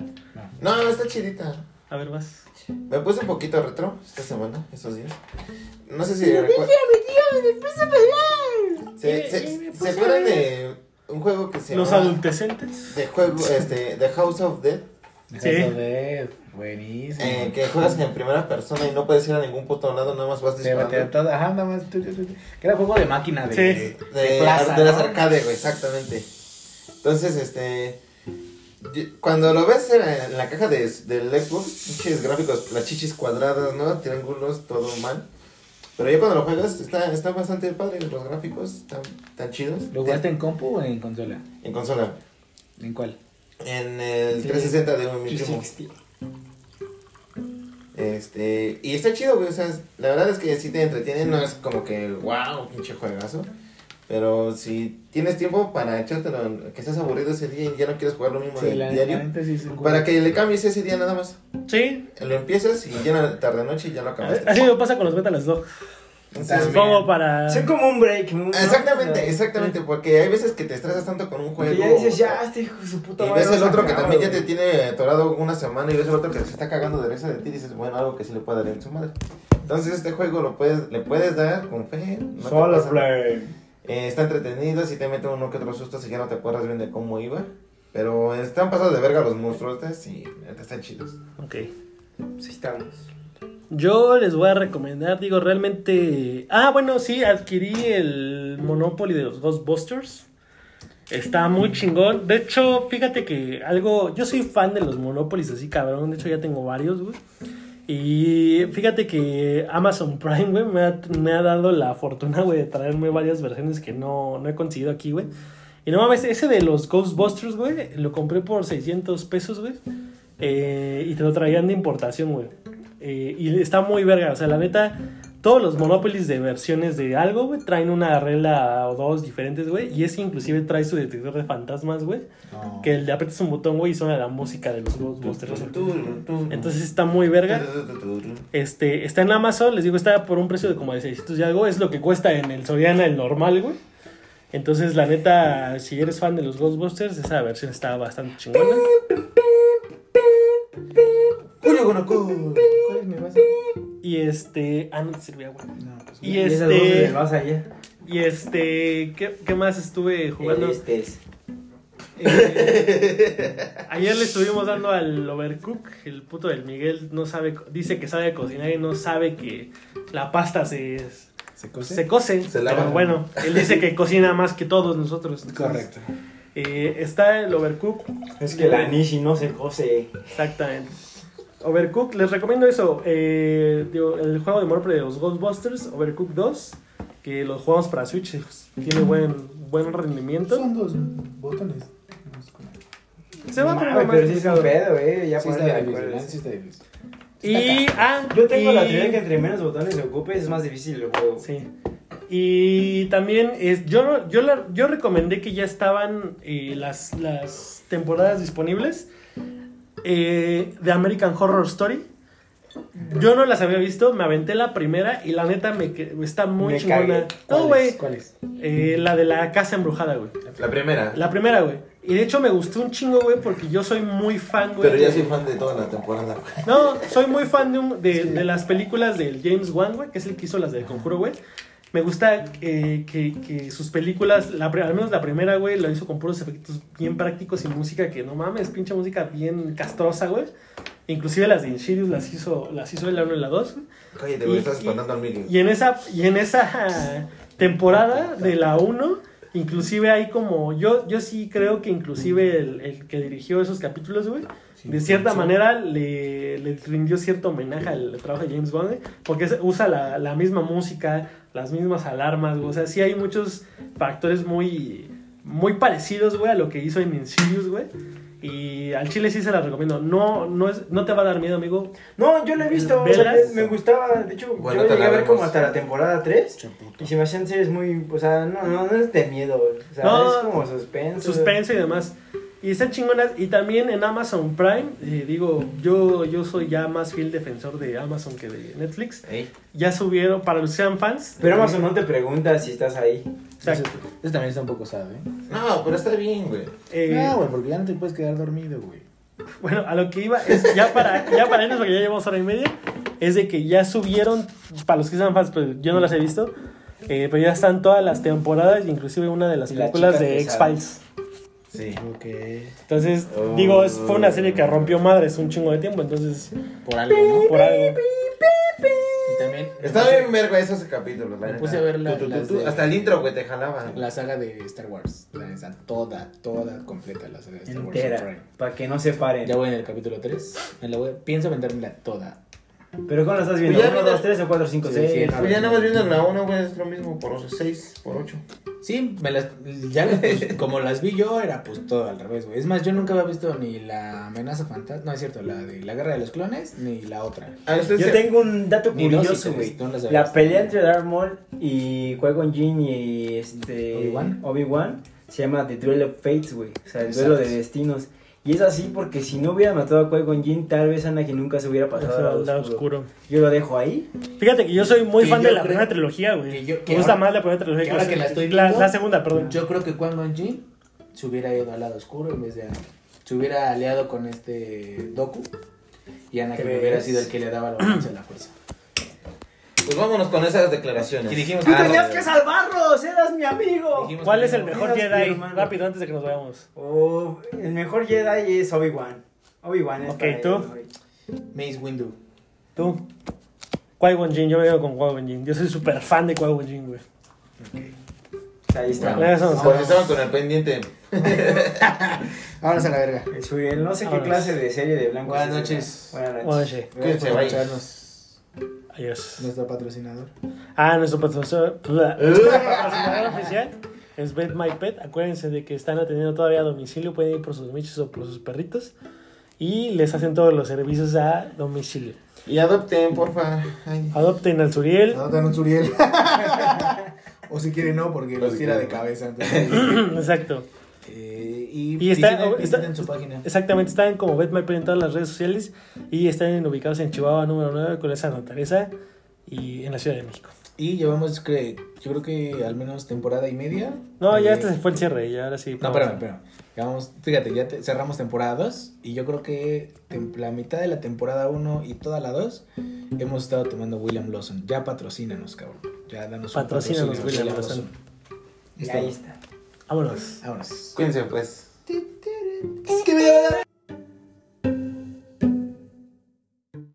D: No, está chidita.
A: A ver, vas.
D: Me puse un poquito retro esta semana, estos días. No sé si recuerdan. ¿Se, se, se acuerdan de un juego que se
A: Los
D: llamaba-
A: adultecentes.
D: De juego, este, de House of Dead.
A: Sí.
B: Eso de- Buenísimo.
D: eh, que juegas en primera persona y no puedes ir a ningún puto lado, nada más vas
B: Te
D: disparando.
B: batea todo, ajá, nada más. tú, tú, tú. Que era juego de máquina de,
A: Sí.
D: de,
B: de plaza.
D: de las
B: ¿no?
D: arcades, güey, exactamente. Entonces, este. yo- Cuando lo ves en la, en la caja de, del Xbox, pinches gráficos, las chichis cuadradas, ¿no? Triángulos, todo mal. Pero yo cuando lo juegas, está, está bastante padre los gráficos, están, están chidos.
B: ¿Lo jugaste en compu o en consola?
D: En consola.
B: ¿En cuál?
D: En el
B: Sí.
D: 360 de mi primo. Este, y está chido, güey. O sea, la verdad es que si te entretiene, no es como que, wow, pinche juegazo. Pero si tienes tiempo para echártelo, que estás aburrido ese día y ya no quieres jugar lo mismo
B: Sí,
D: de
B: la, la
D: diario,
B: neta sí es un
D: para
B: juego.
D: que le cambies ese día nada más.
A: Sí.
D: Lo empiezas y ya en la tarde-noche ya lo acabaste.
A: Así me pasa con los Metal Slug.
D: Entonces,
A: Los pongo para.
C: Son Ah. como un break. ¿no?
D: exactamente, exactamente, porque hay veces que te estresas tanto con un juego.
C: Porque ya dices, ya, este hijo de su puta
D: Y
C: madre
D: ves el
C: no se
D: otro que
C: acaba,
D: también ya
C: güey.
D: te tiene atorado una semana y ves el otro que se está cagando de risa de ti y dices, bueno, algo que sí le pueda dar en su madre. Entonces este juego lo puedes, le puedes dar con fe. no te
C: Solo
D: pasa nada.
C: play.
D: Eh, está entretenido, si te mete uno que otro susto si ya no te acuerdas bien de cómo iba. Pero están pasados de verga los monstruos y neta, están chidos.
A: Ok.
C: Pues ahí estamos.
A: Yo les voy a recomendar, digo, realmente. Ah, bueno, sí, adquirí el Monopoly de los Ghostbusters. Está muy chingón. De hecho, fíjate que algo. Yo soy fan de los Monopolies, así cabrón. De hecho, ya tengo varios, güey. Y fíjate que Amazon Prime, güey, me ha, me ha dado la fortuna, güey, de traerme varias versiones que no, no he conseguido aquí, güey. Y no mames, ese de los Ghostbusters, güey, lo compré por 600 pesos, güey. Eh, y te lo traían de importación, güey. Eh, y está muy verga, o sea, la neta, todos los Monopolies de versiones de algo, güey, traen una regla o dos diferentes, güey. Y ese inclusive trae su detector de fantasmas, güey.
B: No.
A: Que le aprietas un botón, güey, y suena la música de los Ghostbusters.
D: Entonces,
A: Entonces está muy verga. Este, está en Amazon, les digo, está por un precio de como de 600 y algo, es lo que cuesta en el Soriana el normal, güey. Entonces, la neta, si eres fan de los Ghostbusters, esa versión está bastante chingona.
D: Julio Gonoco.
B: ¿Cuál es mi base?
A: Y este, ah, no te servía, güey.
B: No, pues,
A: Y
C: esas dos
A: este,
C: del Barça ya.
A: y este, ¿qué, qué más estuve jugando?
C: Este es.
A: Eh, ayer le estuvimos dando al Overcook, el puto del Miguel no sabe, co- dice que sabe cocinar y no sabe que la pasta se,
B: ¿Se cose?
A: se cose.
D: Se lava.
A: Pero bueno, él dice que cocina más que todos nosotros. entonces,
B: Correcto.
A: Eh, está el Overcook.
C: Es que la Nishi no se cose.
A: Exactamente. Overcook, les recomiendo eso. eh, digo, el juego de Morphe de los Ghostbusters, Overcook 2, que los jugamos para Switch. hijos, Tiene buen, buen rendimiento.
B: Son dos botones. No sé cómo.
A: Se va a poner
C: Mame,
A: más
C: pero sí es un
A: complicado.
C: pedo, eh. Ya
B: Sí
C: ponerte
B: está
C: de
B: difícil,
C: acuerdo.
B: ¿eh? Sí está difícil.
A: Y, ah,
C: Yo tengo la
A: y-
C: teoría que entre menos botones se ocupe es más difícil el juego.
A: Sí. Y también es, yo, no- yo, la- yo recomendé que ya estaban eh, las, las temporadas disponibles eh, de American Horror Story. Yo no las había visto, me aventé la primera y la neta me que- está muy
C: Me
A: chingona.
C: cagué.
A: No,
C: ¿Cuál
A: güey.
B: ¿Cuál es?
A: eh, la de la casa embrujada, güey.
D: La primera.
A: La primera, güey. Y de hecho me gustó un chingo, güey, porque yo soy muy fan, güey.
D: Pero ya
A: de-
D: soy fan de toda la temporada. güey.
A: no, soy muy fan de, un- de, de las películas del James Wan, güey, que es el que hizo las del Conjuro, güey. Me gusta eh, que, que sus películas, la, pri- al menos la primera, güey, lo hizo con puros efectos bien prácticos y música que no mames, pinche música bien castrosa, güey. Inclusive las de Insidious las hizo, las hizo el 1 y la 2, güey.
D: Cállate, güey,
A: Y-
D: estás
A: y-
D: espantando al Miriam.
A: Y en esa, y en esa temporada de la 1, inclusive hay como, yo, yo sí creo que inclusive el, el que dirigió esos capítulos, güey, de cierta manera le, le rindió cierto homenaje al trabajo de James Bond, güey, porque es- usa la, la misma música, las mismas alarmas, güey, o sea, sí hay muchos factores muy, muy parecidos, güey, a lo que hizo en Insidious, güey. Y al chile sí se la recomiendo. No, no, es, no te va a dar miedo, amigo.
C: No, yo lo he visto, o sea,
A: ¿Velas?
C: me gustaba, de hecho,
D: Bueno,
C: yo
D: te
C: llegué
D: la
C: a ver
D: vemos.
C: como hasta la temporada 3
B: puto.
C: y se me hacían series muy, o sea, no, no, no es de miedo, o sea,
A: No.
C: es como suspenso.
A: suspenso y demás. Y están chingonas. Y también en Amazon Prime, eh, digo, yo, yo soy ya más fiel defensor de Amazon que de Netflix.
D: Ey.
A: Ya subieron, para los que sean fans. eh,
C: Pero Amazon no te pregunta si estás ahí.
A: Exacto.
B: Eso también está un poco sabe. ¿eh?
D: No, pero está bien, güey.
A: Eh,
B: Ah, No, güey, porque ya no te puedes quedar dormido, güey.
A: Bueno, a lo que iba es, ya para, ya para irnos, porque ya llevamos hora y media, es de que ya subieron, para los que sean fans, pero yo no las he visto, eh, pero ya están todas las temporadas, inclusive una de las
C: Y la
A: películas
C: chica
A: de
C: que
A: X-Files.
D: Sí.
B: Ok.
A: Entonces,
D: Oh.
A: digo, es- fue una serie que rompió madres un chingo de tiempo, entonces,
B: Por algo, ¿no?
A: por algo.
B: Y también.
D: Estaba bien verga esos capítulos, la
B: Me
D: neta.
B: puse a ver la-
D: Tu, tu, tu,
B: las
D: tu,
B: de-
D: Hasta el intro, güey, te jalaban.
B: La saga de Star Wars. La esa toda, toda completa la saga de Star Wars. en
C: Entera.
B: Prime.
C: Para que no se paren.
B: Ya voy en el capítulo 3. Me la voy, pienso vendérmela toda.
C: Pero ¿cómo la estás viendo?
D: Pues ya
C: 1,
D: vi la-
C: 2, 3 o 4, 5,
B: Sí, sí,
C: 6.
B: la-
D: Pues ya nada más viendo la 1, güey, es lo mismo por 6, por 8.
B: Sí, me las, ya pues, como las vi yo, era pues todo al revés, güey. Es más, yo nunca había visto ni la amenaza fantasma, no es cierto, la de la guerra de los clones, ni la otra.
D: Ah,
C: Yo tengo un dato
B: Ni dos,
C: curioso,
B: ni tres,
C: güey.
B: no las había
C: La
B: visto.
C: pelea entre Darth Maul y Qui-Gon Jinn y este
B: Obi-Wan.
C: Obi-Wan se llama The Duel of Fates, güey. O sea, el duelo de
B: Exacto.
C: destinos. Y es así porque si no hubiera matado a Qui-Gon Jinn, tal vez Anakin nunca se hubiera pasado
A: O sea,
C: al
A: lado
C: lado oscuro.
A: oscuro.
C: Yo lo dejo ahí.
A: Fíjate que yo soy muy
B: Que
A: fan
B: yo
A: de la
B: creo-
A: primera trilogía,
B: que
A: güey.
B: yo- que
A: Me gusta
B: ahora-
A: más la primera trilogía
B: que ahora que la estoy viendo-
A: la segunda, perdón.
B: Yo creo que Quan Gon Jin se hubiera ido al lado oscuro en vez de se hubiera aliado con este Doku y Anakin
C: ¿Crees?
B: hubiera sido el que le daba la balance a la fuerza.
D: Pues vámonos con esas declaraciones.
B: Y dijimos-
C: ¡Tú
D: Ah,
C: tenías
D: no,
C: que salvarlos! ¡Eras mi amigo!
B: Dijimos
A: ¿Cuál
B: que
A: es el
B: no.
A: mejor
C: Dios, mi
A: Jedi?
C: hermano.
A: Rápido, antes de que nos vayamos.
C: Oh, el mejor Jedi es Obi-Wan. Obi-Wan es
A: Ok,
C: para
A: ¿tú?
C: él, güey.
B: Mace Windu.
A: Tú. Qui-Gon Jinn, yo me veo con Qui-Gon Jinn. Yo soy súper fan de Qui-Gon Jinn, güey.
C: Ahí está.
D: Bueno,
A: Eso no
D: Pues
A: sé.
D: estaban con el pendiente.
B: Ahora a la verga.
C: El suyo, el no sé qué
A: Vámonos.
C: clase de serie de blanco.
B: Buenas
C: es esa.
B: noches.
C: Buenas noches.
A: Oye,
D: Que se vaya.
B: escucharnos.
A: adiós.
B: Nuestro patrocinador.
A: Ah, nuestro patrocinador, nuestro patrocinador oficial es Bet My Pet. Acuérdense de que están atendiendo todavía a domicilio. Pueden ir por sus michis o por sus perritos. Y les hacen todos los servicios a domicilio.
D: Y adopten, porfa. Ay.
A: Adopten al Suriel.
H: Anotan un Suriel. o si quiere no, porque los tira de cabeza. entonces,
A: Exacto.
H: eh, y
A: Y está-
H: visiten-
A: está-
H: visiten su página.
A: Exactamente, están como Bet My Pet en todas las redes sociales. Y están ubicados en Chihuahua número 9 con esa Teresa. Y en la Ciudad de México.
B: Y llevamos, cre- yo creo que al menos temporada y media.
A: No, ya
B: Eh,
A: este se fue el cierre. Ya ahora sí.
B: No,
A: vamos a-
B: espérame, espérame. Llevamos, fíjate, ya te- cerramos temporada 2 y yo creo que tem- la mitad de la temporada 1 y toda la 2 hemos estado tomando William Lawson. Ya patrocínanos, cabrón. Ya danos un
A: Patrocínanos,
B: patrocinio,
A: William Lawson.
B: Es
C: Ahí
B: todo.
C: está.
A: Vámonos.
B: Vámonos.
D: Cuídense, pues.
H: Es que me da-